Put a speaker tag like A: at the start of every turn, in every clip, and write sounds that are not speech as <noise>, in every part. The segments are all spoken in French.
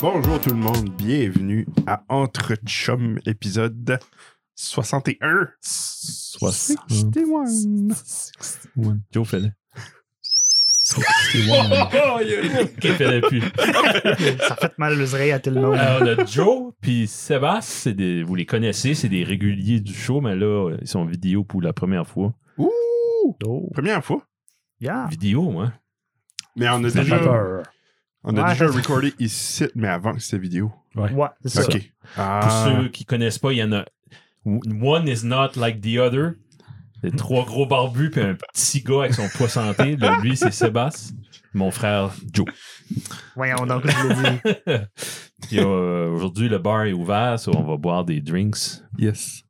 A: Bonjour tout le monde, bienvenue à Entre Chum épisode 61. 61.
B: 61. Joe Fellin.
C: Qui fait l'appui.
D: Ça fait mal aux oreilles à tout le monde.
C: Euh, on a Joe puis Sébastien, c'est des- vous les connaissez, c'est des réguliers du show, mais là, ils sont en vidéo pour la première fois.
A: Ouh!
D: Oh,
A: Première fois.
D: yeah.
C: Vidéo, hein?
A: Mais on a
D: Ça fait
A: déjà,
D: peur.
A: on a
D: Ouais.
A: déjà recordé ici, mais avant que cette vidéo.
D: Ouais, c'est ça.
A: Ok.
C: Pour
A: Ah,
C: ceux qui connaissent pas, il y en a. One is not like the other. C'est trois gros barbus puis un petit gars avec son poids santé. Là, lui, c'est Sébastien. Mon frère Joe.
D: Voyons donc, je l'ai dit.
C: Puis euh, aujourd'hui, le bar est ouvert, so on va boire des drinks.
B: Yes.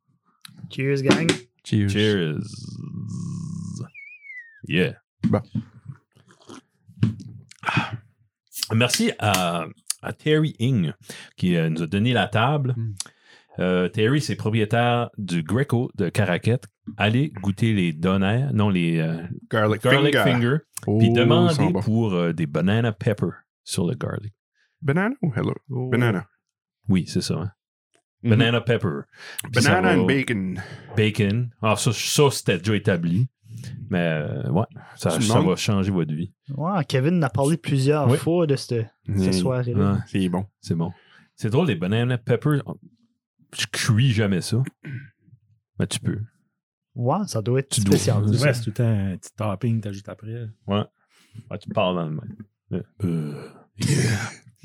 D: Cheers, gang.
B: Cheers.
C: Cheers. Yeah. Ah.
A: Bon.
C: Merci à, à Terry Ing qui euh, nous a donné la table.
B: Mm.
C: Euh, Terry, c'est propriétaire du Greco de Caraquette. Allez goûter les donuts, non, les euh,
A: garlic,
C: garlic
A: finger.
C: finger,
A: Oh,
C: puis
A: ils sont
C: demandez
A: bons.
C: pour euh, des banana pepper sur le garlic.
A: Banana ou hello?
D: Oh.
A: Banana.
C: Oui, c'est ça. hein.
A: Mhm.
C: Banana pepper. Puis ça
A: Banana
C: va-
A: and bacon.
C: bacon. Ah, ça, ça c'était déjà établi. Mais euh, ouais, ça,
A: Tu
C: ça
A: demandes?
C: va changer votre vie.
D: Ouais, Kevin n'a parlé plusieurs
C: Oui.
D: fois de cette, cette
A: Mm.
D: soirée-là.
C: Ouais,
A: C'est bon.
C: c'est bon. C'est drôle, les banana peppers, on- je cuis jamais ça. Mais tu peux.
D: Ouais, ça doit être
C: Tu dois.
D: spécial.
C: C'est
B: C'est
D: ça.
B: vrai, c'est tout le temps un petit topping que t'ajoutes après.
C: Ouais, Ah, tu parles dans le même. Euh, euh,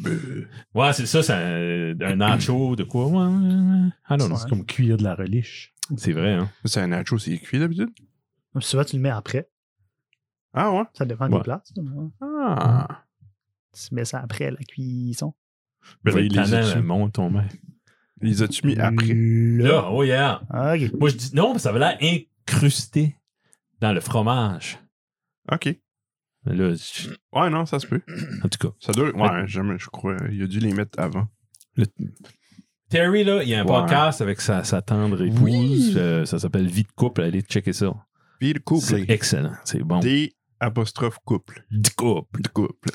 C: euh. Ouais, c'est ça, c'est un, un nacho de quoi? Ouais, ouais, ouais. I don't know.
D: Ouais.
B: C'est comme cuire de la reliche.
C: C'est vrai, hein?
A: C'est un nacho, c'est cuit d'habitude?
D: Comme Souvent, tu le mets après.
A: Ah ouais?
D: Ça dépend
C: Ouais.
D: des places. là, ouais.
A: Ah.
D: Tu mets ça après la cuisson.
A: Ben là,
C: Ouais,
A: il les a
C: tannant,
A: tués.
C: monte ton mec. Mm.
A: Les as-tu mis après?
C: Là, oh yeah!
D: OK.
C: Moi, je dis non, mais ça avait l'air incrusté dans le fromage.
A: Ok.
C: Là, je-
A: Ouais, non, ça se peut.
C: en tout cas.
A: Ça doit. Ouais, jamais, je crois. Il a dû les mettre avant.
C: Terry, là, il y a un
A: Ouais.
C: podcast avec sa, sa tendre épouse.
A: Oui.
C: Euh, ça s'appelle Vie de couple. Allez checker ça.
A: Puis le couple.
C: C'est excellent. C'est bon.
A: Des apostrophe couple.
C: De couple.
A: De couple.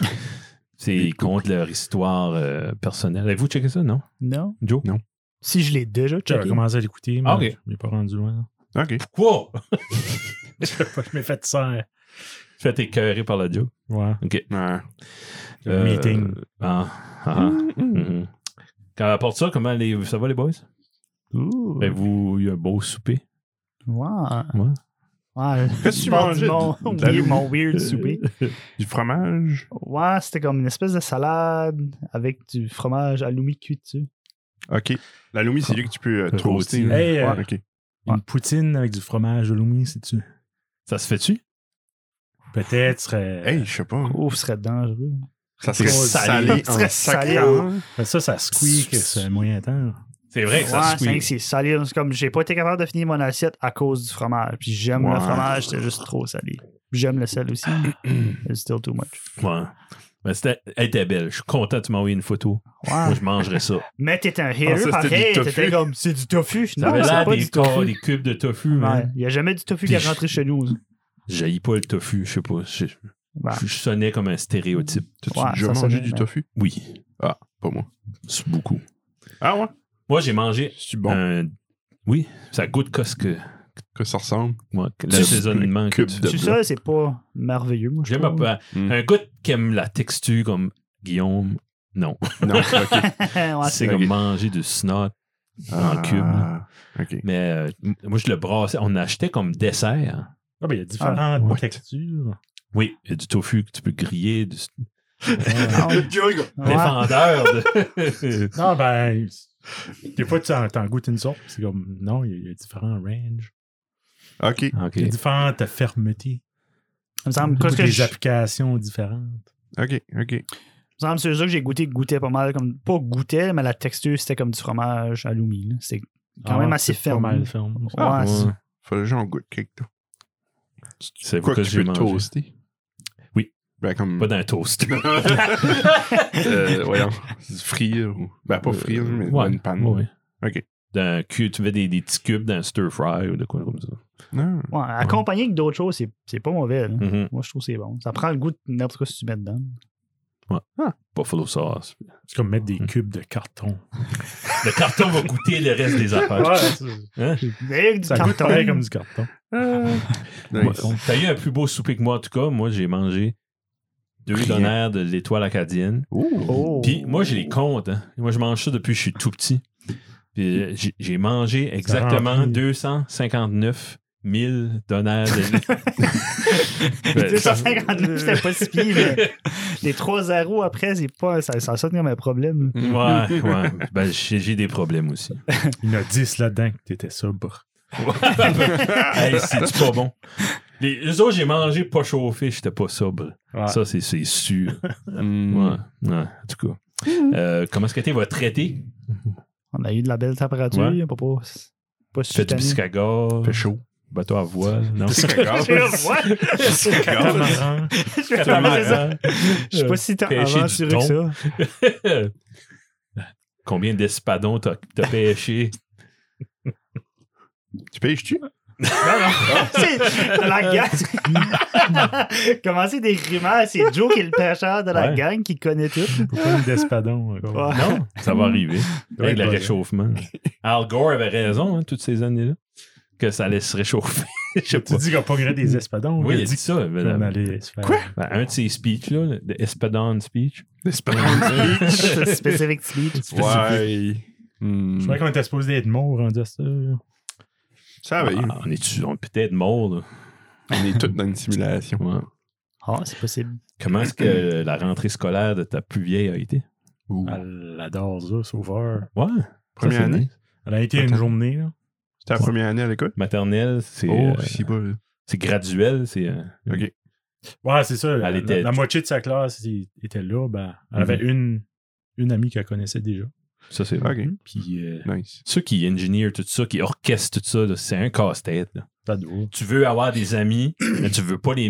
C: C'est contre leur histoire euh, personnelle. Avez-vous checké ça, non?
D: Non.
C: Joe?
A: Non.
D: Si je l'ai déjà
B: J'avais
D: checké.
B: commencé à l'écouter, mais
C: Ah, ok.
B: je m'ai pas rendu loin.
A: Ah. OK.
C: <laughs> Quoi?
B: je m'ai fait ça.
C: Tu fais écœuré par la Joe.
B: Ouais.
A: Ouais.
B: Le meeting.
C: Ah, ah, mhm. Quand elle apporte ça, comment les, ça va, les boys?
D: Ouh.
C: Avez-vous eu un beau souper?
D: Ouais.
C: Ben Ouais.
D: Ouais.
A: Qu'est-ce que tu
D: Mon-
A: mangeais?
D: Mon,
A: De la
D: weird- mon weird
C: Euh,
D: souper.
A: Du fromage.
D: Ouais, c'était comme une espèce de salade avec du fromage aloumi cuit dessus.
A: OK. La Lumi, c'est lui que tu peux euh,
C: Le
A: toaster.
C: rôti.
A: là.
B: Hey, euh,
A: Ouais, OK.
B: Une poutine avec du fromage de Lumi, c'est-tu?
C: Ça se fait-tu?
B: Peut-être euh, serait.
A: Hey, je sais pas.
C: Mhm.
D: Oh, ce serait dangereux.
A: Ça serait
B: c'est
A: salé
D: salé.
A: en
D: Ça serait salé,
A: sacrant.
B: Mais ben, ça, ça squeak, c'est un moyen temps.
C: C'est vrai que ça
D: ouais,
C: se fait.
D: c'est- c'est salé. C'est comme j'ai pas été capable de finir mon assiette à cause du fromage. Puis j'aime
A: Ouais.
D: le fromage, c'est juste trop salé. Puis J'aime le
C: <clears throat>
D: sel aussi. It's still too much.
C: Ouais. Mais c'était, elle était belle. Je suis content que tu m'as envoyé une photo. Moi,
D: Ouais.
C: je mangerais
D: <laughs>
C: ça.
D: Mais t'étais un
A: Ah, ça,
D: hater
A: c'était
D: pareil.
A: du tofu.
D: T'étais comme c'est du tofu.
C: Ça
D: Non,
C: avait
D: c'est
C: l'air
D: pas
C: des,
D: du
C: corps,
D: tofu.
C: des cubes de tofu,
D: Ouais,
C: man.
D: Il n'y a jamais du tofu
C: Puis
D: qui
C: je-
D: est rentré chez nous.
C: J'haïs pas le tofu, je sais pas. Je, je-
D: Ouais.
C: je sonnais comme un stéréotype.
A: T'as-tu
D: Ouais,
A: déjà
D: ça
A: mangé
D: serait
A: du
D: bien.
A: tofu?
C: Oui,
A: Pas moi.
C: c'est beaucoup.
A: Ah ouais?
C: Moi, j'ai mangé
A: C'est bon.
C: un. Oui, ça goûte qu'est-ce que.
A: Que ça ressemble.
C: moi, que
A: Tu-
C: L'assaisonnement que
A: cube
C: tu-
A: de-
D: Tu sais, c'est pas merveilleux. Moi, je
C: J'aime
D: trouve.
C: pas.
A: Mm.
C: Un gars qui aime la texture comme Guillaume, non.
A: Non,
C: <laughs>
A: OK.
D: <laughs> Ouais,
C: c'est
D: c'est
C: comme
A: ok.
C: manger du snot en
A: Ah,
C: cube. là.
A: OK.
C: Mais euh, m- moi, je le brassais. On achetait comme dessert.
B: Ah, ben, il y a différentes
A: what?
B: textures.
C: Oui, il y a du tofu que tu peux griller, du
D: Ah, ouais. Ouais.
C: défendeur. de-
B: Non, ben, des fois, tu en, t'en goûtes une sorte, puis c'est comme, non, il y a- il y, a différents ranges.
A: OK.
C: <laughs> Ok.
B: Il y a différentes fermetés.
D: Il me semble qu'est-ce que
B: des
D: je-
B: applications différentes.
A: OK. OK.
D: Il me semble c'est sûr que j'ai goûté goûtait pas mal comme pas goûtait mais la texture c'était comme du fromage à l'oumi là. c'est quand
B: Ah,
D: même assez
B: c'est pas
D: ferme
B: mal ferme.
D: Ouais,
A: Ah,
D: c'est-
C: Ouais.
A: Fallait que j'en goûte quelque chose.
C: C'est
A: Quoi
C: que
A: que tu
C: j'ai
A: peux
C: mangé. Hmm.
A: toaster?
C: Oui.
A: Ben comme...
C: Pas dans un <laughs> toast.
A: <laughs> euh, voyons. Frire ou... Ben pas frire, mais dans
C: Ouais,
A: une panne.
C: ouais.
A: OK.
C: dans un cube, tu mets des, des petits cubes dans un stir fry ou de quoi comme ça.
A: Non.
D: Ouais, accompagné avec d'autres choses, c'est- c'est pas mauvais. là.
C: Mhm.
D: Moi, je trouve que c'est bon. Ça prend le goût de n'importe quoi si tu mets dedans.
C: Buffalo sauce.
B: C'est comme mettre des cubes de
D: <laughs>
B: carton.
C: Le carton va goûter le reste des affaires.
D: Avec du
B: ça goûte
D: carton.
B: pareil comme du carton.
A: Euh,
C: Moi,
A: nice.
C: T'as eu un plus beau souper que moi, en tout cas. Moi, j'ai mangé deux
A: Rien.
C: donaires de l'étoile acadienne.
A: Oh.
D: Oh.
C: Puis moi, je les compte. hein. Moi, je mange ça depuis que je suis tout petit. Puis euh, j'ai- j'ai mangé exactement
B: remplit.
C: 259 000 donaires de
D: <laughs>
C: Ben,
D: 259, c'était pas si pire. mais Les trois zéros après, c'est pas, ça, ça sonne comme un problème.
C: <laughs> Ouais, ouais. Ben, j'ai j'ai des problèmes aussi.
B: Il y en a 10 là-dedans que t'étais sobre.
C: Hey, c'est pas bon. Les, eux autres, j'ai mangé pas chauffé, j'étais pas sobre.
B: Ah.
C: Ça, c'est c'est sûr.
A: Mm.
C: Ouais, ouais, en tout cas. Euh, comment est-ce que t'es va traiter?
D: On a eu de la belle température,
C: Ouais.
D: pas pas, pas
C: Fais du
D: sutané.
C: piscagore.
A: Fait
C: <laughs>
A: chaud.
C: Bateau à voile. Non, <laughs>
D: <laughs> Je vois. Catamaran.
B: Catamaran.
C: Catamaran.
D: Je sais pas si t'as
C: hein. Pêcher du
D: aventuré
C: thon.
D: que ça.
C: Combien d'espadons t'as t'as pêché?
A: Tu pêches-tu?
D: C'est de la gang. Comment c'est des rumeurs? C'est Joe qui est le pêcheur de la
C: Ouais.
D: gang qui connaît tout.
B: Pourquoi euh, une d'espadon? encore?
D: Ouais.
C: Non, ça va arriver.
B: Ouais,
C: Avec le
B: bah,
C: réchauffement. Al Gore avait raison, hein, toutes ces années-là, que ça allait se réchauffer. <laughs> Je sais
B: Tu
C: pas.
B: dis qu'on pognerait des espadons.
C: Oui, il a
B: dit
C: dit ça.
B: qu'on
C: madame.
B: allait se faire.
A: Quoi?
C: Ben, un de ses speeches, là, le- le Espadon speech.
A: C'est pas mon
D: Ça, <laughs> c'est spécifique to me.
A: Ouais.
C: Hmm.
B: Je croyais qu'on était supposé être mort rendu à ça.
A: Ça va, hein.
C: Ah, on est-tu, on est peut-être mort, là.
A: on est tous dans une simulation.
C: Ouais.
D: Ah, c'est possible.
C: Comment est-ce que la rentrée scolaire de ta plus vieille a été?
A: Ouh.
C: Ah.
B: Elle adore ça, sauveur.
C: Ouais.
A: Première
C: Ça, c'est
A: année?
C: nice.
B: Elle a été une
A: Attends.
B: journée. Là.
A: C'était la première année à l'école?
C: Maternelle, c'est,
A: Oh,
C: euh,
A: si bas. là.
C: c'est graduel, c'est. euh,
A: Ok.
B: Ouais, c'est ça.
C: Elle
B: la,
C: était-
B: la moitié de sa classe il- était là. Ben, elle
C: Mhm.
B: avait une, une amie qu'elle connaissait déjà.
C: Ça, c'est
A: Ok,
C: Puis, euh,
A: nice.
C: ceux qui engineer tout ça, qui orchestrent tout ça, là, c'est un casse-tête. là.
B: Pas de doute.
C: Tu veux avoir des amis, mais tu veux pas les.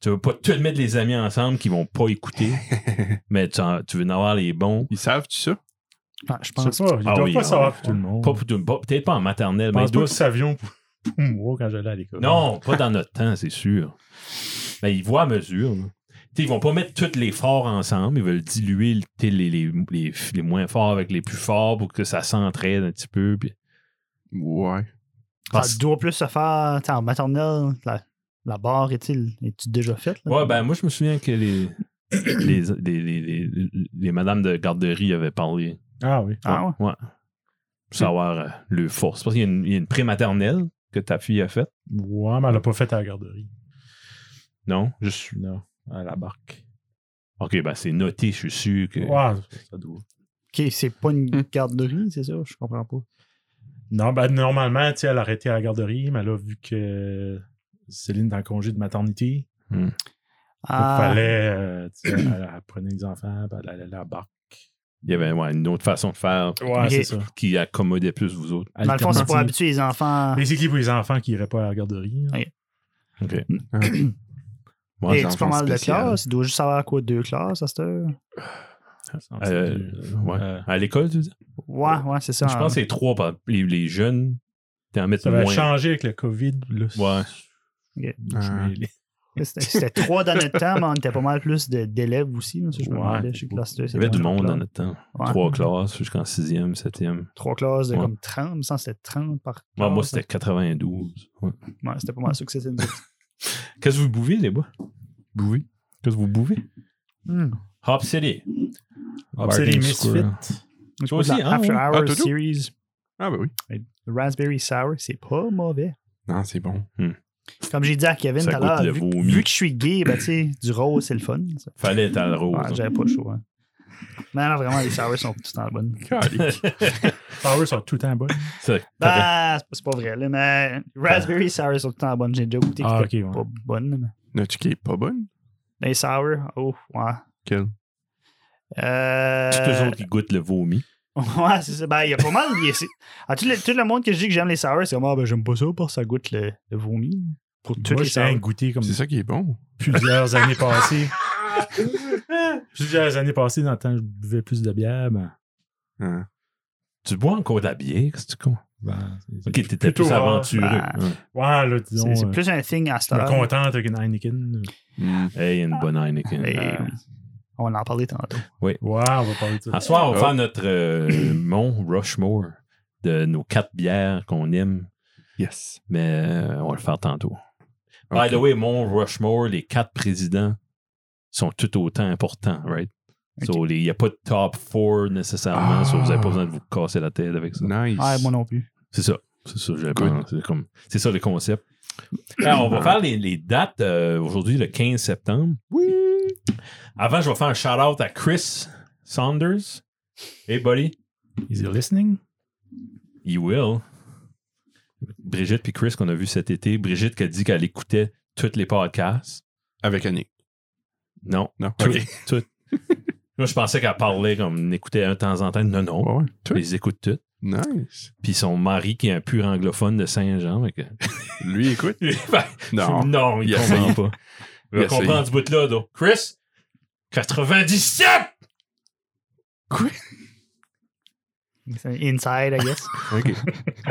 C: Tu veux pas tout mettre les amis ensemble qui vont pas écouter, mais tu, en- tu veux en avoir les bons.
A: Ils savent-tu ça?
D: Ah, je
B: Je
D: pense
B: sais pas. Ils
C: Ah
B: doivent
C: oui,
B: pas
C: on-
B: savoir pour tout le monde.
C: Pas pour tout- pas- Peut-être pas en maternelle,
B: Je
C: mais
B: pense
C: ils
B: pas
C: doivent-
B: qu'ils savions pour, pour moi quand j'allais à l'école.
C: Non, pas dans notre temps, c'est sûr. Mais ils voient à mesure. là. Tu sais, ils vont pas mettre tous les forts ensemble. Ils veulent diluer le- tu sais, les, les, les- les moins forts avec les plus forts pour que ça s'entraide un petit peu. puis-
A: Ouais.
D: que ça doit ah, plus se faire tu sais, en maternelle. La, la barre est-il est-tu déjà faite? là?
C: Ouais, ben moi, je me souviens que les, les, les, les, les- les madames de garderie avaient parlé.
B: Ah oui.
D: Ah ouais?
C: ouais. Pour
B: Hmm.
C: savoir euh, le force. Parce qu'il y a une, il y a une prématernelle que ta fille a faite.
B: Ouais, mais elle l'a pas fait à la garderie.
C: Non, juste.
B: Non, à la barque.
C: Ok, ben c'est noté, je suis sûr que.
B: Ouais, ça doit.
D: Ok, c'est pas une garderie, c'est ça? Je comprends pas.
B: Non, ben, normalement, tu sais, elle a arrêté à la garderie, mais là, vu que Céline est en congé de maternité,
D: Ah,
B: il fallait, euh, tu sais, elle, elle prenait les enfants, puis elle allait à la barque.
C: Il y avait ouais, une autre façon de faire
B: Ouais,
D: Ok.
B: c'est ça.
C: qui accommodait plus vous autres.
D: dans le fond, c'est pour
B: Alternative.
D: habituer les enfants.
B: Mais c'est qui pour les enfants qui n'iraient pas à la garderie? hein? là?
D: Ouais.
C: Ok.
B: Hmm.
A: Ah.
C: Moi,
D: Et
C: j'en
D: tu
C: fais
D: pas mal de
C: spécial.
D: classes? Il doit juste savoir quoi, deux classes à cette heure?
C: Euh, ouais.
B: Euh,
C: À l'école, tu dis
D: Ouais, ouais, c'est ça. hein.
C: Je pense que c'est trois. par- Les, les jeunes, t'en mettent
B: Ça va
C: moins.
B: changer avec le COVID. Là.
C: Ouais.
B: Je
A: Ah.
B: vais les-
D: C'était- C'était trois dans notre temps, mais on était pas mal plus de- d'élèves aussi. là, si je me
B: Ouais.
D: demandais, chez classe 2.
C: Il y avait du monde dans notre temps.
D: Ouais.
B: Hmm.
C: Trois classes jusqu'en sixième, septième.
D: Trois classes de
C: Ouais.
D: comme 30, il me semble que c'était 30 par
C: Ouais,
B: Ah,
C: moi,
D: classe.
C: c'était 92. Ouais.
D: Ouais, c'était pas mal ça
C: <laughs>
D: que c'était. nous autres.
C: Qu'est-ce que vous bouvez, les bois?
A: Bouvé.
C: Qu'est-ce que vous bouvez?
D: Hmm.
C: Hop City.
B: Hop, c'est les
C: Bargain
B: misfits.
D: Ah.
C: Square.
D: Je
C: aussi,
D: pense que
C: hein,
D: After
C: ouais.
D: Hour
A: Ah, Toto?
D: Series,
A: Ah, bah oui.
D: le Raspberry Sour, c'est pas mauvais.
A: Non, c'est
C: <laughs>
A: bon.
D: Comme j'ai dit à Kevin tout
C: Ça
D: à l'heure,
C: goûte le
D: vu, que-
C: vomi.
D: vu que je suis gay, ben, tu sais, du rose, c'est le fun. ça.
C: Fallait être à la rose.
D: Ouais, J'avais pas chaud. Hein. Non, non, vraiment, les sours sont tout le temps bonnes.
C: <laughs>
A: Calique.
B: Power sont tout le temps bas.
D: <laughs>
C: Ça, t'aurais-
D: Ben, c'est pas- c'est pas vrai, là, mais Raspberry Sour sont tout le temps bonnes. J'ai déjà goûté qui
B: Ah,
D: étaient
B: ok, ouais.
D: pas bonnes. mais-
A: N'as-tu qui est pas bonne?
D: Les sour, oh, ouais.
A: Quelle?
D: Euh...
C: C'est eux autres qui goûtent le vomi.
D: <laughs> Ouais, c'est ça. Ben, il y a pas mal. il y a- c'est- Ah, tout, le, tout le monde que je dis que j'aime les sours, c'est comme, ah, ben, j'aime pas ça parce que ça goûte le, le vomi. Pour toutes
B: Moi,
D: les
B: j'étais
D: sours.
B: un goûté comme
A: C'est ça qui est bon.
B: plusieurs
C: <laughs>
B: années passées. plusieurs années passées, dans le temps, je buvais plus de bière. Ben,
A: Ah.
C: Tu bois encore de la bière, c'est con.
B: Ben, c'est- c'est
C: Ok, t'étais
B: plutôt
C: plus
B: rare.
C: aventureux.
D: bah.
C: hein.
B: Ouais, là, disons.
D: C'est c'est
B: euh,
D: plus un thing à
B: Je me
D: Star.
B: contente avec une Heineken.
A: Hmm.
C: Hey, une bonne Heineken.
D: Eh
C: Ah.
D: oui. On en parlait tantôt.
B: Ouais, on va parler de ça.
C: À ce soir, on va
A: Oh.
C: faire notre euh, <clears throat> mont Rushmore de nos quatre bières qu'on aime,
A: Yes.
C: mais euh, on va le faire tantôt. By
A: Ok.
C: the way, mont Rushmore, les quatre présidents sont tout autant importants, right?
D: Ok.
C: So, les- Il n'y a pas de top four nécessairement,
A: Ah.
C: so vous n'avez pas besoin de vous casser la tête avec ça.
A: Nice.
D: Ouais, moi non plus.
C: C'est ça. C'est ça, je
A: Good.
C: pense. C'est comme- c'est ça le <clears throat> concept. Alors, on va faire les, les dates euh, aujourd'hui, le 15 septembre.
A: Oui.
C: Avant, je vais faire un shout-out à Chris Saunders. Hey, buddy.
B: Is he listening?
C: You will. Brigitte puis Chris qu'on a vu cet été. Brigitte qui a dit qu'elle écoutait tous les podcasts.
A: Avec Annick.
C: Non.
A: Non.
C: Tout.
A: Ok.
C: tout. <laughs> Moi, je pensais qu'elle parlait comme on écoutait un de temps en temps. Non, non.
A: Ouais, ouais. Tout.
C: Elle les écoute toutes.
A: Nice.
C: Puis son mari, qui est un pur anglophone de Saint-Jean. <laughs> fait que-
A: Lui, <laughs> écoute. Non.
C: <laughs> non, il
A: Il a
C: comprend
A: essayé.
C: pas.
A: Il
C: Il
A: a essayé.
C: comprend ce bout-là. Donc, Chris, 97!
D: C'est Inside, I guess.
A: <laughs> OK.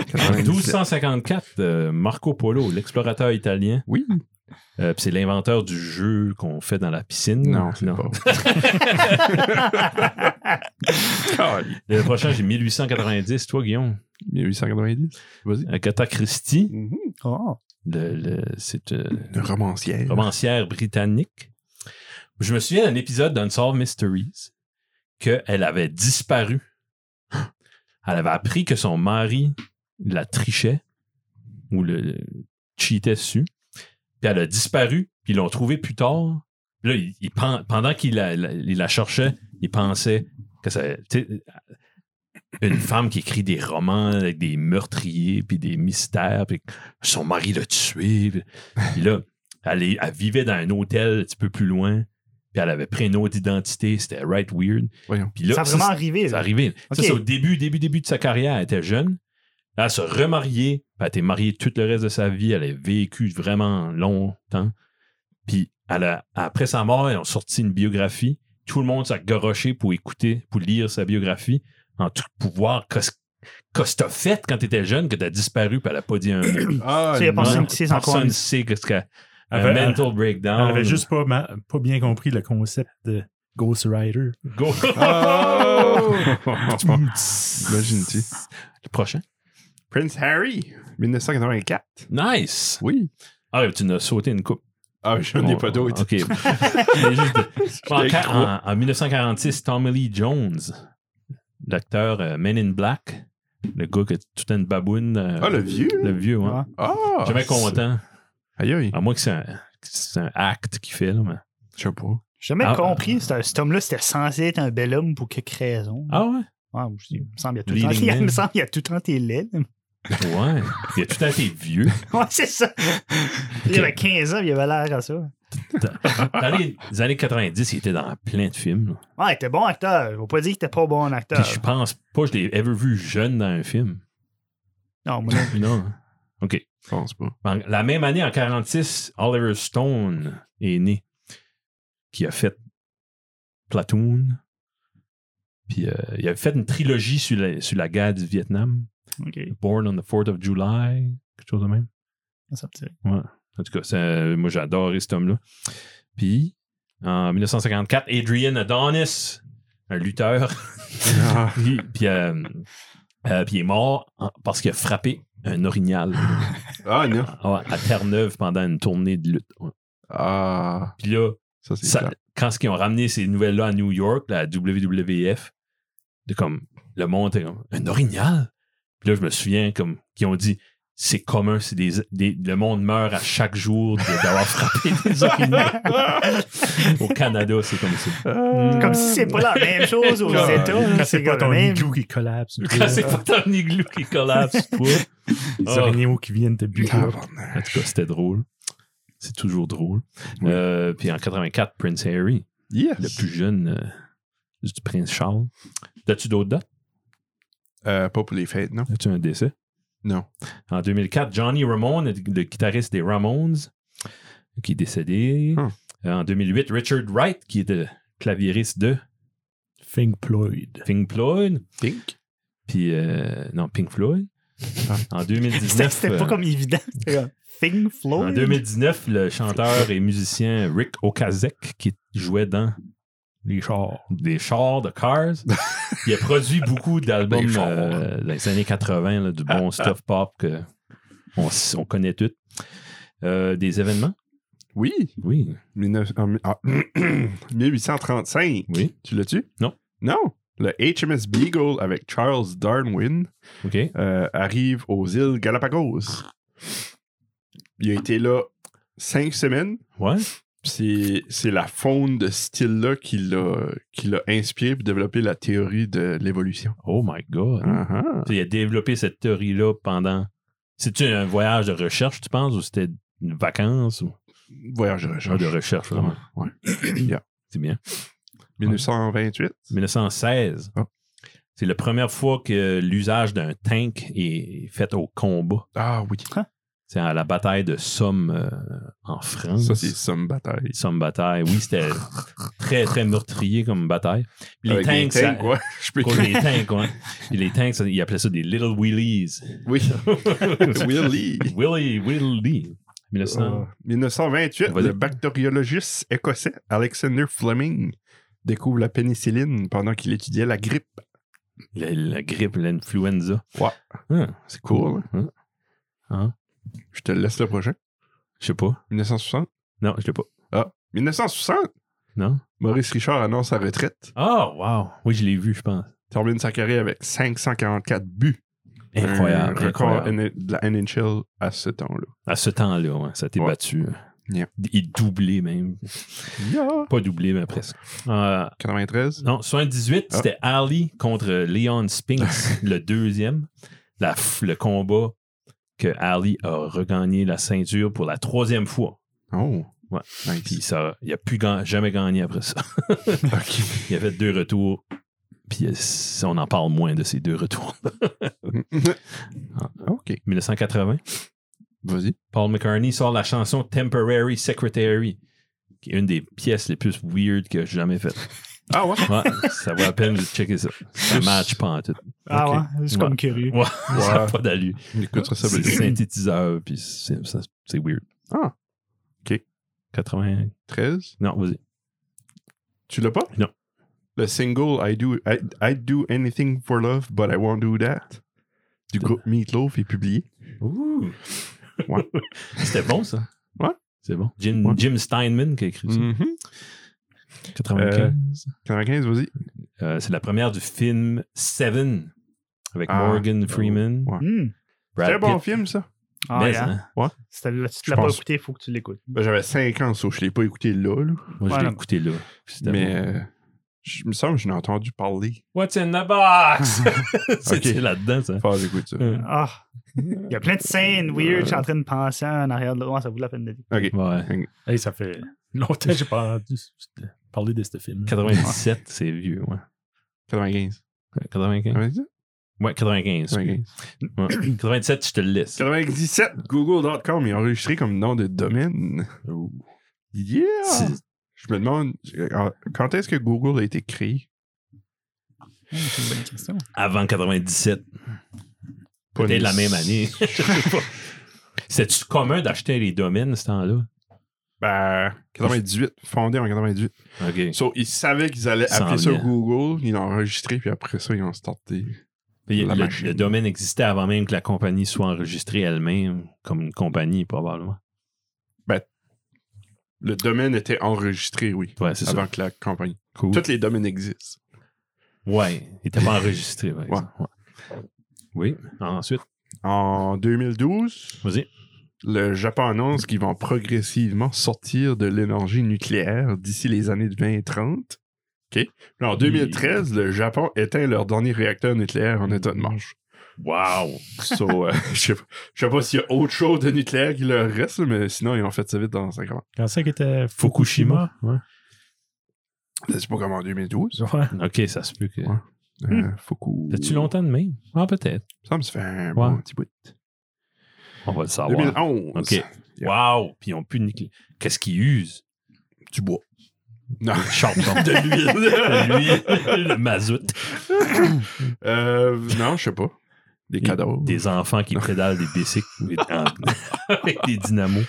A: <laughs> 97.
C: 1254, euh, Marco Polo, l'explorateur italien.
A: Oui.
C: Euh, puis c'est l'inventeur du jeu qu'on fait dans la piscine.
A: Non, c'est <laughs> pas. <laughs> Calme.
C: Le prochain, j'ai 1890. Toi, Guillaume,
A: 1890. Vas-y.
C: Agatha Christie,
D: Oh.
C: le- le- c'est une
A: Une romancière.
C: romancière britannique. Je me souviens d'un épisode d'Unsolved Mysteries qu'elle avait disparu. Elle avait appris que son mari la trichait ou le cheatait dessus. Puis elle a disparu, puis ils l'ont trouvée plus tard. Puis là, il- il pen- pendant qu'il la, la- il la cherchait, il pensait que ça. tu sais, Une femme qui écrit des romans avec des meurtriers, puis des mystères, puis que son mari l'a tué. Puis, puis là, elle, est- elle vivait dans un hôtel un petit peu plus loin, puis elle avait pris une autre identité, c'était right weird.
A: Voyons.
C: Puis là,
D: ça a vraiment arrivé.
C: c'est
D: là.
C: arrivé. Ça,
D: Ok.
C: c'est au début, début, début de sa carrière. Elle était jeune. Elle a se remariée. puis Elle a été mariée tout le reste de sa vie. Elle a vécu vraiment longtemps. Puis elle a- après sa mort, ils ont sorti une biographie. Tout le monde s'est goroché pour écouter, pour lire sa biographie. En tout pouvoir, qu'est-ce qu'est-ce que t'as fait quand t'étais jeune, que t'as disparu, puis elle a pas
D: <coughs>
C: dit un mot.
A: Ah,
D: Tu y as pensé
A: non.
D: un petit- c'est encore
C: Personne
D: une-
C: sait qu'est-ce qu'elle.
B: Elle
C: Un
B: avait, elle-
C: mental breakdown.
B: elle avait juste pas, ma- pas bien compris le concept de Ghost Rider.
C: Go.
A: Oh! <laughs>
C: Imagine-tu.
A: Imagine-tu.
C: Le prochain.
A: Prince Harry, 1984.
C: <laughs> Nice.
A: Oui.
C: Ah, tu nous as sauté une coupe.
A: Ah, je n'en ai pas d'autres.
C: OK. Mais juste-
A: Je
C: en,
A: l'ai
C: ca-
A: trois.
C: en- en 1946, Tommy Lee Jones, l'acteur euh, Men in Black, le gars qui a tout une baboune. euh,
A: Ah, le vieux?
C: Le vieux, ouais.
D: Ouais.
A: Ah!
C: Jamais Ah. content.
A: Aïe, aïe.
C: À moins que c'est un, que c'est un acte qu'il fait, là. mais-
A: Je sais pas.
D: J'ai jamais
C: Ah.
D: compris. c'était- Cet homme-là, c'était censé être un bel homme pour quelque raison.
C: Ah ouais?
D: Ouais, moi, je dis, il me semble qu'il
C: Leading man.
D: y a tout le temps <laughs> tes laid.
C: Ouais. Il a tout à fait vieux.
D: <laughs> Ouais, c'est ça. Il avait 15 ans, il avait l'air à ça.
C: Dans les années 90, il était dans plein de films. là.
D: Ouais, il était bon acteur. On va pas dire qu'il était pas bon acteur.
C: Puis
A: Ah.
C: je pense pas que je l'ai ever vu jeune dans un film.
D: Non, moi, non.
C: Non. OK.
A: Je pense pas.
C: En- Ben, La même année, en 46, Oliver Stone est né, qui a fait Platoon. Puis euh, il avait fait une trilogie sur la, sur la guerre du Vietnam,
D: OK.
C: Born on the 4th of July, quelque chose de même.
D: Ça me dit rien.
C: En tout cas, ça- moi j'ai adoré cet homme-là. Puis en 1954, Adrian Adonis, un lutteur, <laughs>
A: Ah.
C: puis, puis, euh, euh, puis il est mort en- parce qu'il a frappé un orignal
A: Ah, non.
C: à, à Terre-Neuve pendant une tournée de lutte. Ouais.
A: Ah,
C: Puis là,
A: ça, c'est
C: ça-
A: clair.
C: quand ils ont ramené ces nouvelles-là à New York, la WWF, de comme le monde était comme un orignal. Puis là, je me souviens comme qu'ils ont dit c'est commun, c'est des, des- le monde meurt à chaque jour de- d'avoir <laughs> frappé des orignaux. Au Canada, c'est comme ça.
A: Ah.
D: Comme si c'est pas la même chose aux
A: Quand-
D: États. là,
B: Quand <laughs> c'est pas
D: comme
B: ton
D: le même.
B: igloo qui <laughs> collapse.
C: <laughs> Quand c'est pas ton igloo qui collapse, toi.
B: Les
C: Ah.
B: orignaux qui viennent te buter.
A: Ah.
C: En tout cas, c'était drôle. C'est toujours drôle.
A: Oui.
C: Euh, puis en 84, Prince Harry,
A: Yes.
C: le plus jeune euh, du prince Charles. As-tu d'autres dates?
A: Euh, pas pour les fêtes, non?
C: As-tu un décès?
A: Non.
C: En 2004, Johnny Ramone, le guitariste des Ramones, qui est décédé.
A: Hmm.
C: En 2008, Richard Wright, qui est le claviériste de
B: Pink Floyd.
C: Pink Floyd.
A: Think.
C: Puis, euh, non, Pink Floyd. En 2019.
D: C'était c'était pas
C: euh,
D: comme évident. C'était comme Thing Flow.
C: En 2019, le chanteur et musicien Rick Okazek, qui jouait dans
B: Les chars.
C: des chars de Cars, il a produit beaucoup d'albums
A: Des chars.
C: euh, dans les années 80, là, du bon stuff pop que on, s- on connaît tous. Euh, des événements?
A: Oui.
C: Oui.
A: 19 en mi- ah, <clears throat> 1835.
C: Oui.
A: Tu l'as-tu?
C: Non.
A: Non. Le HMS Beagle avec Charles Darwin
C: OK.
A: euh, arrive aux îles Galapagos. Il a été là cinq semaines.
C: Ouais.
A: Puis C'est c'est la faune de ce style-là qui l'a qui l'a inspiré pour développer la théorie de l'évolution.
C: Oh my God.
A: Ah,
C: Il a développé cette théorie-là pendant. C'est-tu un voyage de recherche, tu penses, ou c'était une vacance ou
A: ah. Voyage de
C: un
A: recherche.
C: de recherche, vraiment?
A: Vraiment, ouais. <coughs>
C: C'est bien.
A: 1928.
C: 1916.
A: Ah.
C: C'est la première fois que l'usage d'un tank est fait au combat.
A: Ah oui.
C: C'est à la bataille de Somme euh, en France.
A: Ça, c'est Somme Bataille.
C: Somme bataille. Oui,
A: <laughs>
C: c'était très, très meurtrier comme bataille. Puis Les
A: Avec
C: tanks,
A: des
C: ça-
A: tanks, ouais. Je peux...
C: Pour les tanks, ouais. Puis les tanks, ça- ils appelaient ça des Little
A: <laughs>
C: Wheelies.
A: Oui.
C: <laughs>
A: Willie.
C: Willy, Willy. 1900.
A: Ah. 1928,
C: Vas-y.
A: le bactériologiste écossais Alexander Fleming découvre la pénicilline pendant qu'il étudiait la grippe.
C: La, la grippe, l'influenza.
A: Ah. Ouais.
C: Hein, c'est
A: Cool.
C: cool. hein.
A: Je te laisse le prochain.
C: Je sais pas.
A: 1960.
C: Non, je l'ai pas.
A: Ah, 1960,
C: Non?
A: Maurice Richard annonce sa retraite.
C: Ah, wow. Oui, je l'ai vu, je pense.
A: Termine sa carrière avec 544 buts.
C: Incroyable.
A: Un record
C: incroyable.
A: N- de la NHL à ce temps-là.
C: À ce temps-là, ouais, ça a été
A: Ouais.
C: battu.
A: Yeah.
C: Il doublé même. Pas doublé, mais presque. Euh,
A: 93.
C: non, 78,
A: Ah.
C: c'était Ali contre Leon Spinks, le deuxième. La f- le combat que Ali a regagné la ceinture pour la troisième fois.
A: Oh.
C: Ouais. Puis <laughs>
A: Nice.
C: ça, il n'a plus gan- jamais gagné après ça. <laughs>
A: Ok. <laughs>
C: Il a fait deux retours. Puis euh, si on en parle moins de ces deux retours. <laughs>
A: Ah, ok.
C: 1980,
A: Vas-y.
C: Paul McCartney sort la chanson Temporary Secretary, qui est une des pièces les plus weird que j'ai jamais faites.
A: Ah ouais?
C: Ouais, ça vaut la peine de checker ça. Ça match pas en tout.
D: Ah
A: Ok.
D: ouais, juste
C: Ouais.
D: comme curieux.
C: Ouais, ça n'a pas d'allure.
A: On écoutera ça.
C: C'est
A: plus tard.
C: synthétiseur, puis c'est ça- c'est weird.
A: Ah. OK.
C: 80.
A: 13.
C: Non, vas-y.
A: Tu l'as pas?
C: Non.
A: Le single I do, I, I'd do anything for love, but I won't do that du groupe Meatloaf est publié.
C: Ouh. <laughs>
A: Ouais.
C: C'était bon, ça.
A: Ouais.
C: C'est bon. Jim,
A: Ouais. Mm.
C: Jim Steinman qui a écrit ça. 95.
A: 95, vas-y.
C: Euh, c'est la première du film Seven avec
A: Ah.
C: Morgan Freeman.
A: Ouais.
D: Hmm.
C: Brad
A: C'est un bon
C: Pitt.
A: film, ça.
D: Ah,
C: Mais,
D: yeah.
C: hein,
D: Si t'as- si
A: Je
D: tu l'as pas
A: pense-
D: écouté, il faut que tu l'écoutes.
A: Ben, J'avais 5 ans, so je l'ai pas écouté là. là.
C: Moi, je l'ai
D: Voilà.
C: écouté là. puis c'était
A: Mais
C: bon.
A: euh, je il me semble que je l'ai entendu parler.
C: What's in the
A: <laughs>
C: box? C'était
A: Ok.
C: là-dedans, ça.
A: Faut que j'écoute ça.
C: Ah, Euh,
D: Ah, il y a plein de scènes weird, je suis en train de penser en arrière de l'autre, ça vaut la peine de dire.
A: Ok.
C: Ouais.
B: Hey, ça fait longtemps que j'ai pas entendu parler de ce film.
C: 97, c'est vieux, ouais.
A: 95.
C: Ouais, 95?
A: 90?
C: Ouais, 95.
A: 95.
C: Ouais. <coughs> 97, je te le laisse.
A: 97, google.com est enregistré comme nom de domaine. Yeah!
C: Oh. C'est-
A: Je me demande, euh, quand est-ce que Google a été créé?
D: C'est une bonne question.
C: Avant 97.
A: Pas
C: Peut-être
A: né-
C: la même
A: <laughs>
C: année. Je sais pas. C'était-tu commun d'acheter les domaines ce temps-là?
A: Ben, 98, fondé en 98.
C: OK.
A: So, ils savaient qu'ils allaient
C: Ça
A: appeler ça
C: venait.
A: Google, ils l'ont enregistré, puis après ça, ils ont starté.
C: Puis
A: La
C: le,
A: machine.
C: le domaine existait avant même que la compagnie soit enregistrée elle-même, comme une compagnie, probablement.
A: Le domaine était enregistré, oui,
C: Ouais, c'est
A: avant
C: ça.
A: que la compagnie.
C: Cool.
A: Tous les domaines existent.
C: Ouais, il n'était pas enregistré. par exemple. Ouais. Oui, ensuite,
A: En 2012,
C: vas-y.
A: le Japon annonce qu'ils vont progressivement sortir de l'énergie nucléaire d'ici les années 20 et 30. OK. Puis en 2013, le Japon éteint leur dernier réacteur nucléaire en état de marche. <laughs>
C: Wow!
A: So, euh, je sais pas- je sais pas s'il y a autre chose de nucléaire qui leur reste, mais sinon, ils ont fait ça vite dans 50 ans.
B: Quand ça qui était
C: Fukushima?
A: C'est pas comme en 2012.
B: Ouais.
C: OK, ça se peut que.
A: Ouais. Euh, Fuku.
C: Hmm. Fais-tu longtemps de même? Ah, peut-être.
A: Ça me fait un bon
C: Ouais. Ah,
A: petit bout.
C: On va le savoir.
A: 2011.
C: OK. Wow! Puis ils ont plus de nuclé- Qu'est-ce qu'ils usent?
A: Du bois. Non.
C: Charbon.
A: De l'huile.
C: L'huile, le mazout.
A: Euh, non, je sais pas. Des cadavres.
C: Des enfants qui pédalent des bicycles avec- en- avec des dynamos.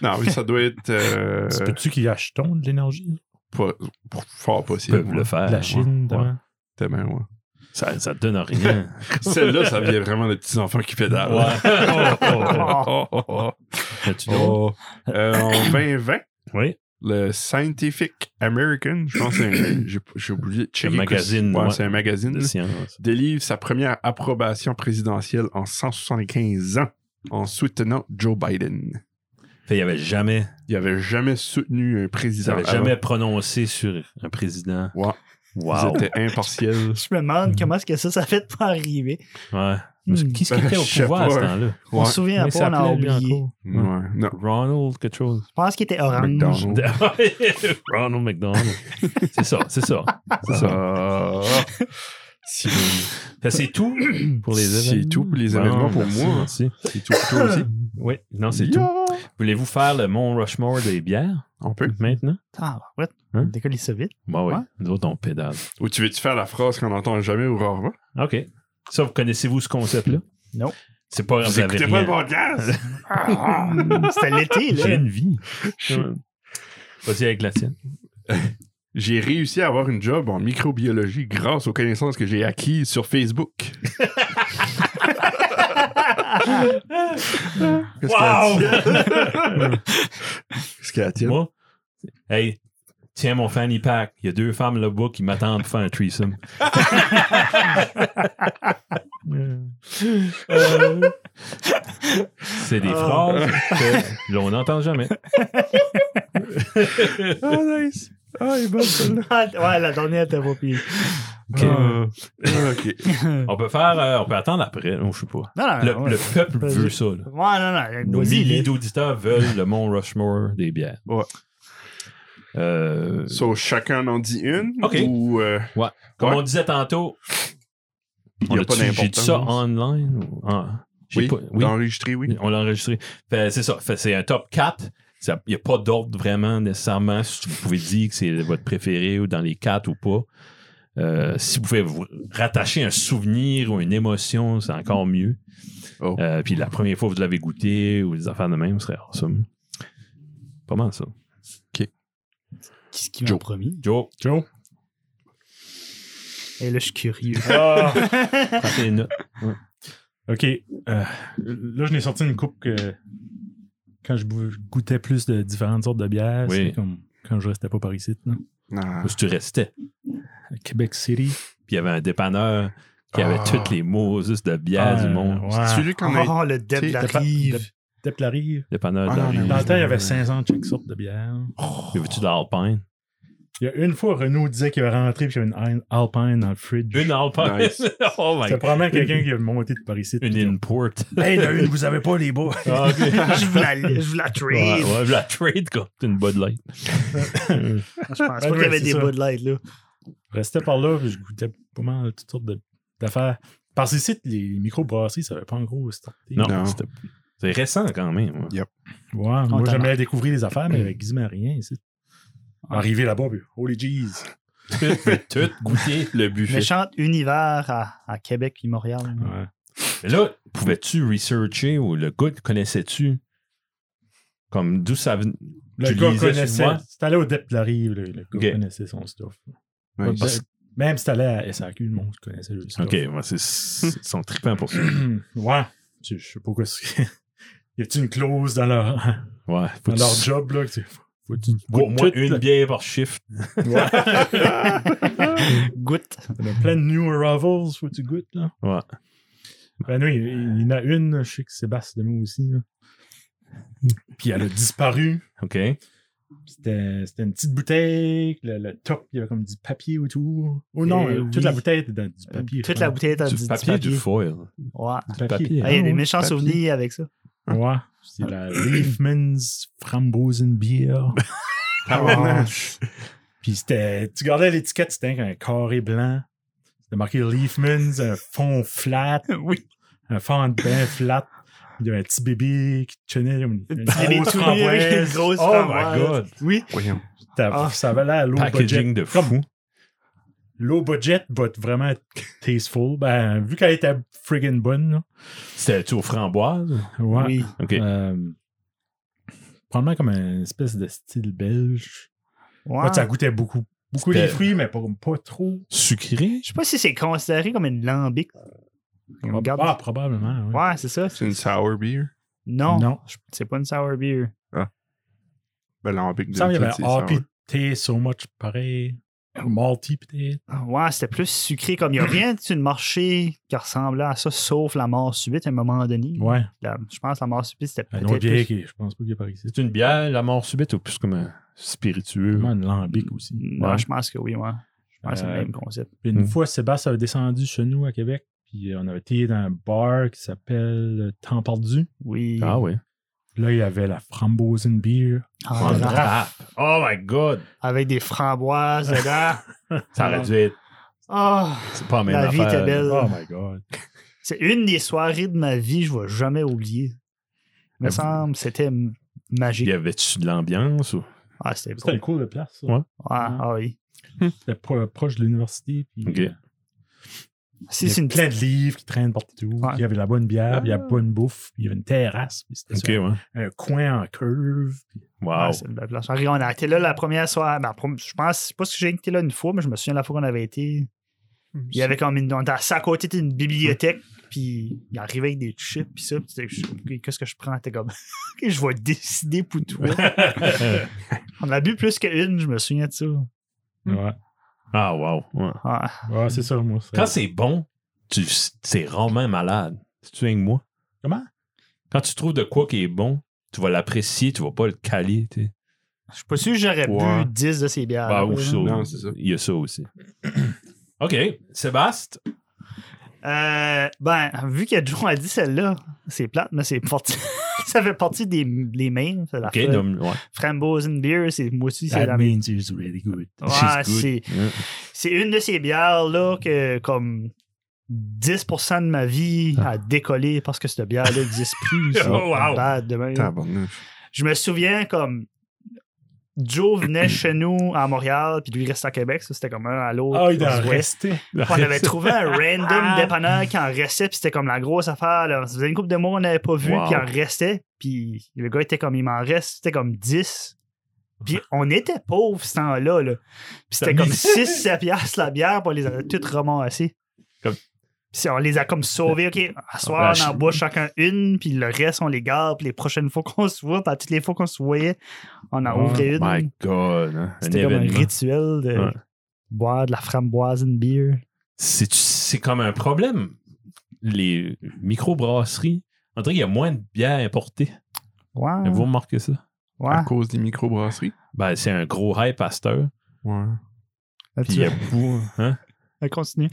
A: Non, mais ça doit être euh,
B: Tu Peux-tu qu'ils achetons de l'énergie
A: pas- pour- fort
C: Ils peuvent
A: possible.
C: le
A: ouais.
C: faire.
B: De la Chine,
C: ouais.
B: demain?
A: Tellement, ouais.
C: <laughs> Ça, ça donne rien.
A: Celle-là, ça vient vraiment des petits enfants qui pédalent. <laughs>
C: <laughs> Ouais.
B: <laughs>
A: Oh, oh, oh.
C: As-tu d'autres?
A: Oh. Euh,
C: <coughs>
A: en 2020,
C: Oui.
A: le Scientific American, je pense que c'est un- <coughs> j'ai- j'ai oublié de checker.
C: magazine,
A: Ouais,
C: ouais.
A: C'est un magazine.
C: De science.
A: délivre sa première approbation présidentielle en 175 ans en soutenant Joe Biden.
C: Fait, il avait jamais,
A: Il avait jamais soutenu un
C: ils
A: président.
C: avaient
A: avant.
C: jamais prononcé sur un président.
A: Ouais.
C: Wow.
A: Ils étaient
C: <laughs>
A: impartiels.
D: Je me demande comment est-ce que ça, ça fait pour arriver.
C: Ouais. Mais
D: Hmm.
C: Qui ce qui était au
A: Je sais
C: pouvoir à ce
A: pas.
C: temps-là?
D: On
A: Ouais.
D: se souvient
C: Comment
D: pas, on a
C: s'appelait, lui,
D: oublié.
C: encore?
A: Ouais. Non.
C: Ronald, quelque chose.
D: Je pense qu'il était orange.
A: McDonald's.
C: <laughs> Ronald McDonald. c'est ça, c'est ça. C'est ça.
A: Ça- Si bon.
C: Fait, c'est tout pour les
A: C'est
C: événements.
A: tout pour les événements pour
C: merci,
A: moi. hein.
C: Merci.
A: C'est tout pour toi aussi.
C: Oui, non, c'est
A: Yeah.
C: tout. Voulez-vous faire le Mont Rushmore des bières
A: On peut.
C: maintenant?
D: Ah, ouais.
C: Hein?
D: Décolle ça vite. <laughs>
C: Bah oui,
D: Ouais.
C: nous autres, on pédale.
A: Ou tu veux-tu faire la phrase qu'on n'entend jamais ou rarement?
C: OK. Ça, vous connaissez-vous ce concept-là?
D: Non.
C: C'est pas grave,
A: Vous
C: vous avez
A: écoutez pas
C: rien.
A: le
C: <laughs>
A: podcast? Ah, ah.
D: C'était l'été,
C: J'ai
D: là.
A: <laughs>
C: une vie. Vas-y avec la tienne.
A: J'ai réussi à avoir une job en microbiologie grâce aux connaissances que j'ai acquises sur Facebook. <laughs> Qu'est-ce qu'il y a
C: <laughs>
A: Qu'est-ce qu'il y a à dire?
C: Moi? Hey, tiens mon fanny pack. Il y a deux femmes là-bas qui m'attendent pour faire
A: <laughs>
C: un threesome. Euh, C'est des phrases que l'on n'entend jamais.
A: Ah, nice. Ah, il est bonne, celle-là.
D: Ah, ouais, la dernière était pas pire.
C: OK.
A: Ah, ok.
C: On peut faire, euh, on peut attendre après, non, je sais pas.
D: Non,
A: Ah,
D: non,
C: Le,
D: ouais.
C: le peuple
D: Vas-y.
C: veut ça. là.
D: Ouais, non, non.
C: Nos
D: vas-y,
C: milliers
D: là.
C: d'auditeurs veulent le Mont Rushmore des bières.
A: Ouais.
C: Euh,
A: So, chacun en dit une?
C: Ok.
A: Ou, euh,
C: comme
A: Ouais.
C: on disait tantôt,
A: il n'y a
C: a-tu-
A: pas
C: J'ai dit ça
A: d'importance?
C: online. ou- ah, j'ai
A: Oui,
C: pas-
A: d'enregistrer, oui.
C: On l'a enregistré. Fait, c'est ça. Fait, c'est un top 4. Il n'y a pas d'ordre vraiment nécessairement. Si vous pouvez dire que c'est votre préféré ou dans les 4 ou pas. Euh, si vous pouvez vous rattacher un souvenir ou une émotion, c'est encore mieux.
A: Oh.
C: Euh, puis la première fois que vous l'avez goûté ou des affaires de même, ce serait awesome. Pas mal ça.
D: Qu'est-ce qu'il m'a
A: Joe.
D: promis?
C: Joe,
B: Joe?
D: Et là, je suis curieux.
B: Ah!
C: prends tes notes.
B: OK. euh, là, je n'ai sorti une coupe que quand je bou- goûtais plus de différentes sortes de bières,
C: Oui.
B: c'est comme quand je restais pas par ici. là.
A: Ah.
C: Ou si tu restais.
B: À Québec City.
C: Puis il y avait un dépanneur qui avait
A: Ah.
C: toutes les Moses de bière
B: Ah,
C: du monde.
B: ouais.
A: Celui qu'on
C: Ah,
A: a...
D: Oh, le Deb
A: t'sais,
D: la
B: t'as pas-
D: rive.
B: Dep la rive.
C: Dépanneur
A: Ah,
C: de la
A: non,
C: rive.
B: Dans le temps, il y avait
A: Ouais.
B: 500 chaque sortes de bières.
C: Y avait-tu de l'Alpine?
B: Il y a une fois, Renaud disait qu'il avait rentré puis il y avait une Alpine dans le fridge.
C: Une Alpine?
A: Nice.
C: <laughs> oh my
B: C'est
C: God.
B: probablement quelqu'un qui est monté de par ici.
C: Une import.
B: Hey, là, une, vous avez
C: <laughs>
B: pas les bas.
C: Ah, ok.
D: <laughs> je vous la, je vous la
C: Ouais,
D: trade.
C: ouais, la trade contre une Bud Light.
D: Je pense pas
B: Ouais,
D: qu'il y avait
B: c'est
D: des
B: ça.
D: bouts de l'aide, là.
B: restais par là, puis je goûtais pas mal toutes sortes de- d'affaires. Parce ici, les microbrasseries, ça avait pas en gros starté.
C: Non,
A: Non.
C: c'était- c'est récent quand même. hein. ouais.
B: Ouais, moi
D: tabarnak.
B: j'aimais découvrir les affaires,
C: <clears throat>
B: mais avec quasiment rien ici. Arrivé là-bas, puis holy jeez.
C: Tu peux tout goûter le buffet.
D: Méchant univers à, à Québec puis Montréal.
B: Ouais.
C: Mais Là, pouvais-tu researcher ou le gars connaissais-tu comme d'où ça venait?
B: Le
C: Tu
B: gars
C: lisais sur
B: connaissait.
C: moi?
B: C'était allé au Dep de la Rive, le, le gars
C: Ok.
B: connaissait son stuff.
C: ah,
A: Nice.
B: Parce- Même si t'allais à SAQ, le monde connaissait le stuff.
C: Ok, ouais, c'est- c'est- ils sont trippants pour ça.
B: <clears throat> ouais. Tu- Je sais pas quoi c'est. <laughs> y a-tu une clause dans leur,
C: Ouais, faut
B: dans
C: que
B: leur
C: tu-
B: job, là? que tu- Faut que tu
C: Au moins
B: goûtes
C: une
B: tout,
C: bière par chiffre. <laughs>
B: là. Ouais.
D: Goutte.
B: Il y en a plein de new arrivals, faut que tu goûtes, là.
C: Ouais.
B: Ben oui, il y en a une, je sais que Sébastien de nous aussi, là. Puis elle a disparu.
C: OK.
B: C'était c'était une petite bouteille, le, le top, il y avait comme du papier autour. Oh non,
D: Eh
B: euh,
D: oui. Euh,
B: toute la bouteille était dans du papier.
D: Toute la bouteille est en
C: Du papier, du foil.
D: Ouais.
B: Du
C: papier.
B: papier.
D: Ah, Il y a
B: hein,
D: des
B: ouais.
D: méchants
A: papier.
D: souvenirs avec ça.
B: Ouais. C'est la Leafman's Frambosenbier.
D: Ah.
A: Tabarnache.
B: Puis c'était. Tu gardais l'étiquette, c'était avec un carré blanc. C'était marqué Leafman's, un fond flat,
D: <laughs> Oui.
B: un fond de bain flat. Il y avait un petit bébé qui tenait une, une
D: petit bébé
B: grosse
D: tout nu avec <laughs> une
B: framboise.
D: grosse
B: Oh my
D: framboise.
B: god!
D: Oui.
A: Voyons.
B: T'as-
D: Ah.
B: Ça avait l'air low budget.
C: Ah, Packaging de fou.
B: Low budget, but vraiment tasteful. Ben, vu qu'elle était friggin' bonne, là.
C: C'était-tu aux framboises?
B: Ouais.
D: Oui.
C: OK.
B: Euh, probablement comme une espèce de style belge.
D: Ouais.
B: Ouais, ça goûtait beaucoup. Beaucoup
C: C'était-
B: les fruits, mais pas, pas trop.
C: Sucré?
D: Je sais pas si c'est considéré comme une lambic. On regarde-
B: Ah, probablement. ouais.
D: Ouais, c'est ça.
A: C'est une sour beer.
D: Non,
B: Non.
D: c'est pas une sour beer.
A: Ben, l'ambic de
B: Il me semble qu'il y
A: c'est
B: avait
C: Ah,
A: sour.
B: APT so much pareil. Malty peut-être.
D: Ah, Ouais, c'était plus sucré. Comme il n'y a rien sur le marché qui ressemblait à ça, sauf la mort subite à un moment donné.
B: Ouais.
D: La- je pense que la mort subite, c'était
B: Un
D: peut-être.
B: autre bière
D: plus-
B: qui, je pense pas qu'il y a par ici.
C: C'est une bière, la mort subite, ou plus comme un spiritueux?
B: Vraiment une lambic aussi.
D: Non,
C: Ouais.
D: je pense que oui, ouais. Je pense que c'est le
C: Euh,
D: même concept.
B: Puis une
C: Mm.
B: fois, Sébastien avait descendu chez nous à Québec, puis euh, on avait été dans un bar qui s'appelle Temps perdu.
D: Oui.
C: Ah oui.
B: Puis Là, il y avait la frambozen beer.
D: En
C: En
D: drape,
C: drape. Oh my god!
D: avec des framboises dedans.
C: Ça aurait dû être.
D: Ah,
C: C'est pas la même
D: la vie
C: affaire.
D: était belle.
B: Oh my god.
D: C'est une des soirées de ma vie, je ne vais jamais oublier. Il
C: Ah,
D: me
C: vous-
D: semble, c'était m-
C: Il
D: magique.
C: y avait-tu de l'ambiance? Ou...
D: Ah, c'était beau.
B: C'était une cool de place, ça.
C: Ouais.
D: Ah, ah oui.
B: C'était pro- euh, proche de l'université. Puis euh,
C: Ok.
B: Il
D: Si
B: y
D: c'est
B: avait
D: une
B: plein de livres qui traînent partout.
D: Ouais.
B: Il y avait de la bonne bière, puis il y avait de la bonne bouffe, puis il y avait une terrasse. puis C'était
C: Ok,
B: sur
C: ouais.
B: un coin en curve.
C: Wow.
D: Ouais, c'est une belle place. En vrai, On a été là la première soirée. Ben, la prom- je pense, je sais pas si j'ai été là une fois, mais je me souviens la fois qu'on avait été. Il y avait comme une. On était assis à côté d'une bibliothèque, puis il arrivait avec des chips, puis ça. puis c'était- je- ok, Qu'est-ce que je prends? T'es comme. <laughs> Ok, je vais décider pour toi. On a bu plus qu'une, je me souviens de ça.
B: Ouais.
C: <laughs> ah, wow. Ouais.
D: Ah,
B: Ouais, c'est ça, moi. c'est-
C: Quand c'est bon, tu... c'est rarement malade. C'est-tu rien que moi?
B: Comment?
C: Quand tu trouves de quoi qui est bon, tu vas l'apprécier, tu vas pas le caler. tu sais.
D: je suis pas sûr que j'aurais
A: Ouais.
D: bu 10 de ces bières.
C: Bah, ou ça.
A: Non, c'est ça.
C: Il y a ça aussi. <clears throat> OK. Sébastien,
D: Euh, ben, vu que Joe a dit celle-là, c'est plate, mais c'est parti. <laughs> ça fait partie des, des mêmes. C'est la
C: OK, nomme- ouais.
D: Frambozen Beer, c'est moi aussi, c'est la
B: That
D: même.
B: means it's really good.
D: Ouais,
C: She's good.
D: c'est
C: Mm.
D: c'est une de ces bières-là que, comme 10% de ma vie a décollé parce que cette bière-là n'existe plus. C'est
C: Oh, wow.
D: bad de même.
A: Tabarnouche.
D: Je me souviens, comme Joe venait chez nous à Montréal, puis lui il restait à Québec. Ça, c'était comme un à l'autre.
B: Ah, il
D: on
B: en
D: se voyait.
B: restait.
D: Puis On avait trouvé un random
B: Ah.
D: dépanneur qui en restait, puis c'était comme la grosse affaire. Là. Ça faisait une couple de mois qu'on n'avait pas vu,
C: Wow.
D: puis il en restait. Puis le gars était comme, il m'en reste, c'était comme 10. Puis on était pauvres ce temps-là. là. Puis c'était comme 6-7 piastres la bière, puis on les a toutes ramassées.
C: Comme-
D: Puis on les a comme sauvés. OK, à soir,
C: Vache.
D: on en boit chacun une, puis le reste, on les garde. Puis les prochaines fois qu'on se voit, puis à toutes les fois qu'on se voyait, on en
B: Oh
D: ouvrait une.
C: My God. hein, Un
D: C'était comme un
C: événement.
D: rituel de
C: Ouais.
D: boire de la framboise and beer.
C: c'est, c'est comme un problème. Les microbrasseries, on dirait qu'il y a moins de bières importées.
D: Ouais.
C: Vous remarquez ça?
D: ouais.
A: À cause des microbrasseries.
C: Ben, c'est un gros hype à cette heure.
A: Ouais.
D: Ah,
C: Puis
D: tu
B: <laughs>
C: il y a
D: veux-
C: beaucoup. Hein?
D: Ah, Continue.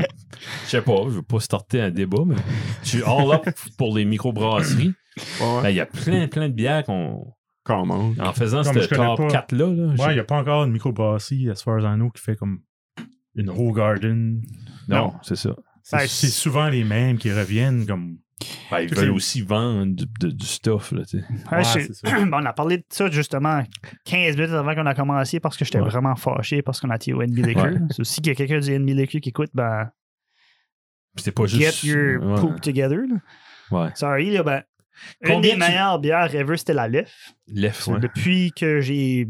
C: Je sais pas, je veux pas starter un débat, mais je suis all up pour les microbrasseries.
A: Ouais.
C: Ben, il y a plein, plein de bières qu'on.
A: Comment?
C: En faisant
B: Comme
C: ce
B: je connais
C: top
B: pas.
C: 4-là, là, je- <laughs>
B: Ouais, il n'y a pas encore une microbrasserie, as far as I know, qui fait comme une Row Garden.
C: non, c'est ça.
B: C'est
D: Ben,
B: c'est souvent les mêmes qui reviennent comme.
C: Ben, ils
B: Tout
C: veulent
B: est-
C: aussi vendre du, de- du stuff. Là, tu sais.
D: Ouais, je- <clears throat>
B: c'est ça.
D: on a parlé de ça justement 15 minutes avant qu'on a commencé parce que j'étais
C: Ouais.
D: vraiment fâché parce qu'on a tiré au NBDQ.
C: Ouais.
D: C'est aussi qu'il y a quelqu'un du NBDQ qui écoute, ben,
C: Puis c'est pas
D: get
C: juste.
D: your
C: ouais,
D: poop together. là.
C: ouais.
D: Sorry, là, ben, une
C: Combien
D: des
C: tu-
D: meilleures bières ever, c'était la Lef.
C: Left, ouais.
D: Depuis que j'ai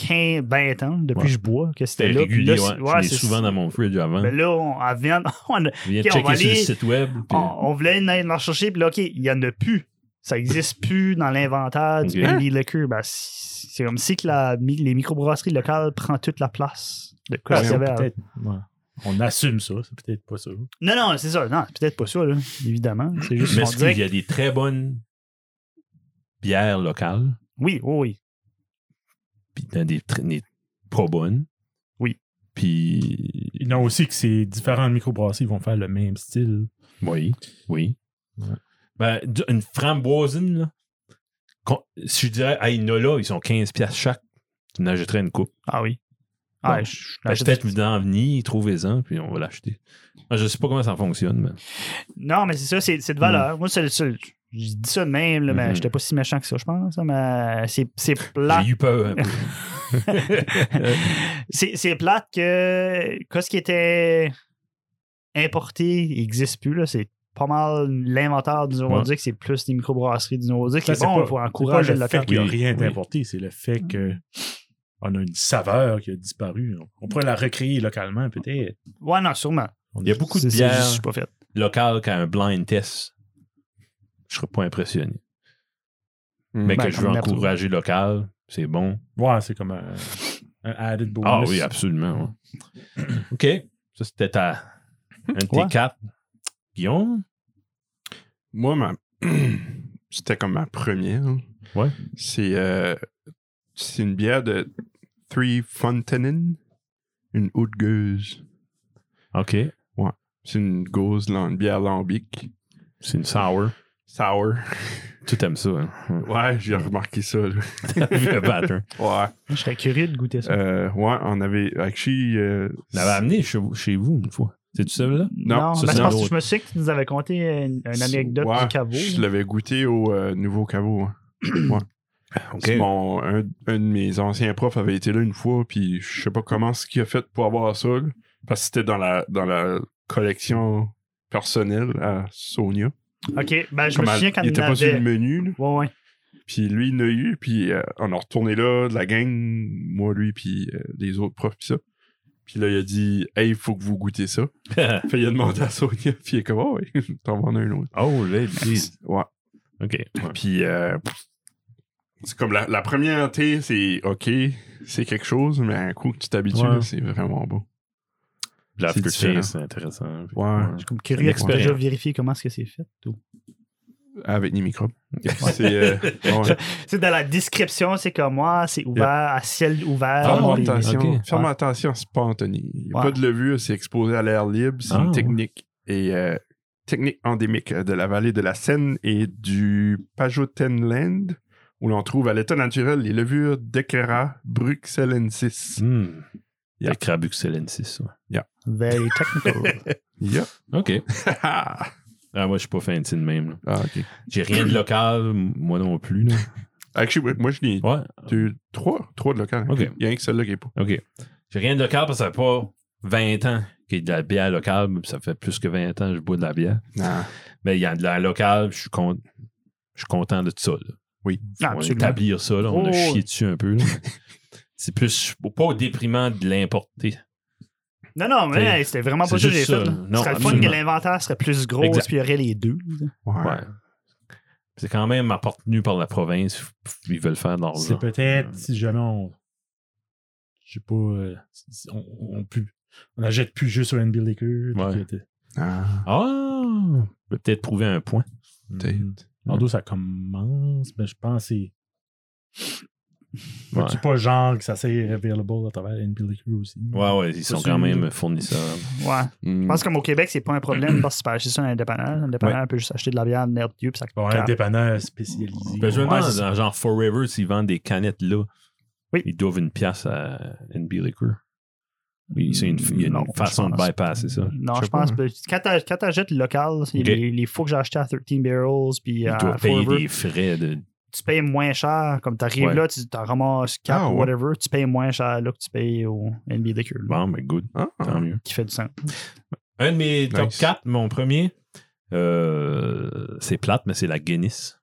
D: 15, 20 ans, depuis
C: Ouais.
D: que je bois, que c'était
C: C'était
D: là. puis
C: régulier,
D: là,
C: ouais.
D: c'est-
C: Je l'ai
D: c'est-
C: souvent hein? dans mon fridge avant.
D: Ben là, on, elle vient- <laughs> on a-
C: Je viens
D: ok, on
C: checker
D: va
C: sur le
D: aller-
C: site web. puis-
D: Ah, on, on voulait aller la chercher, puis là, OK, il y en a plus. Ça n'existe plus dans l'inventaire du
C: Ok.
D: Baby Liquor. Ben, c- c'est comme si que la, mi- les microbrasseries locales prennent toute la place de
C: Ah,
D: quoi
B: Ben,
D: qu'il y avait
B: on-
D: avant.
B: peut-être- ouais. On assume ça, c'est peut-être pas ça.
D: Non, non, c'est ça. Non, c'est peut-être pas ça, là, évidemment. C'est juste
C: Mais
D: qu'on
C: est-ce qu'il
D: dirait.
C: y a des très bonnes bières locales,
D: Oui, oui, oui.
C: puis dans des, tr- des pas bonnes.
D: Oui.
C: Puis,
B: Il y en a aussi que ces différentes microbrasseries vont faire le même style.
C: oui, oui.
B: Ouais.
C: Ben, du- une framboisine, là, con- si je dirais, à Inola, ils sont 15 piastres chaque, tu en achèterais une coupe.
D: Ah oui.
C: Bon.
D: Ah, je- je-
C: Ben, Peut-être dans l'avenir, trouvez-en, puis on va l'acheter. Ben, je sais pas comment ça fonctionne, mais Hmm.
D: Non, mais c'est ça, c'est c'est de valeur. Moi, c'est le seul. Je dis ça de même, là, mais
C: Mhm.
D: j'étais pas si méchant que ça, je pense. hein, mais c'est, c'est plate.
C: J'ai eu peur. un peu.
D: <laughs> c'est, c'est plate que, que ce qui était importé n'existe plus. Là. C'est pas mal l'inventaire du Nordique, c'est plus les microbrasseries du Nordique.
B: Ça,
D: C'est bon
B: pas-
D: pour
B: c'est
D: encourager
B: pas
D: le
B: le
D: local.
B: fait qu'il n'y a
C: Oui,
B: rien
C: oui.
B: d'importé, c'est le fait que on a une saveur qui a disparu. On pourrait la recréer localement, peut-être.
D: Ouais, non, sûrement.
C: Il y a beaucoup de
D: C'est, c'est juste,
C: bières
D: je suis pas fait.
C: locales qui a un blind test. Je serais pas impressionné.
A: Mm.
C: Mais
D: Ben,
C: que je veux
D: comme la preuve.
C: encourager local, c'est bon.
B: Ouais, c'est comme un, un added bonus.
C: Ah oui, absolument. ouais. <clears throat> OK. Ça, c'était ta... un de tes
D: Ouais.
C: quatre. Guillaume?
A: Moi, ma... <clears throat> c'était comme ma première.
C: Ouais.
A: C'est euh, c'est une bière de Three Fontainen, une haute gueuse.
C: OK.
A: C'est une gauze, lan- une bière lambique.
C: C'est une sour.
A: Sour. <laughs>
C: Tu t'aimes ça. <laughs> Hein?
A: Ouais, j'ai remarqué ça. là.
C: Le pattern.
A: Ouais.
D: Je serais curieux de goûter ça.
A: Euh, ouais, on avait. Actually, euh,
C: Je l'avais amené chez, chez vous une fois. C'est-tu celle-là?
A: non,
C: ça, c'est
D: mais Euh, Ben, c'est
C: un
D: parce que
C: autre.
D: je me suis que tu nous avais conté une, une anecdote
A: Ouais,
D: du caveau.
A: Je l'avais goûté au euh, nouveau caveau. hein. Ouais. C'est mon- un, un de mes anciens profs avait été là une fois, puis je sais pas comment ce qu'il a fait pour avoir ça, là. parce que c'était dans la, dans la collection personnelle à Sonia.
D: Ok, ben je
A: Comme
D: me
A: elle-
D: souviens quand
A: il
D: il
A: était pas sur le
D: avait...
A: menu, là.
D: Ouais, ouais.
A: puis lui il l'a eu, puis euh, on a retourné là, de la gang, moi, lui, puis euh, les autres profs, puis ça. Puis là, il a dit « Hey, il faut que vous goûtez ça. » Fait il a demandé à Sonia, puis il est comme « Ah ouais, <laughs> t'en vends un autre.
C: oh, j'ai dit. »
A: Ouais.
C: OK. ouais.
A: Puis, euh, c'est comme la, la première thé, c'est OK, c'est quelque chose, mais un coup que tu t'habitues,
C: Ouais.
A: c'est vraiment beau. différent.
C: L'aftertaste, c'est intéressant.
A: Ouais.
D: Je suis comme curieux de déjà
C: expérience.
D: vérifier comment est-ce que c'est fait. tout.
A: Avec les
C: <laughs>
A: microbes. c'est. euh, ouais.
D: C'est dans la description, c'est comme moi, c'est ouvert à ciel ouvert.
C: Ah,
D: puis-
C: ouais.
A: fermentation.
C: ok.
A: Fermentation spontanée. Il n'y a
D: Ouais.
A: pas de levure, c'est exposé à l'air libre. C'est
C: Ah,
A: une
C: ouais.
A: technique. Et. euh, technique endémique euh, de la vallée de la Seine et du Pajotenland, où l'on trouve à l'état naturel les levures d'Equerra bruxellensis.
C: Hmm.
A: Yeah.
C: Le Crabuxcellensis, ouais.
D: Very
A: <laughs>
D: technical.
C: Mm.
A: Yup.
C: OK.
A: ah,
C: Ah, moi, je suis pas fancy de même. là.
A: ok.
C: J'ai rien de local, moi non plus. Là.
A: Actually, ouais, moi, je n'ai
C: Ouais,
A: deux, trois, trois de local.
C: OK.
A: Il y a rien que celle-là qui est pas.
C: OK. J'ai rien de local parce que ça fait pas 20 ans qu'il y a de la bière locale. mais Ça fait plus que 20 ans que je bois de la bière.
D: Ah.
A: Non.
C: Mais il y a de la locale, je suis, con- je suis content de tout ça. là.
D: Ah,
C: on va
D: absolument.
C: établir ça, là, on
D: Oh,
C: a
D: ouais.
C: chié dessus un peu. là. <laughs> C'est plus pas au détriment de l'importer.
D: Non, non, mais
C: C'est-
D: hey, c'était vraiment
C: c'est
D: pas ça que j'ai
C: juste
D: fait.
C: ça,
D: là.
C: là.
D: Ce
C: Non,
D: serait le fun que
C: absolument.
D: l'inventaire serait plus gros,
C: Exact.
D: puis il y aurait les deux. là.
A: Ouais.
C: Ouais. C'est quand même appartenu par la province. Ils veulent faire de l'argent.
B: C'est peut-être si jamais on. Je sais pas. euh, si- on, on, pu- on la jette plus juste au NB Liquor.
C: Ouais.
B: puis que-
A: Ah,
C: Ah! Je vais peut-être prouver un point.
A: peut-être.
B: Mm. Although, ça commence, mais je pense que c'est.
C: Ouais.
B: C'est pas genre que ça c'est available à travers NB Liquor aussi.
C: Ouais, ouais, ils sont
B: Faut
C: quand
B: suivre.
C: même fournisseurs.
D: Ouais.
A: Mm.
D: Je pense que comme au Québec, c'est pas un problème parce que tu peux acheter ça dans un dépanneur. Un dépanneur peut juste acheter de la bière de nerf Dieu, puis ça
B: Bon, un
D: craque.
B: dépanneur spécialisé.
C: Ben, je me
D: Ouais,
C: demande,
D: c'est
C: dans genre Forever, s'ils vendent des canettes là,
D: Oui.
C: ils doivent une pièce à NB Liquor. Oui, c'est une, il y a une
D: Non,
C: façon
D: je
C: de
D: pense-
C: bypasser ça.
D: Non,
A: Je
D: je,
A: sais
D: pense
A: pas.
D: pas. Quand t'as- Quand t'achètes local, c'est
C: Ok.
D: les, les fois que j'ai acheté à 13 Barrels, puis
C: Ils
D: à
C: doivent payer
D: Forever,
C: des frais de.
D: tu payes moins cher. Comme t'arrives
C: Ouais.
D: là, tu t'en ramasses 4
A: Ah,
D: ou
A: ouais.
D: whatever, tu payes moins cher là que tu payes au NB Liquor. là,
C: Bon, mais good,
A: Ah,
C: tant mieux.
D: Qui fait du sens.
C: Un de mes top
A: Nice.
C: 4, mon premier, euh, c'est plate, mais c'est la Guinness.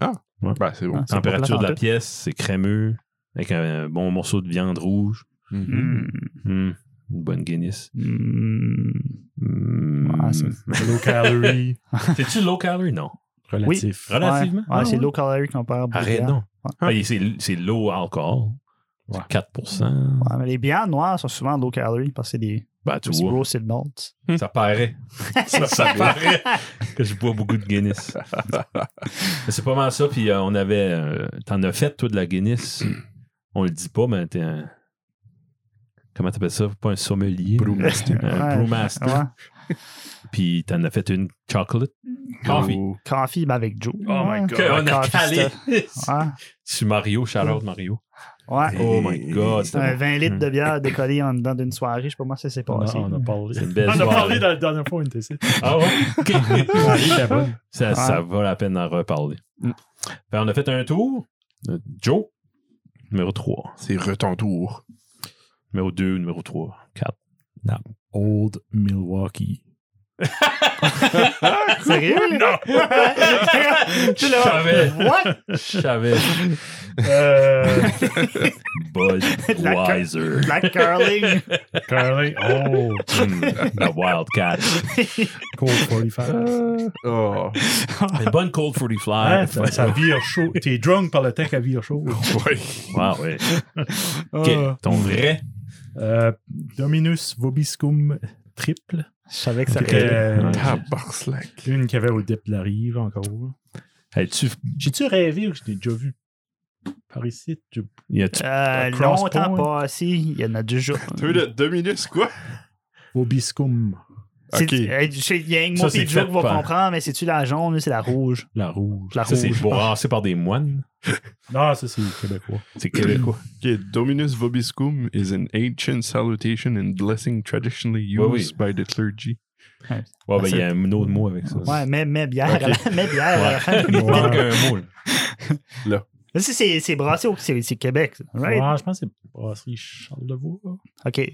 A: Ben, c'est bon.
D: Ah, c'est pas
C: Température
D: plate en
C: de la
D: tout.
C: pièce, c'est crémeux, avec un bon morceau de viande rouge.
A: Mhm.
D: Mm.
C: Hmm, une bonne
D: <laughs>
C: Guinness.
D: Mm.
C: Hmm.
D: Ouais, c'est-
B: Low calorie,
C: C'est-tu low calorie? Non.
B: relatif.
C: Oui. Relativement.
D: Ouais, ouais,
C: Ah,
D: c'est
C: ouais.
D: low calorie qu'on parle.
C: Arrête, non. Ben, c'est, c'est low alcool.
B: Ouais.
C: 4%.
D: Ouais, mais les bières noires sont souvent low calorie parce que c'est des
C: Ben, tu
D: plus
C: vois,
D: gros c'est le malt.
C: ça paraît. <laughs> ça, ça paraît que je bois beaucoup de Guinness. <laughs> Mais c'est pas mal ça. Puis euh, on avait. <clears throat> euh, T'en as fait, toi, de la Guinness. on le dit pas, mais t'es un. Comment t'appelles ça? Pas un sommelier.
A: Brewmaster.
C: Un
D: Ouais.
C: brewmaster.
D: Ouais.
C: Puis t'en as fait une chocolate. Coffee.
A: Oh.
D: Coffee, ben avec Joe.
C: Oh my
D: Ouais.
C: god. On a
D: Coffee
C: calé. <laughs>
D: stuff. Ouais.
C: Sur Mario, Charlotte Mario.
D: ouais.
C: Oh my god. c'était
D: Un
C: bon.
D: 20 litres de
C: Hmm.
D: bière décollée en dedans d'une soirée, je sais pas moi, ça s'est
B: On a,
D: passé.
B: on a parlé.
C: C'est une belle
B: <laughs> on a
C: soirée.
B: parlé dans la dernière fois, on était ici.
C: Ah ouais? <laughs>
B: Ouais, il était bon.
C: ça, ça vaut la peine d'en reparler.
A: Mm.
C: Fait, on a fait un tour. Euh, Joe, numéro 3.
A: C'est retentour.
C: Numéro 2, numéro 3, 4.
E: Old Milwaukee.
D: Ah!
C: Ah!
D: Sérieux?
C: <laughs>
D: les gars?
C: Je savais.
D: <laughs> What?
C: Je savais.
B: Euh,
C: Bud
D: La ca-
C: Weiser.
D: Black curling.
B: Curly. Oh.
C: Hmm, La <laughs> Wildcat.
B: Cold 45.
A: Oh.
C: Une bonne Cold 45.
B: Ouais, ça, ça vire chaud. T'es drunk par le temps qu'elle vire chaud. Ah.
A: Ouais.
C: Wow, ouais. Ok, Ton vrai.
B: Euh, Dominus Vobiscum triple.
D: Je savais que ça
B: C'était
D: allait.
B: euh,
A: <laughs> Tabarnak.
B: une qu'il y avait au dip de la rive encore.
C: Hey, tu,
B: J'ai-tu rêvé ou je l'ai déjà vu par ici? Je-
C: y a-tu-
D: Euh,
B: Cross
D: longtemps
B: point.
D: passé, il y en a déjà.
A: T'as vu le deux minutes, quoi?
B: Vobiscum,
D: C'est-
A: Ok.
D: euh, je sais, Il y a un
C: Ça,
D: mot
C: c'est
D: qui Joe
C: fait
D: qui va
C: par-
D: comprendre, mais c'est-tu la jaune ou c'est la rouge?
B: la rouge.
D: La
C: ça, c'est
D: rouge.
C: brassé par des moines.
B: Non, ça c'est québécois.
C: C'est québécois.
A: Okay, Dominus Vobiscum is an ancient salutation and blessing traditionally
C: Ouais, oui.
A: used by the clergy.
C: Ouais, ben, il y a un autre mot avec ça.
D: Ouais, mais, mais bière.
A: Ok.
D: <laughs> Mais bière.
C: Il <laughs> manque un mot. là.
D: Là, ça, c'est c'est brassé au c'est c'est Québec, ça, right?
B: Ouais, je pense que c'est brasserie Charlevoix.
D: OK.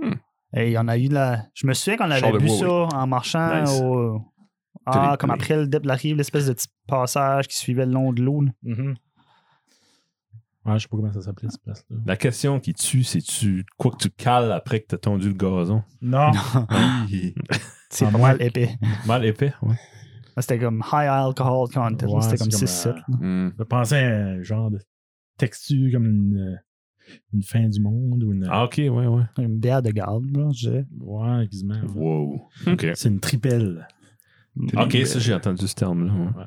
A: Hmm.
D: Et il y en a eu de la. Je me souviens qu'on avait
A: Charlevoix,
D: vu
A: oui.
D: ça en marchant
C: Nice.
D: au.
A: Télé-
D: Ah, comme après le dip de la rive, l'espèce de petit passage qui suivait le long de l'eau. là.
A: Mm-hmm.
B: Ouais, je sais pas comment ça s'appelait cette place-là.
C: La question qui tue, c'est tu quoi que tu cales après que t'as tondu le gazon.
B: Non.
D: C'est
B: Ah,
D: pas
B: moi-
D: mal épais. Ah,
C: Mal épais, ouais.
D: C'était comme high alcohol content.
B: Ouais,
D: C'était
B: c'est
D: comme
B: comme
D: 6-7.
B: un-
D: là.
A: Hmm.
B: Je pensais à un genre de texture comme une, une fin du monde ou une.
C: Ah, ok, ouais, ouais.
D: Une bière de garde, là, je dirais.
B: Ouais, quasiment. ouais.
C: Wow. Ok.
B: C'est une tripelle.
C: Ok, ça, j'ai entendu ce terme-là. ouais.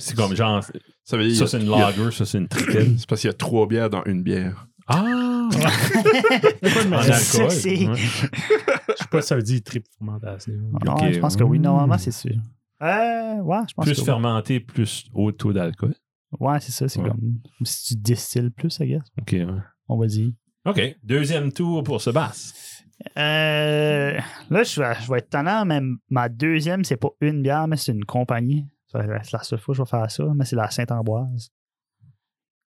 C: C'est comme genre,
A: Ça veut
C: ça
A: dire.
C: c'est une
A: il y a-
C: lager, ça c'est une tripelle.
A: C'est parce qu'il y a trois bières dans une bière.
C: <coughs> Ah! en
D: mais c'est-
C: alcool.
D: c'est-
C: ouais.
B: Je sais pas si ça veut dire triple fermentation.
D: Ah,
C: Ok,
D: je pense que oui,
B: hmm.
D: normalement, c'est sûr. Euh, ouais, je pense
C: Plus
D: que oui.
C: fermenté, plus haut taux d'alcool.
D: Ouais, c'est ça. C'est
C: Ouais.
D: comme si tu distilles plus, I guess.
C: Ok, ouais.
D: On va dire.
C: Ok, deuxième tour pour ce basse.
D: Euh, là, je vais, je vais être tannant, mais ma deuxième, c'est pas une bière, mais c'est une compagnie. Ça va être la seule fois que je vais faire ça, mais c'est la Sainte-Amboise,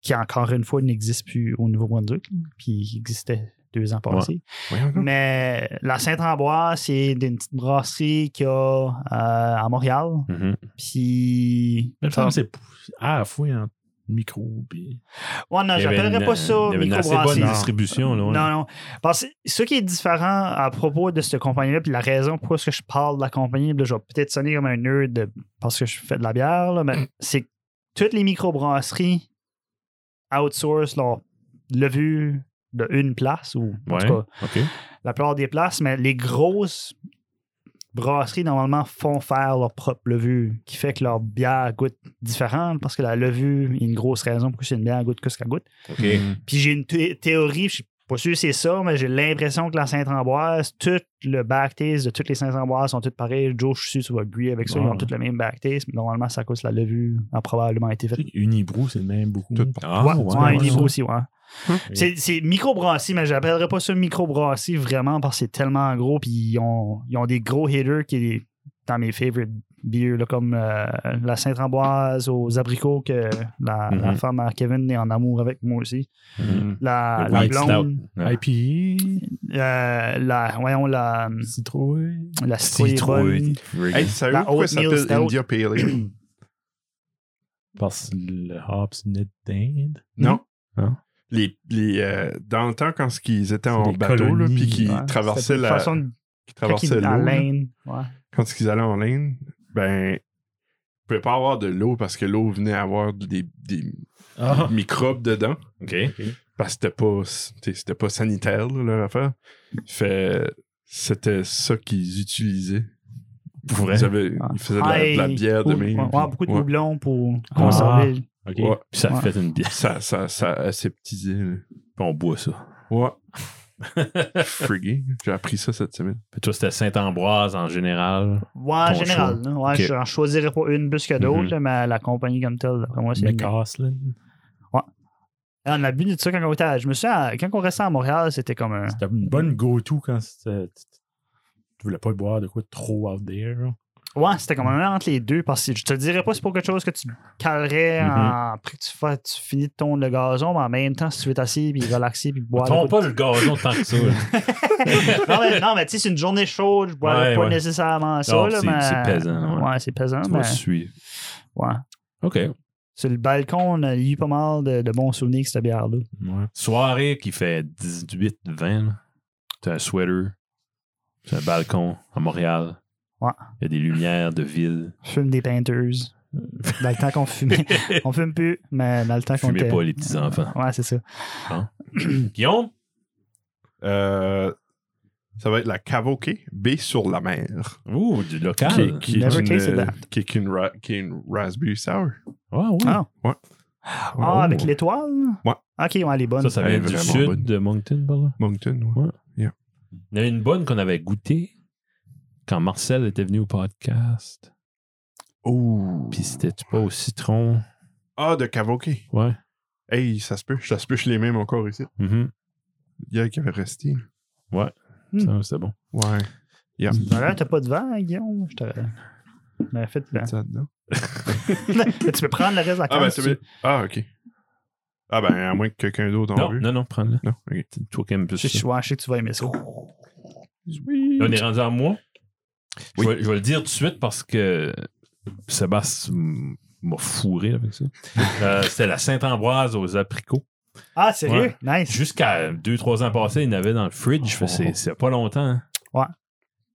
D: qui encore une fois n'existe plus au Nouveau-Brunswick, là, puis qui existait deux ans passés.
A: Voyons donc.
D: <laughs> Mais la Sainte-Amboise, c'est une petite brasserie qu'il y a euh, à Montréal,
C: Mm-hmm.
D: puis...
B: Mais ça, c'est pou- ah, fouille en micro. Puis...
D: Ouais, non,
C: Il y avait
D: Ah, j'appellerais
C: une-
D: pas ça
C: Il y avait une assez bonne
D: microbrasserie.
C: distribution, là. ouais.
D: Non, non. Parce que ce qui est différent à propos de cette compagnie-là, puis la raison pour laquelle je parle de la compagnie, puis là, je vais peut-être sonner comme un nerd de- parce que je fais de la bière, là, mais c'est que toutes les microbrasseries outsourcent leur levure de une place, ou en
C: Ouais.
D: tout cas,
C: Ok.
D: la plupart des places, mais les grosses brasseries, normalement, font faire leur propre levure, qui fait que leur bière goûte différente, parce que la levure, il y a une grosse raison pour que c'est une bière goûte que ce qu'elle goûte.
C: Ok.
D: Puis j'ai une thé- théorie, je suis pas sûr que c'est ça, mais j'ai l'impression que la Sainte-Amboise, tout le backtaste de toutes les Sainte-Amboises sont toutes pareilles. Joe, je suis sûr que tu vas griller avec ça. Ils
B: Ouais.
D: ont toutes le même backtaste, mais normalement, ça cause la levure a probablement été faite.
B: Unibrou, c'est le même beaucoup.
A: Tout-
C: Ah,
D: ouais,
C: ouais,
D: ouais,
C: ouais,
D: Libro
C: ouais.
D: aussi, ouais. C'est, c'est microbrasserie, mais j'appellerais pas ça microbrasserie vraiment parce que c'est tellement gros. Puis ils ont, ils ont des gros hitters qui sont dans mes favorite beers, là, comme euh, la Sainte-Amboise aux abricots que la, la
C: Mhm.
D: femme à Kevin est en amour avec moi aussi.
C: Mhm.
D: Ah, La,
C: Le
D: la
C: White
D: blonde.
C: Stout.
B: Ah.
C: Ouais.
B: IPA,
D: Euh, la, voyons, la,
B: Mm. citrouille.
D: la citrouille est
C: Citrouille.
D: <clears throat> bonne.
A: Hey,
C: Friggin'.
A: savez
D: La
A: pourquoi ça
D: oatmeal
A: s'appelle
D: stout.
A: India Pale Ale?
B: Parce que le hops venait d'Inde.
A: Non.
C: Non.
A: Les, les, euh, dans le temps, quand ils étaient en
B: des
A: bateau, là,
B: colonies,
A: puis qu'ils
D: Ouais, c'était
A: traversaient
D: une
A: la,
D: façon de
A: qu'ils
D: quand il
A: traversaient
D: est dans
A: l'eau, là,
D: l'Inde. Ouais.
A: quand ils allaient en ligne, ben, ils pouvaient pas avoir de l'eau parce que l'eau venait avoir des, des
B: Ah,
A: microbes dedans.
C: Ok.
A: Parce que c'était pas, c'était c'était pas sanitaire, là, leur affaire. Fait, c'était ça qu'ils utilisaient.
C: Pour vrai?
A: Ils, avaient-
D: Ah.
A: ils faisaient de la, de la bière de
D: Ou-
A: même.
D: ouais,
A: puis-
D: beaucoup de
A: ouais.
D: houblon pour
B: Ah.
D: conserver.
C: Ok.
A: Ouais.
C: Puis ça
D: Ouais.
C: fait une bière.
A: Ça, ça, ça aseptisait. là.
C: Puis on boit ça.
A: <laughs> Ouais. Friggy. J'ai appris ça cette semaine.
C: Puis toi, c'était Saint-Ambroise en général.
D: Ouais, en
C: Ton
D: général. là. Ouais,
C: Ok.
D: J'en choisirais pas une plus que d'autres,
C: Mhm.
D: là, mais la compagnie comme telle, d'après moi, c'est.
B: Mais
D: mieux.
B: Caslin.
D: On a bu de ça quand on était. à- Je me souviens, à- quand on restait à Montréal, c'était comme un.
B: C'était Ah. une bonne go-to quand c'était- tu tu voulais pas boire de quoi de trop out there. <laughs> là.
D: Ouais, c'était comme un entre les deux parce que je te dirais pas c'est pour quelque chose que tu calerais
A: Mhm.
D: en- après que tu, fais, tu finis de tondre le gazon, mais en même temps, si tu veux t'asseoir puis relaxer puis boire.
C: Tombe
D: le coup
C: pas le gazon tant que ça. là.
D: de- non, mais, non, mais tu sais, c'est une journée chaude, je bois
C: Ouais,
D: pas
C: ouais.
D: nécessairement <laughs> ça.
C: Non,
D: là,
C: c'est-
D: mais...
C: c'est pesant, ouais.
D: Ouais, c'est pesant,
C: Tu
D: mais.
C: vas suivre.
D: Ouais.
C: OK.
D: Sur le balcon, on a eu pas mal de, de bons souvenirs avec cette bière-là.
C: Ouais. Soirée qui fait 18, 20. là. T'as un sweater. T'as un balcon à Montréal.
D: Ouais.
C: Il y a des lumières de ville.
D: Fume des peinteuses. Dans le temps
C: <laughs>
D: qu'on fumait. on fume plus, mais dans le temps qu'on
C: Fumez
D: était.
C: pas les petits-enfants.
D: Ouais, c'est ça.
A: Mmh. Hmm.
C: Guillaume?
A: Euh, ça va être la Cavoque B sur la mer.
C: Ouh, du
A: Qui,
C: local.
A: qui est
D: Never
A: une,
D: tasted
A: euh,
D: that.
A: qui est une ra- qui est une raspberry sour.
C: Ah, ouais.
D: Ah.
A: Ouais.
D: Ah,
C: oh.
D: avec l'étoile?
A: Ouais.
D: Ok, ouais, elle est bonne.
C: Ça, ça
A: Elle est
C: vient du
A: vraiment
C: sud
A: bonne.
C: Ah, de Moncton, par là.
A: Oh. Moncton, ouais.
C: Il y en a une bonne qu'on avait goûtée quand Marcel était venu au podcast.
A: Oh.
C: Puis c'était pas au citron.
A: Ah, de Cavoque.
C: Ouais.
A: Hey, ça se peut. Ça se peut, je les mêmes encore ici.
C: Mhm.
A: Il y en a qui avait resté.
D: Hmm.
A: Ah,
C: Ça, c'était bon.
A: Ouais. Yeah.
D: D'ailleurs, t'as pas de vent, hein, Guillaume? Je t'aurais. Mais fait, <laughs> ben.
A: Ça dedans.
D: tu peux prendre le reste de la
A: Ah,
D: canne.
A: ben,
D: si
A: c'est
D: tu veux.
A: Ah, ok. Ah, ben, à moins que quelqu'un d'autre en
C: Non,
A: veut.
C: non, non, prends-le.
A: Non, ok.
C: C'est Toi qui aimes plus
D: je,
C: ça.
D: suis- ouais, je sais que tu vas aimer ça.
A: Oh.
C: Là,
D: Mm.
C: on est rendu à moi. Je,
A: Oui.
C: vais, je vais le dire tout de suite parce que Sébastien m- m'a fourré avec ça. Euh, C'était la Saint-Ambroise aux apricots.
D: Ah, sérieux? Nice.
C: Jusqu'à 2-3 ans passés, il y en avait dans le fridge. Fait que C'est c'est pas longtemps. hein.
D: Ouais.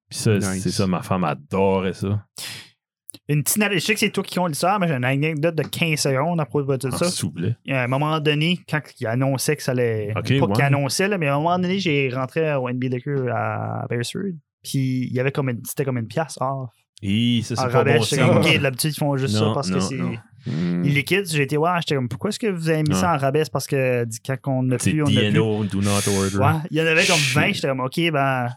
C: Puis ça,
A: Nice.
C: c'est ça, ma femme adorait ça.
D: Une petite anecdote. Je sais que c'est toi qui compte l'histoire, mais j'ai une anecdote de 15 secondes à propos de
C: En
D: ça.
C: soufflet.
D: Il y a un moment donné, quand il annonçait que ça allait.
C: Ok,
D: pas
C: ouais.
D: qu'il annonçait, là, mais à un moment donné, j'ai rentré au NB Liquor à Beresford. Puis il y avait comme une. C'était comme une pièce off.
C: Et ça, c'est
D: En
C: pas bon
D: rabais, j'étais comme,
C: signe.
D: ok, d'habitude, ils font juste ça
C: Non,
D: parce
C: non,
D: que c'est.
C: non.
A: Mm.
D: Il liquide, j'ai été, ouais, j'étais comme, pourquoi est-ce que vous avez mis
C: Ouais.
D: ça en rabais? C'est parce que dit, quand on n'a
C: C'est
D: plus, on n'a plus.
C: DNO, do not order.
D: Ouais, il y en avait comme
C: Shit.
D: 20, j'étais comme, ok, ben,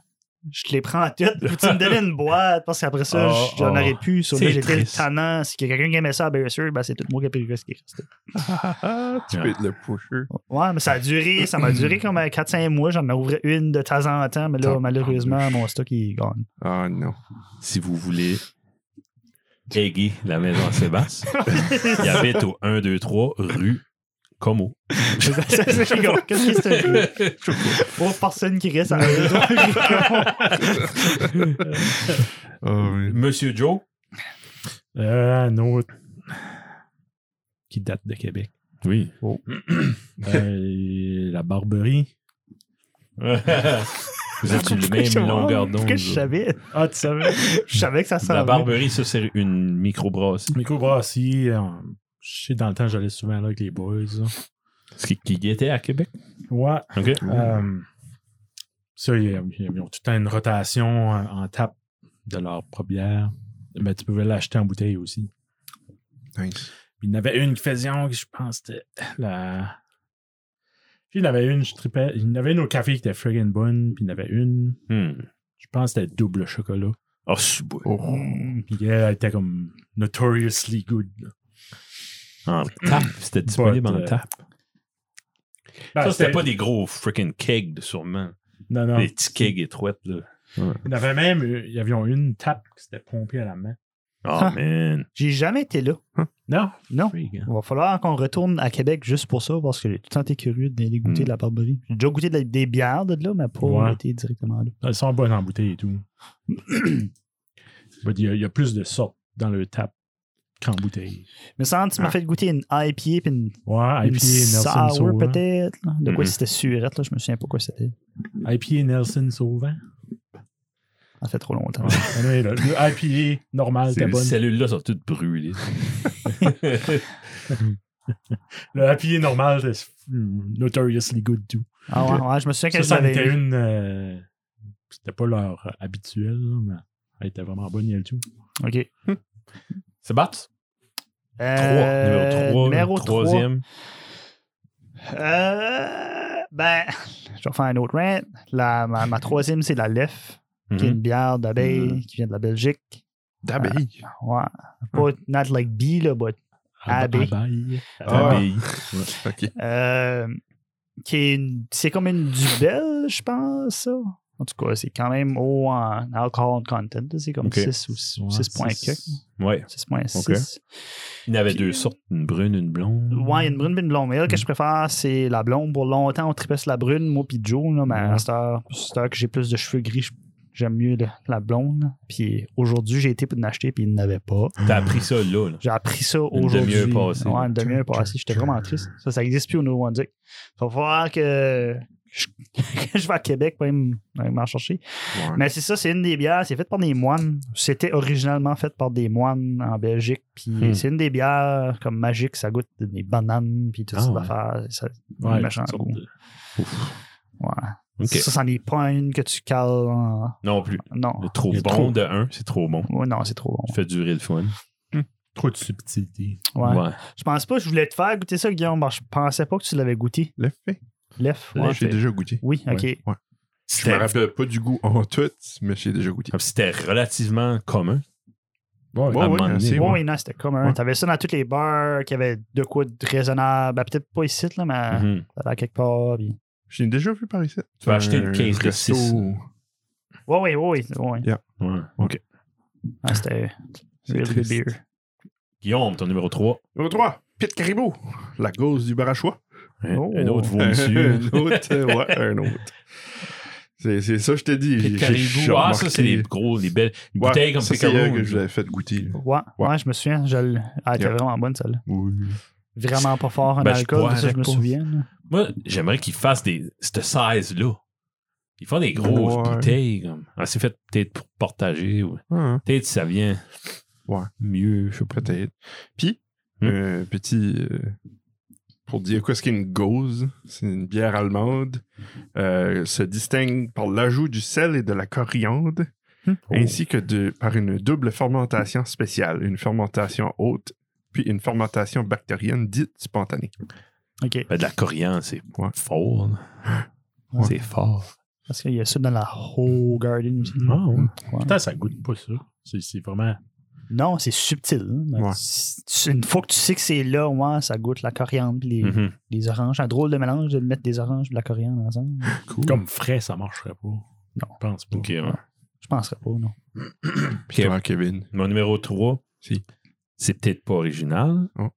D: je te les prends toutes. Puis tu me donnais une boîte, parce qu'après ça,
C: Oh,
D: j'en
C: oh.
D: aurais plus. Sur là,
C: C'est
D: j'étais
C: triste.
D: tannant. Si quelqu'un qui aimait ça à Beresford, ben, c'est tout moi qui ai pris le risque.
A: <laughs> Ah, tu peux être le pusher.
D: Ouais, mais ça a duré, ça m'a duré comme euh, 4-5 mois. J'en ouvrais une de temps en temps, mais là,
A: Tabarnouche.
D: malheureusement, mon stock, il <laughs> gagne.
A: Ah, non.
C: Si vous voulez éguer la maison à
D: <laughs>
C: Sébastien, il habite au 1, 2, 3 rue
D: <laughs>
C: Como.
D: Qu'est-ce que c'est que ce jeu? Pour Oh, personne qui reste à
C: <laughs>
D: la maison.
A: Ah, oui.
C: Monsieur Joe,
B: Euh, un autre qui date de Québec.
C: Oui.
B: <laughs> Euh, la Barberie.
C: Vous êtes sur le
D: Pourquoi je-
C: même longueur d'onde.
D: oh, Pourquoi je
C: vous.
D: savais?
B: Ah, tu savais?
D: Je savais que ça s'en
C: La
D: venait.
C: Barberie, ça, c'est une microbrasserie.
B: Microbrasserie. euh, je sais, dans le temps, j'allais souvent là avec les boys. là.
C: Ce qui, qui était à Québec.
B: Ouais.
C: OK.
B: euh, ça, ils, ils ont tout le temps une rotation euh, en tape de leur propre bière. Mais tu pouvais l'acheter en bouteille aussi.
A: Nice.
B: Il y en avait une qui faisait, oh, je pense, que c'était la. Puis il y en avait une, je tripais. Il y en avait une au café qui était friggin' bonne. Puis il y en avait une,
C: Hmm.
B: je pense, que c'était double chocolat.
C: Oh, c'est beau.
A: Oh.
B: Puis elle, elle était comme notoriously good. là.
C: En Ah, tap. C'était disponible
B: But,
C: en
B: euh, ah,
C: tap. ça, c'était pas des gros freaking kegs, sûrement.
B: Ben, Non, non.
C: Des petits kegs étroites, là.
B: Il y en avait même, euh, il y avait une tape qui s'était pompée à la main.
C: Oh, man.
D: J'ai jamais été là.
B: Non.
D: Non.
C: Friggant.
D: Il va falloir qu'on retourne à Québec juste pour ça, parce que j'ai tout le temps été curieux d'aller goûter
C: Mm.
D: de la barberie. J'ai déjà goûté de la- des bières de là, mais pas
B: Hmm. Ouais.
D: été directement là.
B: Elles sont bonnes en bouteille
D: <clears throat>
B: et tout. But il, y a, il y a plus de sortes dans le tap qu'en bouteille.
D: Mais ça, tu m'as
A: Ah.
D: fait goûter une IPA puis une,
B: Ouais,
D: une
B: IPA Nelson hein. Hmm.
D: sour
B: Sauvant.
D: peut-être. là. De quoi
C: Mhm.
D: c'était surette, là, je me souviens pas quoi c'était.
B: IPA Nelson Sauvant.
D: Ça fait trop longtemps.
B: Ouais. Anyway, le, le IPA normal
C: Ces
B: était Ah, bonne.
C: cellules-là sont toutes brûlées.
B: Le IPA normal était mm, notoriously good too.
D: Ah ouais, ouais, je me souviens
B: Ça,
D: que
B: ça en
D: j'avais.
B: était une. euh, C'était pas leur euh, habituel, là, mais elle était vraiment bonne, elle tout.
D: Ok.
C: Sébastien?
D: Euh,
C: Trois. Numéro 3.
D: numéro trois.
C: troisième.
D: Euh, ben, je vais faire un autre rant. La, ma, ma troisième, c'est la Lef, qui
B: Mm-hmm.
D: est
C: Mhm.
D: une bière d'abeille
B: Mm.
D: qui vient de la Belgique.
A: D'abeille.
D: Ouais.
B: Mm.
D: Pas not like bee, là, but Abbé.
B: Abeille.
A: Ah.
C: Abeille.
A: Ok.
D: Euh, qui est une- c'est comme une Dubel, je pense, ça. En tout cas, c'est quand même haut en alcohol content. là. C'est comme
C: Ok.
D: 6 ou
B: Ouais,
D: 6.6.
C: Ouais.
D: 6.6.
C: Il y en avait
D: Puis-
C: deux sortes, une brune, une blonde.
D: Ouais, il y a une brune et une blonde. Mais
C: Mm.
D: elle, que je préfère, c'est la blonde. Pour longtemps, on tripait sur la brune, moi puis Joe. Là, mais
C: Mm.
D: à cette heure, cette heure que j'ai plus de cheveux gris, je- j'aime mieux le- la blonde. Puis aujourd'hui, j'ai été pour l'acheter, puis il n'avait pas.
C: T'as appris ça là. là.
D: J'ai appris ça
C: Une
D: aujourd'hui.
C: demi-heure passée.
D: Ouais, une demi-heure passée. J'étais vraiment triste. Ça, ça n'existe plus au Nouveau-Brunswick. Il va falloir que je, <laughs> que je vais à Québec pour aller m- aller m'en chercher.
A: Ouais.
D: Mais c'est ça, c'est une des bières. C'est fait par des moines. C'était originalement fait par des moines en Belgique. Puis
C: Hmm.
D: c'est une des bières comme magique. Ça goûte des bananes, puis toutes
C: Ah
D: ces
C: ouais.
D: affaires. Ça,
B: Ouais,
D: un méchant
B: une sorte
D: goût.
B: de-
D: Ouais.
C: Ok.
D: Ça, c'en est pas une que tu cales. en-
C: Non plus.
D: Non.
C: Le trop
B: Il est
C: bon
B: trop-
C: de un, c'est trop bon.
D: Ouais, non, c'est trop bon.
C: Tu fais durer le fun.
B: Trop de subtilité.
D: Ouais. Je pense pas que je voulais te faire goûter ça, Guillaume. Je pensais pas que tu l'avais goûté.
A: Le fait.
D: Lef.
C: Le
D: ouais.
A: J'ai déjà goûté.
D: Oui, ok.
A: Ouais. Je
C: C'était
A: me rappelle pas du goût en tout, mais j'ai déjà goûté.
C: c'était relativement commun.
B: Ouais,
A: Ouais,
C: à un
A: ouais,
C: moment donné,
A: c'est-
D: Oui,
A: ouais.
D: non, c'était commun.
A: Ouais.
D: T'avais ça dans toutes les bars qui avaient de quoi de raisonnable. Ben, peut-être pas ici, là, mais
C: Mhm.
D: là, quelque part. Puis...
A: Je l'ai déjà vu par ici.
C: Tu vas acheter une
A: Un
C: caisse de
A: resto.
C: 6.
D: Ouais, ouais, ouais. ouais.
C: Ouais.
D: Ah, c'était
A: C'est
D: really good
A: triste.
D: beer.
C: Guillaume, ton numéro 3.
A: Numéro 3, Pete Caribou, la gauze du barachois.
D: Oh.
C: Un
A: <laughs>
C: autre vaut
A: un
C: monsieur.
A: autre, euh, ouais, un autre. C'est c'est ça, je t'ai dit. j'ai- j'ai
C: Pit Caribou. Ah, ça,
A: remarqué-
C: c'est les gros, les belles. Une
A: Ouais,
C: bouteille comme
A: ça,
C: Pit
A: c'est elle
C: Caribou.
A: que je l'avais fait goûter. là.
D: Ouais, ouais,
A: Ouais.
D: je me souviens. Je... l- Ah, elle était
A: Yeah.
D: vraiment bonne, celle-là.
A: Oui.
D: Vraiment pas fort en
C: Ben, je
D: alcool,
C: bois
D: ça, je
C: avec
D: me
C: pas.
D: souviens. là.
C: Moi, j'aimerais qu'ils fassent des, cette size-là. Ils font des grosses
A: Ouais.
C: bouteilles. Comme. Ah, c'est fait peut-être pour partager. ou
A: Ah,
C: Peut-être ça vient
A: Ouais.
C: mieux. Je sais pas.
A: Peut-être. Puis,
C: Hmm.
A: euh, petit. euh, pour dire quoi, ce qu'est une gauze, c'est une bière allemande. euh, se distingue par l'ajout du sel et de la coriandre,
D: Hmm.
A: ainsi que de, par une double fermentation spéciale, une fermentation haute, puis une fermentation bactérienne dite spontanée.
D: Ok.
C: Ben, de la coriandre, c'est
A: Ouais.
C: fort. là.
D: Ouais.
C: C'est fort.
D: Parce qu'il y a ça dans la whole garden aussi.
B: Ah, ouais.
D: Ouais.
B: Putain, ça goûte pas ça. C'est- C'est vraiment.
D: Non, c'est subtil. hein. Ben,
A: Ouais.
D: tu- tu- Une fois que tu sais que c'est là, ouais, ça goûte la coriandre, les,
C: Mhm.
D: les oranges. Un drôle de mélange de mettre des oranges et de la coriandre ensemble.
A: Cool.
B: Comme frais, ça marcherait pas. Je pense pas.
C: Ok, ouais.
D: Je penserais pas, non.
C: euh,
A: Puis toi, Kevin.
C: Mon numéro 3,
A: Si.
C: c'est peut-être pas original,
A: Oh.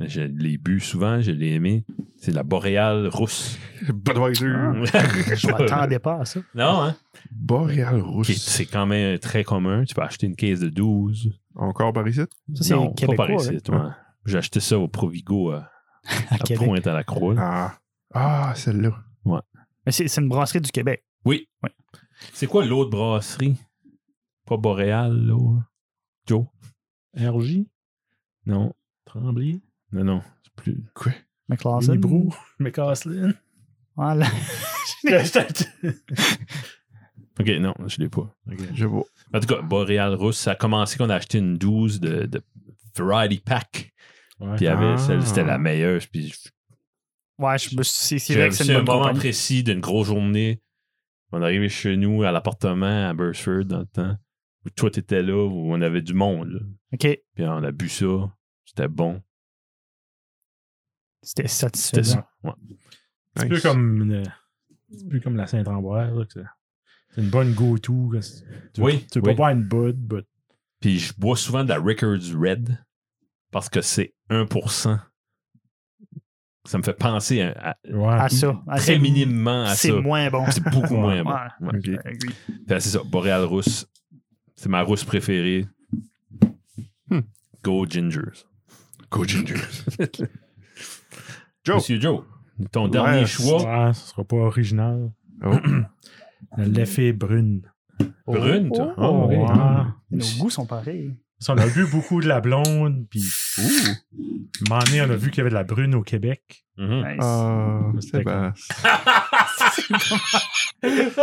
C: mais je l'ai bu souvent, je l'ai aimé. C'est de la boréale rousse.
A: Budweiser.
D: Ah, Je m'attendais pas à ça.
C: Non, hein?
A: Boréal
C: Qui-
A: rousse.
C: C'est quand même très commun. Tu peux acheter une caisse de 12.
A: Encore par ici?
D: Ça, c'est
C: non,
D: québécois,
C: pas par ici,
D: hein?
C: toi. J'ai acheté ça au Provigo à,
D: À
C: à
D: Québec.
C: Pointe à la Croix.
A: Ah, ah celle-là.
D: Mais c'est c'est une brasserie du Québec.
C: C'est quoi l'autre brasserie? Pas boréale, là? Joe?
B: RJ,
C: Non.
B: Tremblay,
C: Non, non. C'est plus.
A: Quoi?
D: McLaren.
B: <laughs> Unibrou, McCaslin.
C: <laughs>
D: Voilà.
C: Ok, non, je l'ai pas.
A: Je vois.
C: En tout cas, Boréal Rousse, ça a commencé qu'on a acheté une 12 de, de Variety Pack.
B: Ouais.
C: Puis il y avait
A: Ah.
C: celle, c'était la meilleure. Puis je-
D: Ouais, je me suis- c'est c'est vrai
C: J'avais
D: que
C: c'est
D: c'est
C: un
D: une bonne
C: moment
D: compagnie.
C: précis d'une grosse journée. On arrivait chez nous à l'appartement à Burford dans le temps. Où toi, t'étais là, où on avait du monde. là.
D: OK.
C: Puis on a bu ça. C'était bon. C'était
D: C'était satisfaisant.
C: ça. Ouais.
B: C'est plus
A: Nice.
B: comme, une- c'est plus comme la Saint-Ambroise. là, que C'est c'est une bonne go-to. que c'est- Tu
C: Oui,
B: peux- tu peux
C: oui.
B: pas boire une bud, but
C: Puis je bois souvent de la Rickards Red parce que c'est 1%. Ça me fait penser à, à-
B: ouais.
D: À ça.
A: Ah,
D: À
C: très
D: ça.
C: minimement à
D: C'est
C: ça.
D: moins bon.
C: C'est
A: <laughs>
C: beaucoup moins bon.
D: Ouais.
C: Ouais.
A: Ok.
D: Oui.
C: Fait que C'est ça, Boréal Rousse. C'est ma rousse préférée.
A: Hmm.
C: Go Gingers.
A: Go Gingers. Joe.
C: Monsieur Joe, ton
A: Ouais,
C: dernier
A: c'est-
C: choix.
B: Ouais, ce sera pas original. <clears throat>
A: Oh.
B: La Leffe brune.
C: Brune, toi.
D: Oh, oh,
B: Ouais.
D: ouais.
C: Ah,
D: Nos
B: Puis-
D: goûts sont pareils.
B: ça, On a vu beaucoup de la blonde, puis un moment donné, on a vu qu'il y avait de la brune au Québec.
C: Mhm.
D: Nice.
A: Ah,
B: C'était
A: Sébastien.
D: <laughs>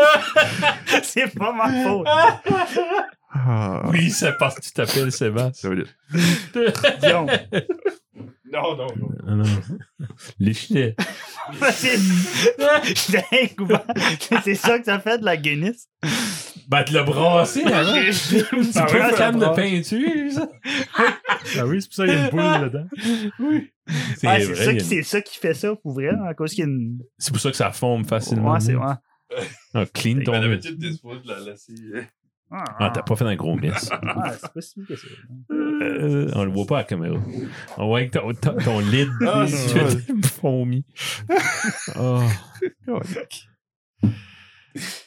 D: c'est pas ma faute.
A: Ah.
C: Oui, c'est parce que tu t'appelles
A: Ça
C: Sébastien.
A: veut dire-
D: Guillaume.
A: Non, non, non.
C: Ah non. <laughs> Les filets.
D: <laughs> C'est J'étais découvert. C'est ça que ça fait de la Guinness.
C: Ben, tu l'as brassé, avant.
D: <laughs>
C: Ben,
D: C'est
C: C'est
B: Ah oui,
C: pas
B: ça
C: une canne de
B: brasse.
C: peinture, ça.
B: Ah oui, c'est pour ça qu'il y a une boule <laughs> là-dedans.
C: C'est
D: Ah,
C: vrai.
D: c'est ça, qui-
C: il y a une-
D: c'est ça qui fait ça pour vrai, hein, à cause qu'il y a une.
C: C'est pour ça que ça forme facilement.
D: Ouais, c'est ouais.
C: Ah, clean ton.
A: d'habitude, t'es supposé de la laisser.
C: Ah, t'as pas fait un gros <laughs> mess.
D: Ah, c'est pas si que ça.
C: Euh, on le voit pas à la caméra. On voit avec ton, ton, ton lid
A: Ah,
C: de <laughs> fourmi. Oh.
A: Euh,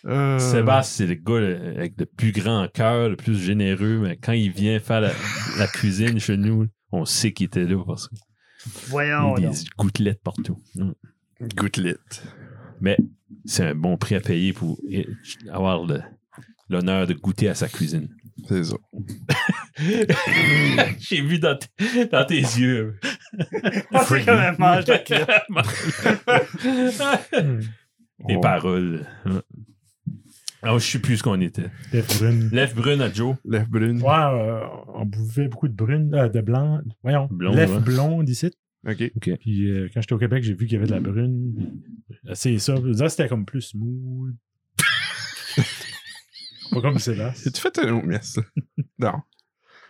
C: Ah. Sébastien, c'est le gars le- avec le plus grand cœur, le plus généreux, mais quand il vient faire la, la cuisine chez nous, on sait qu'il était là parce qu'il
D: Voyons.
C: y a
D: donc.
C: des gouttelettes partout. Mm.
A: Gouttelette.
C: C'est un bon prix à payer pour eh, avoir le- l'honneur de goûter à sa cuisine.
A: C'est ça.
C: <laughs> J'ai vu dans, t- dans tes yeux.
D: Ah, C'est quand même mal,
C: <laughs>
D: donc, là.
C: Tes
A: On-
C: paroles. Alors, Mm. Ah, je sais plus ce qu'on était.
B: Des brunes.
C: Lève brune à Joe.
A: Lèvres brunes.
B: Ouais, euh, on buvait beaucoup de brunes, euh, de blanc. Voyons,
C: Blonde,
B: lèvres
C: ouais.
B: blondes ici.
A: Ok.
B: Puis euh, quand j'étais au Québec, j'ai vu qu'il y avait de la brune. Euh, C'est ça. Je veux dire, c'était comme plus smooth. Pas comme Sébastien.
A: Tu fais un autre mess, là? Non.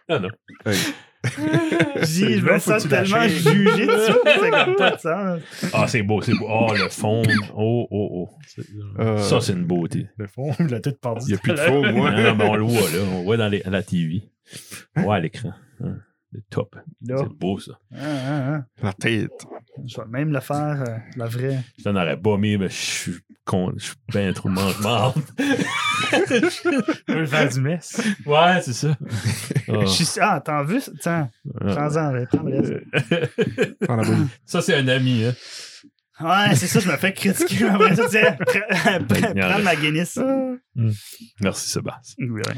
C: Ah non.
D: Je dis, je me
B: Faut que
D: sens
B: tu
D: tellement
B: lâches.
D: jugé de ça. C'est comme pas de sens.
C: Ah, c'est beau, c'est beau. Oh, le fond. Oh, oh, oh.
A: Euh,
C: Ça, c'est une beauté.
B: Le fond, il a tout
A: Il
B: perdu.
A: n'y a plus de faux, moi.
C: Non, non, mais on le voit, là. On le voit dans les- à la TV. On voit à l'écran. Hein. Le top.
D: Là.
C: C'est beau, ça.
D: Ah, ah, ah.
A: La tête.
D: Je vais même le faire, euh, la vraie.
C: Je t'en aurais bombé, mais je suis con. Je suis ben trop mangeable.
B: Je veux faire du mess.
C: <laughs> Ouais, c'est ça. Ah.
D: Je suis- Ah, t'en veux? ça? Tiens, prends-en, ouais, prends le reste.
A: Prends la bonne.
C: ça, c'est un ami, hein.
D: Ouais, c'est ça, je me fais critiquer. Après ça, tu sais, pre- pre-
C: Ignorant.
D: prendre ma Guinness.
C: Merci, Sébastien.
D: Oui, ouais.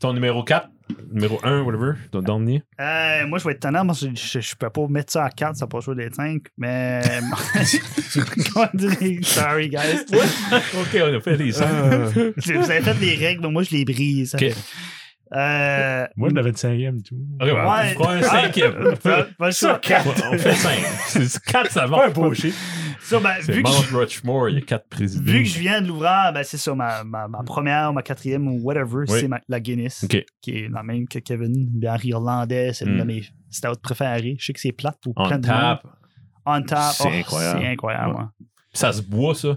C: Ton numéro 4, numéro 1, whatever, ton dernier.
D: Euh, moi, je vais être tannant parce que je, je peux pas mettre ça à 4, ça passe jouer les 5, mais. euh, <laughs> Sorry, guys.
C: ok, on a fait les cinq.
A: Euh,
D: Je- Vous avez fait les règles, mais moi, je les brise.
C: Ok.
D: Euh,
B: Moi, je l'avais de cinquième et tout.
C: Ok, bah,
D: Ouais.
C: on fera un cinquième.
D: ça, ben, ça,
C: Ouais, on fait cinq. <laughs> C'est quatre, ça va.
D: ça, ben,
C: C'est
D: vu, que
C: Mount
D: je,
C: Rushmore, il y a quatre présidents.
D: vu que je viens de l'ouvrir, ben, c'est ça, ma, ma, ma première, ma quatrième ou whatever,
C: Oui.
D: c'est ma- la Guinness,
C: Ok.
D: qui est la même que Kevin, une bière irlandaise, c'est une
C: Mm.
D: de mes stouts préférées. Je sais que c'est plate pour
C: On
D: plein de monde.
C: tape.
D: On tap.
C: C'est
D: oh,
C: incroyable.
D: C'est incroyable.
C: Ouais.
D: hein.
C: Ça se boit, ça.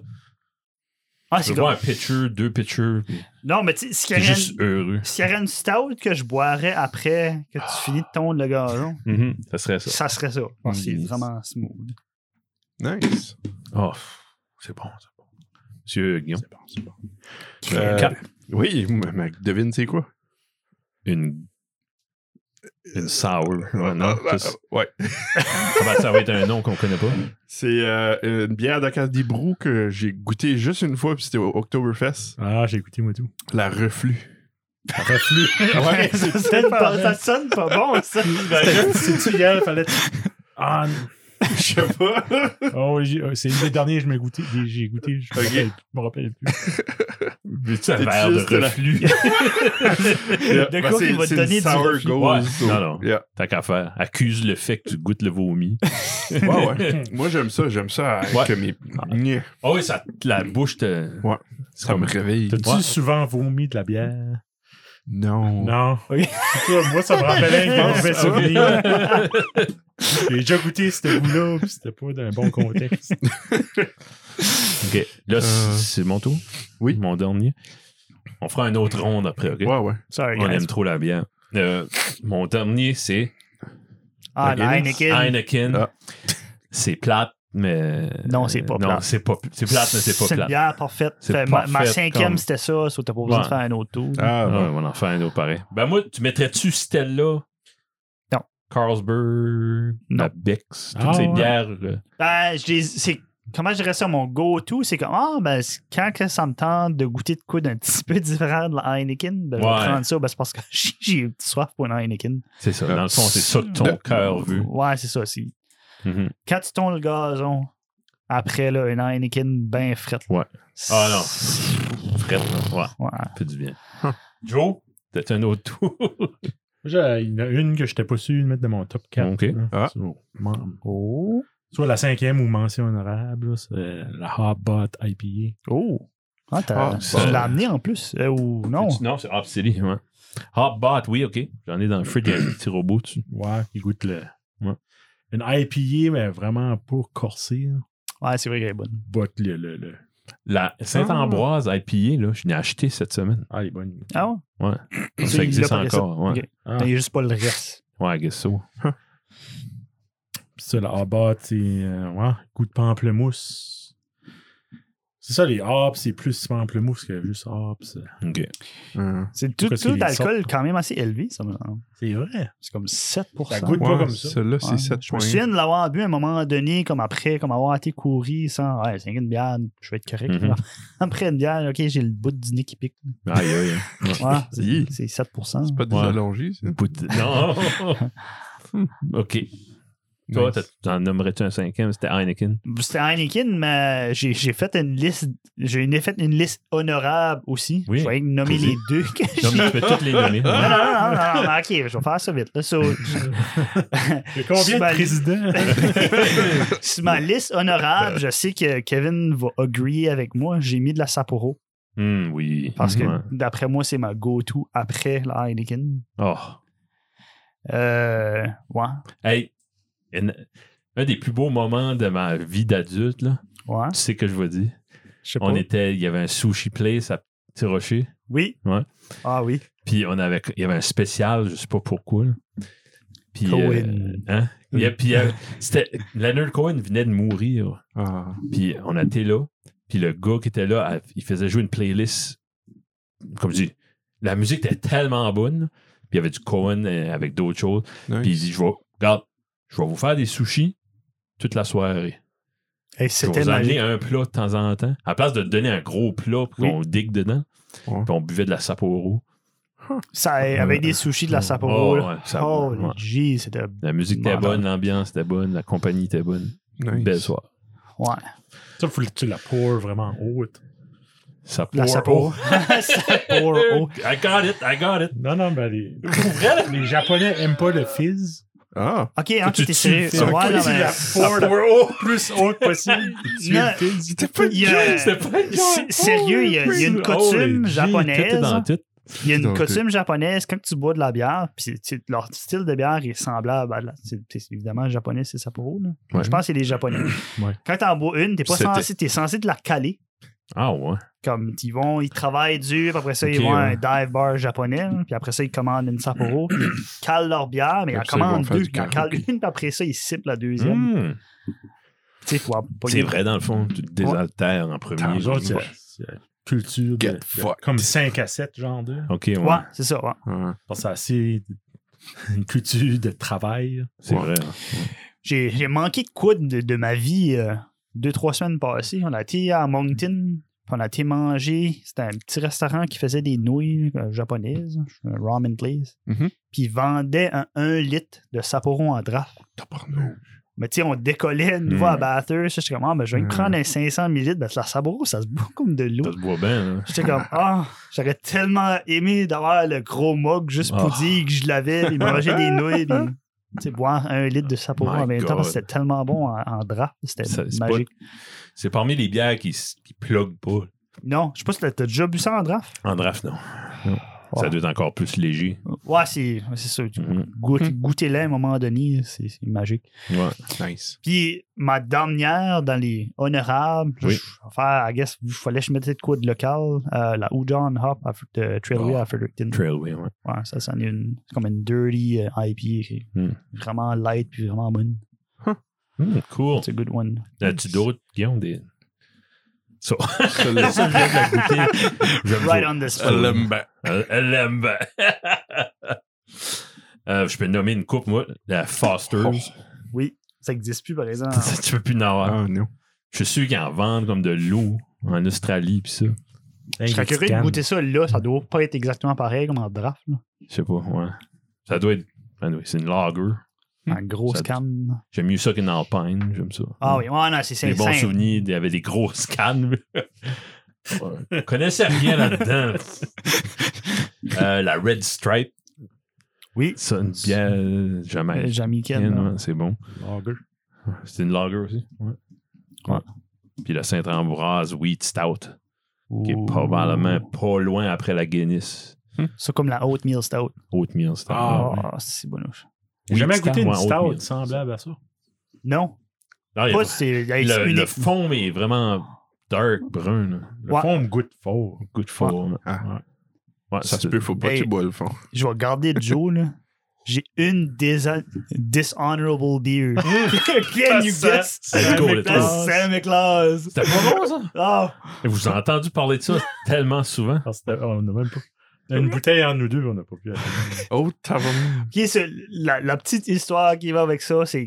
D: Ah,
C: Tu
D: c'est
C: vois
D: comme...
C: un pitcher, deux pitchers. puis
D: Non, mais tu sais, s'il
C: T'es
D: y aurait
C: juste
D: une-
C: heureux.
D: s'il y aurait une stout que je boirais après que tu finis de tondre le gazon,
C: Mhm, Ça serait ça. Mm.
D: ça serait ça. Ah, c'est
C: Yes.
D: vraiment smooth.
A: nice.
C: Oh, pff, c'est bon, c'est bon. Monsieur Guillaume. C'est bon, c'est bon.
A: Euh,
C: Quatre.
A: Oui, mais mais devine, c'est quoi?
C: Une. Une sour. Ouais, non,
A: Ah,
C: ça,
A: ah, ouais.
C: euh, ça, va être un nom qu'on connaît pas.
A: C'est euh, une bière d'Acadie Brou que j'ai goûtée juste une fois, puis c'était au Oktoberfest.
B: Ah, j'ai écouté, moi, tout.
A: La reflux. <laughs>
B: Reflux.
A: Ouais,
D: <laughs> ça,
B: c'est
D: sonne pas, Ben,
B: pareil.
D: ça sonne pas bon, ça.
B: C'est-tu hier, fallait. Ah, non.
A: Je sais pas.
B: Oh, j'ai- euh, c'est une des derniers que je m'ai goûté. des- J'ai goûté, je me
A: Ok.
B: rappelle- je me rappelle plus.
C: Veux-tu un
A: C'est
C: verre de
A: juste la-
C: reflux?
A: Yeah,
D: De
A: bah,
D: quoi
A: c'est-
D: qu'il va te
A: c'est
D: donner
A: une
D: du
A: sour
D: reflux.
A: gold,
C: Ouais.
A: so-
C: <laughs> Non, non.
A: Yeah.
C: Tant qu'à faire. Accuse le fait que tu goûtes le vomi.
A: Ouais, ouais. Moi, j'aime ça. J'aime ça. avec
C: Ouais.
A: que mes- Nya.
C: Ah oui, ça, la bouche te.
A: Ouais.
C: C'est
A: Ça
C: comme
A: me réveille.
B: T'as-tu
C: Ouais.
B: souvent vomi de la bière?
A: Non.
B: <laughs> Non. Moi, ça me rappelait
C: <laughs>
B: un mauvais souvenir. <laughs> J'ai déjà goûté ce goût-là, puis c'était pas d'un bon contexte.
C: Ok. Là,
A: Euh.
C: c'est c'est mon tour.
A: Oui.
C: Mon dernier. On fera une autre ronde après, ok?
A: Ouais, ouais.
D: Sorry,
C: On
D: guys.
C: aime trop la bière. Euh, mon dernier, c'est
D: Ah, la
A: Guinness.
D: Heineken.
C: Heineken.
A: Ah.
C: C'est plate, mais.
D: Non, c'est pas
C: Non,
D: plate.
C: c'est pas c'est plate, mais c'est pas
D: une
C: plate.
D: bière parfaite.
C: C'est
D: Fait, ma, ma
C: parfaite
D: cinquième,
C: comme-
D: c'était ça, so t'as pas besoin
C: Ouais.
D: de faire un autre tour.
A: Ah,
C: Ah,
A: ouais.
C: on va en faire un autre pareil. Ben moi, tu mettrais-tu Stella?
D: Non.
C: Carlsberg,
D: Non.
C: la Bex, toutes
B: Ah,
C: ces
B: ouais.
C: bières. euh, là.
D: Ben, je les- c'est comment je dirais ça, mon go-to, c'est comme, ah, ben, c'est- quand que ça me tente de goûter de quoi d'un petit peu différent de la Heineken, ben, je vais
C: Ouais.
D: prendre ça, ben, c'est parce que <laughs> j'ai- j'ai une petite soif pour une Heineken. Ben,
C: C'est ça. Dans le fond, c'est ça que ton cœur veut.
D: Ouais, c'est ça, c'est.
C: Mhm.
D: Quand tu tombes le gazon, après, là, une Heineken ben frette.
C: Ouais. Ah, non. Fred, ouais,
D: Ouais.
C: <laughs> ça fait du bien. Joe, peut-être un autre tour.
B: J'ai- euh, Il y en a une que je n'étais pas su de mettre dans mon top 4.
C: Ok.
A: Ah.
E: Oh.
B: Soit la cinquième ou mention honorable, là, c'est
C: Euh,
B: la Hotbot IPA.
E: Oh.
D: Ah, t'as-
A: Ah,
D: tu
A: ça-
D: l'as amené en plus, euh, ou non?
C: Non, c'est Hop City, ouais. Hotbot, oui, ok. J'en ai dans le fridge, il y a un petit robot dessus.
B: Ouais, qui goûte le. ouais. Une IPA, mais vraiment pas corsée. là.
D: Ouais, Ah, c'est vrai qu'elle est bonne.
B: Botte le, le, le-
C: La Saint-Ambroise IPA, là, je l'ai acheté cette semaine.
B: Ah, les bonnes.
D: Ah ouais?
C: Ouais.
D: Ça,
C: Ça
D: il
C: existe
D: l'a pas
C: encore. Ouais,
D: récemment. Ok.
B: Ah.
D: Il n'y a juste pas le reste.
C: ouais I guess so.
B: Puis ça, le Hotbot, c'est. euh, ouais, goût de pamplemousse. C'est ça, les hops, c'est plus pamplemousse que juste hops.
C: Ok.
A: Hein.
D: C'est tout,
B: Pourquoi est-ce
D: tout
B: qu'il les sort?
D: d'alcool quand même assez élevé, ça me semble.
B: C'est vrai.
D: C'est comme 7
B: Ça goûte pas
A: Ouais, hein?
B: comme ça.
A: Celle-là,
D: Ouais.
A: c'est 7
D: Je me souviens de l'avoir bu à un moment donné, comme après, comme avoir été couru sans. Ouais, c'est une bière, je vais être correct.
C: Mhm.
D: <laughs> Après une bière, ok, j'ai le bout du nez qui pique.
C: Aïe, hein. aïe.
D: Ouais,
A: Hi.
D: c'est- c'est 7%.
A: C'est pas des
C: Ouais.
A: allongés, ça.
C: aïe. Non. hein. ok. Toi,
A: Nice.
C: t'as- t'en nommerais-tu un cinquième? C'était Heineken.
D: C'était Heineken, mais j'ai j'ai fait une liste. J'ai une- fait une liste honorable aussi.
C: Oui.
D: Je vais nommer les deux que
C: Non, mais
D: j'ai.
C: je peux toutes les nommer. <laughs>
D: Non,
C: Ouais.
D: non, non, non, non, ok, je vais faire ça vite. là. So, <laughs>
B: <laughs> Il y a combien de
D: Smiley.
B: présidents
D: <laughs> sur ma liste honorable, je sais que Kevin va agreer avec moi. J'ai mis de la Sapporo
C: Hum, oui.
D: parce que
C: Ouais.
D: d'après moi, c'est ma go-to après la Heineken.
C: Oh.
D: Euh, ouais,
C: Hey, une- un des plus beaux moments de ma vie d'adulte, là,
D: ouais.
C: tu sais que je vais dire.
D: Je sais pas.
C: On était, il y avait un sushi place à Petit Rocher,
D: Oui.
C: Ouais.
D: Ah oui.
C: puis on avait, il y avait un spécial, je sais pas pourquoi. là. Puis,
D: Cohen.
C: euh, hein? Il y a- puis, euh, c'était, Leonard Cohen venait de mourir,
A: Ah.
C: puis on était là, puis le gars qui était là, il faisait jouer une playlist, comme je dis, la musique était tellement bonne, puis il y avait du Cohen euh, avec d'autres choses.
A: nice.
C: Puis il dit, je vais, regarde, je vais vous faire des sushis toute la soirée.
D: Hey,
C: Je vais
D: C'était
C: vous
D: magique.
C: amener un plat de temps en temps. À la place de te donner un gros plat pour
D: Oui.
C: qu'on digue dedans,
A: Ouais.
C: puis on buvait de la Sapporo.
D: Ça, avec des sushis de la Sapporo.
C: Oh,
D: là.
C: ouais, ça-
D: Holy
C: ouais.
D: gee, c'était.
C: La musique était
D: Malade.
C: bonne, l'ambiance était bonne, la compagnie était bonne.
A: Nice.
C: Belle soirée.
D: Ouais.
B: Ça, faut que tu la pours vraiment haute.
C: Sapporo.
D: La Sapporo. <laughs> Sapporo. oh.
C: I got it, I got it.
B: Non, non, mais les, les Japonais aiment pas le fizz.
A: Ah.
D: Ok, hein, tu
B: tu
D: t'es
B: tues
D: sérieux.
B: le film.
D: Ouais, <laughs> non,
B: Tu
D: mais-
B: la pours le plus haute possible. <laughs> Tu tues
D: Non.
B: le fizz.
D: Il y a-
C: C'était pas <laughs> une
D: S-
C: joke.
D: Sérieux, il y, a- il y a une
C: Holy
D: coutume
C: shit, Oh, tout est
D: japonaise.
C: dans
D: hein.
C: tout.
D: Il y a une
A: Donc, euh,
D: coutume japonaise, quand tu bois de la bière, puis c'est- c'est- leur style de bière est semblable à la- c'est- c'est- Évidemment, le japonais, c'est Sapporo. là.
C: Ouais.
D: Je pense que c'est les japonais.
C: <clears throat>
B: Ouais.
D: Quand t'en bois une, t'es pas
C: C'était-
D: censé, t'es censé de la caler.
C: Ah ouais.
D: Comme ils vont, ils travaillent dur, puis après ça, ils
C: Ok,
D: vont à
C: ouais.
D: un dive bar japonais, hein, puis après ça, ils commandent une Sapporo, puis ils calent leur bière, mais ils en
A: Après ça, ils vont
D: commandent
A: faire
D: deux,
A: du
D: ils en calent
A: karaoké.
D: une, puis après ça, ils sippent la deuxième.
C: Hmm.
D: Tu sais, faut avoir- pas-
C: C'est vrai, dans le fond, tu te désaltères en premier.
B: Les autres, c'est la- c'est la culture.
A: Ah, Get
B: de- de-
A: fucked.
B: Comme 5 à 7, genre d'eux.
C: Ok, ouais.
D: Ouais, c'est ça, ouais.
A: Ah.
B: Parce que c'est assez une culture de travail.
C: C'est
A: Ouais.
C: vrai.
D: J'ai j'ai manqué de quoi de, de ma vie euh, deux, trois semaines passées. On a été à Moncton, puis on a été manger. C'était un petit restaurant qui faisait des nouilles euh, japonaises, un ramen place.
A: Mhm.
D: Puis ils vendaient un 1 litre de Sapporo en draft.
A: Tabarnak.
D: Mais tu sais, on décollait une fois à
C: Mm.
D: Bathurst. J'étais comme, ah, mais je vais me
A: Mm.
D: prendre un 500 ml. Parce que la Sapporo, ça se boit comme de
C: Ça
D: l'eau.
C: se boit bien, hein.
D: J'étais
C: <laughs>
D: comme, ah, j'aurais tellement aimé d'avoir le gros mug juste pour
C: Ah.
D: dire que je l'avais, puis manger des nouilles, puis tu sais, boire un litre de Sapporo
C: My
D: en même temps, parce que
C: God.
D: c'était tellement bon en, en draft, c'était
C: Ça, c'est
D: magique.
C: C'est parmi les bières qui, s- qui pluguent pas.
D: Non, je sais pas si t'as t'as déjà bu ça en draft.
C: En draft, non.
D: Oh.
C: Ça doit être encore plus léger.
D: Ouais, c'est c'est ça.
C: Mhm.
D: Goûte- Goûtez-les à un moment donné, c'est c'est magique.
C: Ouais.
A: Nice.
D: Puis ma dernière dans les honorables,
C: Oui.
D: je vais faire, I guess, il fallait que je mette de quoi de local, euh, la Udon Hop à Fr- de Trailway
C: Oh.
D: à Fredericton.
C: Trailway, ouais.
D: Ouais, ça, c'en est une. C'est comme une dirty euh, IPA qui est
C: Hmm.
D: vraiment light puis vraiment bonne.
C: Hmm, cool.
D: It's a good one.
C: As-tu d'autres, Guillaume,
D: <laughs>
C: des... So,
A: <laughs> Celle-là,
C: ça, je viens de la goûter. J'aime
D: Right
C: ça.
D: on the spot.
A: elle l'aime bien.
C: Elle- Elle l'aime bien. <laughs> Euh, je peux nommer une coupe, moi. La Foster's.
D: Oh. Oui, ça existe plus, par exemple.
C: Ça, <laughs> tu peux plus en avoir.
A: Ah non.
C: Je suis sûr qu'ils en vendent comme de l'eau en Australie, pis ça.
D: Je serais curieux de goûter ça là. Ça doit pas être exactement pareil comme en draft. là.
C: Je sais pas, ouais. Ça doit être... anyway, c'est une lager.
D: En grosse
C: Ça-
D: canne.
C: J'aime mieux ça qu'une Alpine. J'aime ça.
D: Ah oui, ouais, non, c'est
C: des
D: c'est
C: bons
D: simple.
C: souvenirs, il y avait des grosses cannes. <laughs> Je
D: <laughs>
C: connaissais rien là-dedans. Euh, la Red Stripe,
D: Oui.
C: Ça, une bière
D: Euh,
C: jamaïcaine.
D: Jamaïcaine, non?
C: ouais, c'est bon.
B: Lager.
C: C'est une lager aussi. Ouais.
D: Ouais.
C: Puis le Saint-Ambroise Wheat Stout, qui est probablement pas loin après la Guinness.
D: C'est comme la haute meal stout.
C: Oatmeal Stout.
B: Ah,
D: Ah, c'est bon.
B: J'ai jamais goûté une
C: stout
B: stout semblable à ça.
D: Non,
C: Non, Ah, il y a
D: pas c'est hey, c'est
C: le, le
D: unique.
C: fond est vraiment dark brun. là. Le
D: Ouais.
C: fond me goûte fort. Goûte fort. là.
A: Ah.
C: Ouais. Ouais,
A: Ça se
C: c'est-
A: peut, faut pas
D: Hey.
A: que tu bois le fond.
D: Je vais regarder Joe, là. J'ai une disa- dishonorable beer. Can you
B: Ça,
D: guess?
C: Hey, let's go, let's go.
B: classe.
D: Sam McClaus.
C: C'était pas bon, ça?
D: Ah,
C: Et Vous avez entendu parler de ça tellement souvent.
B: Ah, c'était- ah, on n'a même pas. Une bouteille en nous deux, on n'a pas pu. aller.
A: <laughs> Oh, taverne.
D: ok, c'est la, la petite histoire qui va avec ça, c'est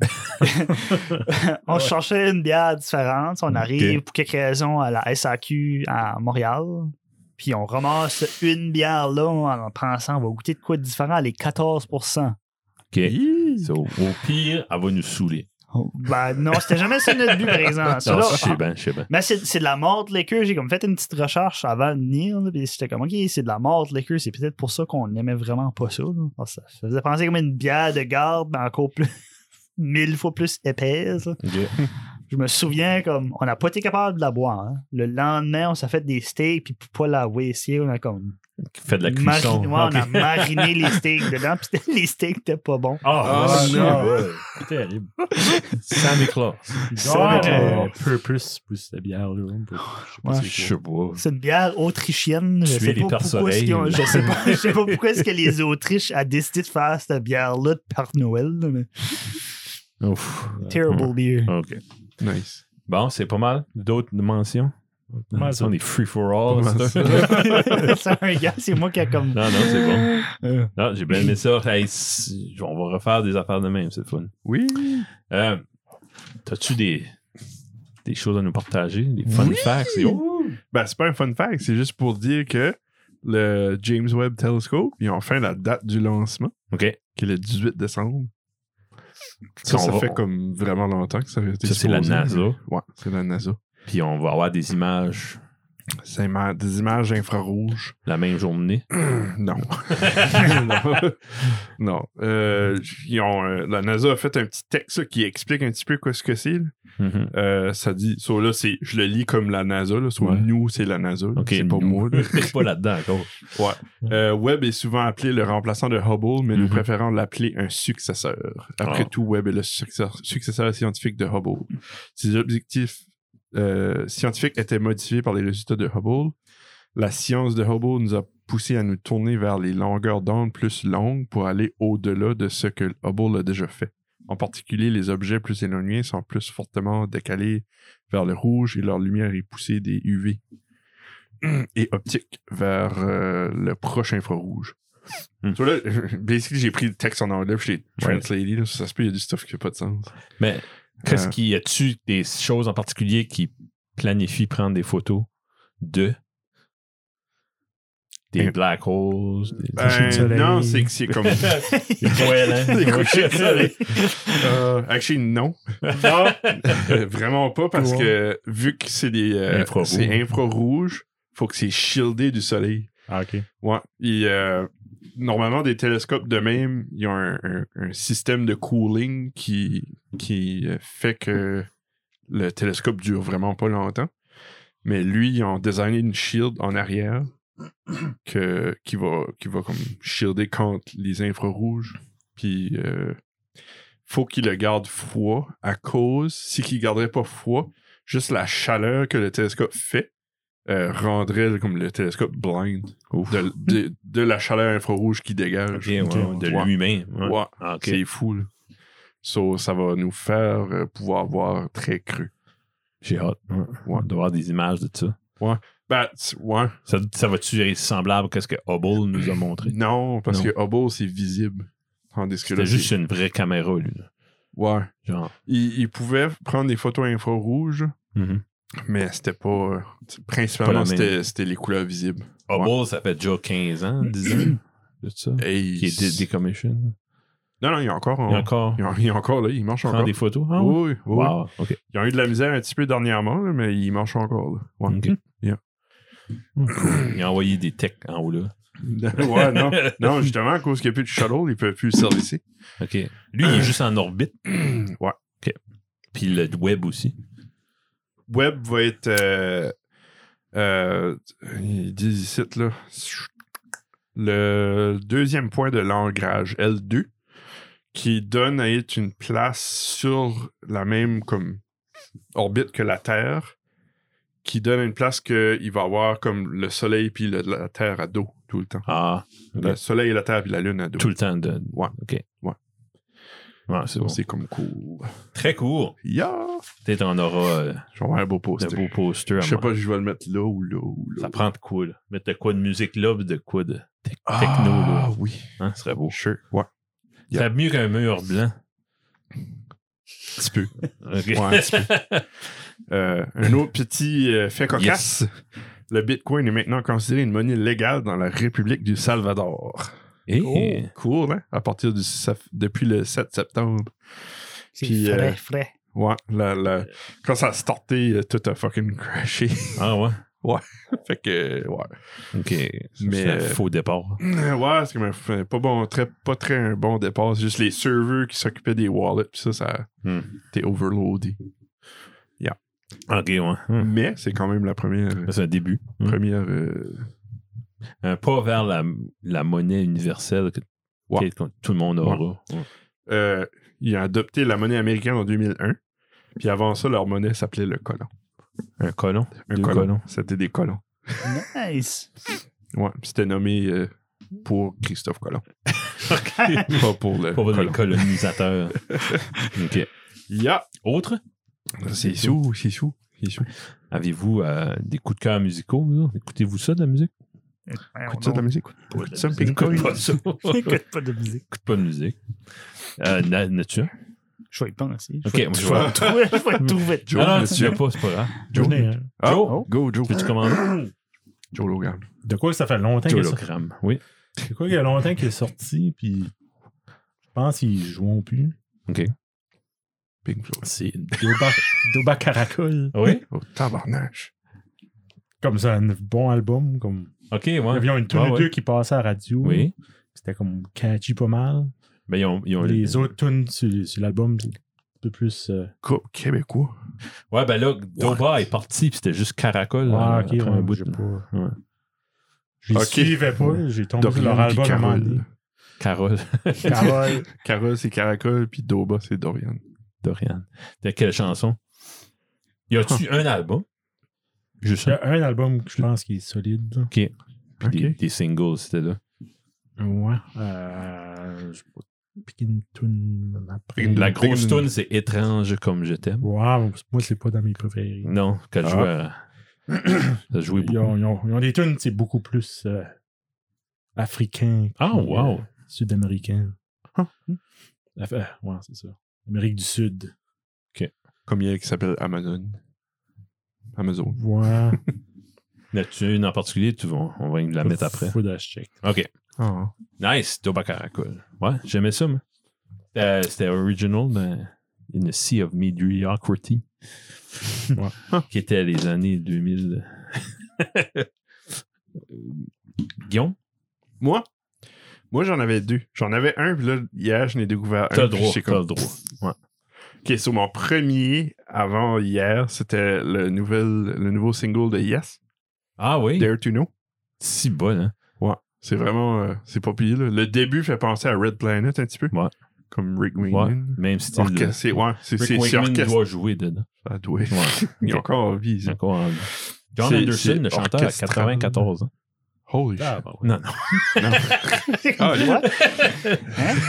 D: <laughs> on
B: Ouais.
D: cherchait une bière différente. On arrive pour quelque raison à la SAQ à Montréal. Puis on ramasse une bière là en pensant on va goûter de quoi de différent. Elle est 14
C: OK. So, au pire, elle va nous saouler.
D: Oh, Ben non, c'était jamais ça notre but, par exemple. Ça,
C: Non,
D: là, ah.
C: je sais bien, je sais bien.
D: Mais c'est c'est de la morte liqueur. J'ai comme fait une petite recherche avant de venir. là, puis j'étais comme, OK, c'est de la morte liqueur. C'est peut-être pour ça qu'on n'aimait vraiment pas ça. là, parce que ça faisait penser comme une bière de garde, mais encore plus. <laughs> mille fois plus épaisse. là.
C: OK.
D: Je me souviens, comme, on n'a pas été capable de la boire. hein. Le lendemain, on s'est fait des steaks, puis pour pas la waster, on a comme.
C: Fait de la
D: mari-
C: cuisson.
D: ouais, on a mariné les steaks dedans, <laughs> puis c'était- les steaks étaient pas bons.
C: Ah,
A: Oh,
C: ouais,
A: non.
C: ouais. Terrible. Sammy Claus.
B: Ça
D: euh,
B: avait un purpose pour cette bière-là. on peut- Je sais pas
D: Ouais.
B: c'est
C: Je sais pas.
D: C'est une bière autrichienne.
C: Tuer
D: Je sais
C: les
D: pas pourquoi
C: perce-oreilles.
D: est-ce qu'ils ont- je sais pas, je sais pas pourquoi est-ce
C: <laughs>
D: que les Autriches a décidé de faire cette bière-là de Père Noël. là, mais-
C: Ouf.
D: Terrible beer.
C: OK.
A: Nice.
C: Bon, c'est pas mal. D'autres mentions?
B: mal,
C: Ça, on est free for all.
A: Pas mal,
C: c'est ça.
D: <laughs> c'est un gars, c'est moi qui a
C: <laughs>
D: comme.
C: Non, non, c'est bon.
D: Euh,
C: Non, Ah, j'ai bien aimé ça. Hey, s- on va refaire des affaires de même, c'est le fun.
A: Oui.
C: Euh, T'as-tu des, des choses à nous partager? Des fun facts? et autres?
A: Ben, c'est pas un fun fact, c'est juste pour dire que le James Webb Telescope, ils ont fait la date du lancement,
C: OK.
A: qui est le 18 décembre. Ça,
C: Ça, on
A: ça
C: va-
A: fait comme vraiment longtemps que ça avait été
C: Ça, c'est la
A: supposé.
C: NASA.
A: Ouais, c'est la NASA.
C: Puis on va avoir des images
A: C'est ma- des images infrarouges.
C: la même journée. <laughs>
A: non. non. Non. Euh, ils ont, euh, la NASA a fait un petit texte là, qui explique un petit peu quoi ce que c'est. là.
C: Mhm.
A: Euh, ça dit, so, là, c'est, je le lis comme la NASA, là, so,
C: Ouais.
A: nous, c'est la NASA, là,
C: OK.
A: c'est pas moi.
C: <laughs>
A: là.
C: On est pas là-dedans encore.
A: Euh, Webb est souvent appelé le remplaçant de Hubble, mais nous
C: Mhm.
A: préférons l'appeler un successeur. Après
C: Ah.
A: tout, Webb est le successeur, successeur scientifique de Hubble. Ses objectifs euh, scientifiques étaient motivés par les résultats de Hubble. La science de Hubble nous a poussé à nous tourner vers les longueurs d'onde plus longues pour aller au-delà de ce que Hubble a déjà fait. En particulier, les objets plus éloignés sont plus fortement décalés vers le rouge et leur lumière est poussée des UV et optique vers euh, le proche infrarouge.
C: Hmm.
A: So là, <laughs> basically, j'ai pris le texte en anglais, puis je l'ai
C: Ouais.
A: translated. là. Ça se peut, il y a du stuff qui fait pas de sens.
C: Mais qu'est-ce
A: Euh.
C: qu'il y a-tu des choses en particulier qui planifient prendre des photos de des
A: Ben-
C: black holes, des,
A: Ben,
B: de soleil.
A: non, c'est que c'est comme.
C: des poêles,
A: <laughs>
C: hein?
A: Des couchers de soleil. Euh, actually, non. Euh, <laughs> Vraiment pas, parce
B: Ouais.
A: que vu que c'est des. euh,
C: Infrarouge.
A: c'est infrarouge, faut que c'est shieldé du soleil.
B: Ah, ok.
A: Ouais. Et, euh, normalement, des télescopes de même, il y a un, un- un système de cooling qui, qui euh, fait que le télescope dure vraiment pas longtemps. Mais lui, ils ont designé une shield en arrière que, qui, va, qui va comme shielder contre les infrarouges. Puis, euh, faut qu'il le garde froid à cause, si qu'il garderait pas froid, juste la chaleur que le télescope fait euh, rendrait comme le télescope blind
C: Ouf.
A: de, de- de la chaleur infrarouge qui dégage.
C: Ok, ouais,
B: Ok,
C: ouais, de
A: ouais.
C: lui-même. ouais.
A: Ouais,
C: Ah, ok.
A: C'est fou, là. So, ça va nous faire euh, pouvoir voir très cru.
C: J'ai hâte ouais,
A: Ouais.
C: de voir des images de ça.
A: Ben, tu- ouais.
C: Ça, ça va-tu être semblable à ce que Hubble nous a montré?
A: Non, parce
C: Non.
A: que Hubble, c'est visible. Tandis Mm. que là,
C: C'était juste
A: c'est-
C: une vraie caméra, lui. là.
A: Ouais.
C: Genre.
A: Il, il pouvait prendre des photos infrarouges,
C: Mhm.
A: mais c'était pas... euh,
C: Pas la
A: Principalement,
C: même.
A: c'était c'était les couleurs visibles.
C: Hubble, ça fait déjà 15 ans, 10 ans, de ça.
A: Et
C: Qui est dé- décommission.
A: Non, non, il y a encore...
C: Il y a
A: en-
C: encore.
A: Il y a- il y a encore, là. Il marche
C: prend
A: encore.
C: des photos. Ah, ouais.
A: Oui, oui, oui.
C: Wow. OK.
A: Ils ont eu de la misère un petit peu dernièrement, là, mais ils marchent encore, là. Ouais.
C: Ok.
A: Yeah.
C: Il a envoyé des techs en haut là.
A: <laughs> ouais, non. Non, justement, à cause qu'il n'y a plus de shuttle, ils ne peuvent plus le servicer.
C: <laughs> OK. Lui, il est juste en orbite.
A: <clears throat> Ouais.
C: OK. Puis le web aussi.
A: Web va être. Euh, euh, ils disent ici, là. Le deuxième point de l'ancrage, L2, qui donne à être une place sur la même comme orbite que la Terre, qui donne une place qu'il va avoir comme le Soleil puis le- la Terre à dos tout le temps.
C: Ah, Ok.
A: Le Soleil, la Terre puis la Lune à dos.
C: tout le temps de.
A: Ouais.
C: OK.
A: Ouais.
C: Ouais, c'est
A: Ça,
C: bon.
A: C'est comme cool.
C: Très court.
A: Yeah!
C: Peut-être on aura euh,
A: Je vais avoir un beau
C: de
A: poster.
C: beaux posters. à
A: Je sais
C: moi.
A: pas si je vais le mettre là ou là ou là.
C: Ça prend de quoi, là? Mettre de quoi de musique là, puis de quoi de tec- techno,
A: Ah,
C: là.
A: oui.
C: Hein, ce serait beau.
A: Sure. Ouais.
C: Ça serait mieux qu'un mur blanc.
A: Un petit peu.
C: OK.
A: Ouais, un petit
C: <laughs>
A: Euh, un autre petit euh, fait cocasse. Le Bitcoin est maintenant considéré une monnaie légale dans la République du Salvador.
C: Et-
A: Cool, hein? À partir du sef- depuis le 7 septembre.
D: C'est
A: Puis,
D: frais,
A: euh,
D: frais.
A: Ouais, la- la- quand ça a starté, euh, tout a fucking crashé. <laughs>
C: Ah ouais?
A: fait que, ouais.
C: OK.
A: Mais,
C: C'est un
A: euh,
C: faux départ.
A: Ouais, c'est comme un f- pas bon, très, pas très un bon départ. C'est juste les serveurs qui s'occupaient des wallets, puis ça, ça
C: Hmm.
A: t'es overloadé.
C: OK, ouais. Hmm.
A: Mais c'est quand même la première,
C: C'est un début. Hmm.
A: première euh,
C: Un pas vers la, la monnaie universelle que,
A: Ouais.
C: que tout le monde aura. Ouais.
A: euh, il a adopté la monnaie américaine en 2001. Puis avant ça, leur monnaie s'appelait le colon.
C: Un colon.
A: Un
C: Deux
A: colon.
C: colons.
A: C'était des colons.
D: Nice.
A: Ouais, puis c'était nommé euh, pour Christophe
C: <laughs>
A: Colomb. Pas pour le
C: Pas pour
A: colon.
C: le
A: <laughs>
C: colonisateur. OK.
A: Yeah.
C: Autre?
A: C'est sous, c'est sous, c'est sous.
C: Avez-vous euh, des coups de cœur musicaux? vous? Écoutez-vous ça de la musique?
D: Ouais,
A: Écoute ça
D: on- <laughs>
A: de la musique. Écoute ça, Bitcoin.
C: Écoute pas ça. <laughs> Écoute
D: Écoute pas de musique.
C: pas de musique. Euh, na- n'as-tu un?
D: Je vais y penser. Je
C: Ok,
D: vais
C: moi, je
D: je vais trouver. <laughs> Je vais le trouver.
A: Joe,
C: Ah non, non,
A: n'as-tu
C: tu l'as
A: un?
C: pas, c'est pas grave.
A: Joe.
B: Venez, hein.
A: Ah,
C: Joe.
A: Go, Joe.
C: Peux-tu commander?
A: Joe Logan.
B: De quoi que ça fait longtemps qu'il est sorti?
C: Hologramme, oui.
B: De quoi qu'il y a longtemps qu'il est sorti, puis je pense qu'ils joueront plus.
A: Pink Floyd.
B: C'est <laughs> Doba, Doba Caracol.
C: Ah Oui?
A: Oh, tabarnage.
B: Comme ça, un bon album. Comme...
C: OK,
B: Il y
C: ouais.
B: avait une tune
C: Ouais,
B: ou
C: ouais.
B: deux qui passait à la radio.
C: Oui.
B: C'était comme catchy pas mal.
C: Mais ils ont, ils ont
B: Les autres tunes sur, sur l'album, c'est un peu plus. euh,
A: Coupe québécois.
C: Ouais, ben là, Doba est parti, puis c'était juste Caracol.
B: ah,
C: euh,
B: ok,
C: après
B: ouais,
C: un bout
B: j'ai
C: de-
B: pas.
C: Ouais.
B: Je les
A: Ok.
B: suivais pas, j'ai tombé sur leur
A: Dorian puis
B: album à un moment donné.
A: Carole.
C: Carole,
D: Carole.
A: Carole, c'est Caracol, puis Doba, c'est Dorian.
C: Dorian. De quelle chanson? Y a-tu un album? Juste
B: Il y
C: un.
B: a un album que je pense qui est solide. là.
C: Puis des,
A: Ok.
C: des singles, c'était là.
B: Ouais. Euh, je sais pas. Puis une tune après.
A: Une
C: La
A: blague.
C: grosse
A: Une-
C: tune, c'est Étrange comme je t'aime.
B: Wow, moi, c'est pas dans mes préférés.
C: Non, qu'elle
A: Ah.
C: jouait à- <clears throat> Elle jouait
B: Ils
C: beaucoup.
B: ont, ils ont- ils ont des tunes, c'est beaucoup plus euh, africain.
C: Ah,
B: que,
C: wow.
B: euh, Sud-américain.
A: Ah.
B: Ah, fait- ouais, c'est ça. Amérique du Sud.
A: Comme il y a qui s'appelle Amazon. Amazon.
B: Ouais.
C: N'as-tu une en particulier? Tu vas, on va la mettre après.
B: Faut que je check.
C: OK.
A: Ah.
C: Nice, Toba Caracol. Ouais, j'aimais ça, moi. Euh, C'était original, mais In a Sea
A: <laughs>
C: of Mediocrity.
B: Ouais.
C: qui était les années 2000.
A: <laughs>
C: Euh, Guillaume,
A: Moi? Moi, j'en avais deux. J'en avais un, puis là, hier, je n'ai découvert un.
C: t'as le
A: puis
C: droit.
A: c'est
C: T'as
A: comme-
C: le droit.
A: Ok, sur mon premier, avant hier, c'était le, nouvel, le nouveau single de Yes,
C: Ah oui,
A: Dare to Know.
C: si bon, hein?
A: Ouais. C'est vraiment, euh, c'est pas pire. là. Le début fait penser à Red Planet un petit peu.
C: Ouais.
A: Comme Rick
C: Ouais,
A: Wakeman.
C: même style.
A: Orchestre, c'est- Ouais, c'est
C: Rick
A: c'est- c'est
C: Wakeman
A: orchestre.
C: doit jouer dedans.
A: Ah, ouais. <laughs>
C: Ouais.
A: Il est encore en vie. ça.
C: Encore en- John
A: C'est-
C: Anderson,
A: c'est
C: le chanteur, a
A: orchestral.
C: 94 ans.
A: Holy shit.
B: Ah, bah ouais.
C: Non, non.
A: Ah, ouais. Hein?
D: What?
A: <laughs>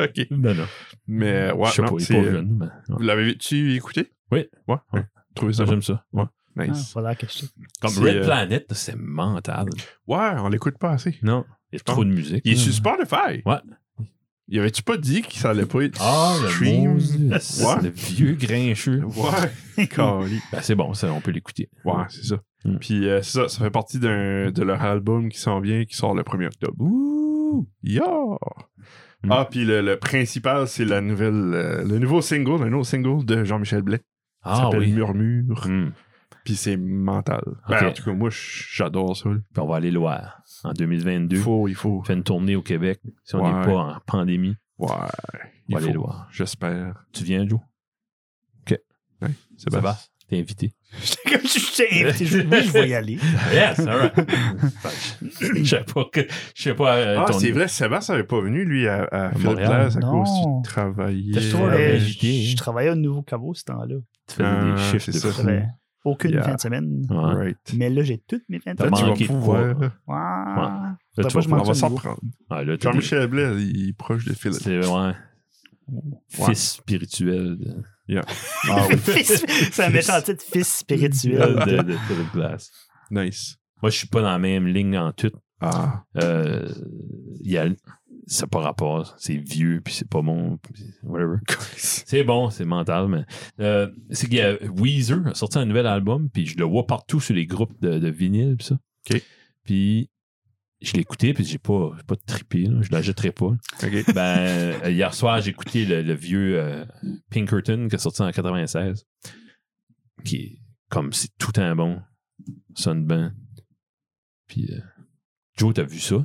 A: OK.
C: non, non.
A: Mais ouais,
C: Je sais
A: non,
C: pas, il est
A: c'est- euh,
C: pas jeune. mais-
A: Vous l'avez-tu écouté?
C: Oui.
A: Ouais.
C: Ouais.
A: Trouvez ça
C: Ça,
A: bon?
C: j'aime ça.
D: Ah,
A: <laughs> nice.
D: voilà que je sais.
C: Comme
A: C'est,
C: Red
A: euh,
C: Planet, c'est mental.
A: Ouais, on l'écoute pas assez.
C: Non, il y a trop de musique.
A: Il est
C: là.
A: sur Spotify.
C: Mm-hmm. Ouais.
A: Y avait-tu pas dit que ça allait pas être
C: Ah, le,
A: stream?
C: bon Dieu,
A: Ouais.
C: le vieux grincheux.
A: Ouais. Cali.
C: Ben, c'est bon, ça, on peut l'écouter.
A: ouais, c'est ça.
C: Mm.
A: Puis euh, c'est ça, ça fait partie d'un- de leur album qui s'en vient, qui sort le 1er octobre.
C: Ouh!
A: Yeah!
C: Mm.
A: Ah, puis le, le principal, c'est la nouvelle, euh, le nouveau single, un nouveau single de Jean-Michel Blais. Ça
C: Ah
A: s'appelle
C: oui.
A: Murmure.
C: Hmm.
A: Puis c'est mental. Ben,
C: Ok.
A: en tout cas, moi, j'adore ça. là.
C: Puis on va aller loire en 2022.
A: Il faut, il faut.
C: On fait une tournée au Québec si on n'est
A: Ouais.
C: pas en pandémie.
A: Ouais. Il
C: On va aller
A: faut.
C: loire.
A: J'espère.
C: Tu viens, Joe?
A: C'est
C: Ça va? T'es invité.
D: <laughs> J'étais comme, je t'ai invité, je- oui, je vais y aller.
C: Yes, all right. <laughs> Je sais pas que. Je sais pas. euh,
A: Ah,
C: ton-
A: c'est vrai, Sébastien n'avait pas venu, lui, à, à Philippe
C: Montréal.
A: Glass à
D: Non.
A: cause du travail.
C: T'as toujours
D: Euh,
C: l'avais
D: je,
C: invité, hein.
D: je travaillais au nouveau caveau ce temps-là.
C: Tu faisais
A: Ah,
C: des chiffres
A: c'est
C: de
D: Je
A: ça.
C: fou.
D: travaillais Aucune
A: Yeah.
D: fin de semaine.
C: Ouais.
A: Right.
D: Mais là, j'ai toutes mes fins de
C: T'as
A: Là,
D: semaine.
A: tu vas
C: manqué Ah
D: <laughs>
C: de
A: pouvoir.
C: poids.
A: là.
D: Ouais.
C: Là,
D: Faudrait
C: tu
D: pas
C: vas
D: que
A: On
D: je manque
C: pouvoir-
A: va
D: ça
A: s'en
D: nouveau.
A: prendre.
C: Ah, là, t'as des-
A: Jean-Michel Blais, il est proche de Philippe.
C: C'est ouais. Fils spirituel de, <laughs>
A: Ah oui.
D: Fils- C'est un méchant titre, fils spirituel.
C: de, de Philippe Glass.
A: Nice.
C: Moi, je suis pas dans la même ligne en tout.
A: Ah.
C: Euh, il y a, ça n'a pas rapport. C'est vieux, puis c'est pas bon, puis whatever. <laughs>
A: Ah.
C: C'est bon, c'est mental, mais. euh, c'est qu'il y a Weezer a sorti un nouvel album, puis je le vois partout sur les groupes de, de vinyle, puis ça.
A: OK.
C: Puis je l'ai écouté, puis j'ai pas, j'ai pas trippé, là. je l'achèterai pas.
A: OK.
C: Ben, euh, hier soir, j'ai écouté le, le vieux euh, Pinkerton qui est sorti en 96, qui est comme c'est tout un bon, sonne bien. Puis, euh, Joe, t'as vu ça?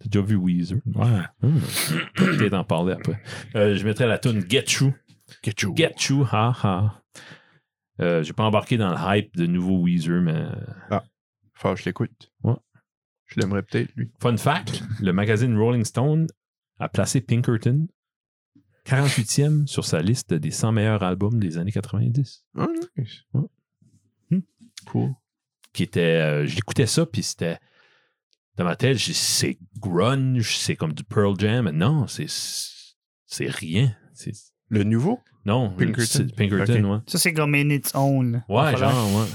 C: T'as déjà vu Weezer?
B: Ouais.
C: Hmm. Peut-être en parler après. Euh, je mettrai la tune Get You.
A: Get you.
C: Get You, ha ha. Euh, j'ai pas embarqué dans le hype de nouveau Weezer, mais. euh,
A: Faut que je l'écoute.
C: Ouais.
A: Je l'aimerais peut-être, lui.
C: Fun fact, le magazine Rolling Stone a placé Pinkerton 48e sur sa liste des 100 meilleurs albums des années 90.
A: Ah, nice.
C: Ouais.
A: Hmm. Cool.
C: Qui était, euh, je l'écoutais ça, puis c'était dans ma tête, j'ai dit, c'est grunge, c'est comme du Pearl Jam, mais non, c'est c'est rien. C'est-
A: Le nouveau?
C: non,
A: Pinkerton?
C: c'est Pinkerton, ouais.
D: Ça, c'est comme in its own.
C: Ouais,
D: Va falloir-
C: genre, ouais.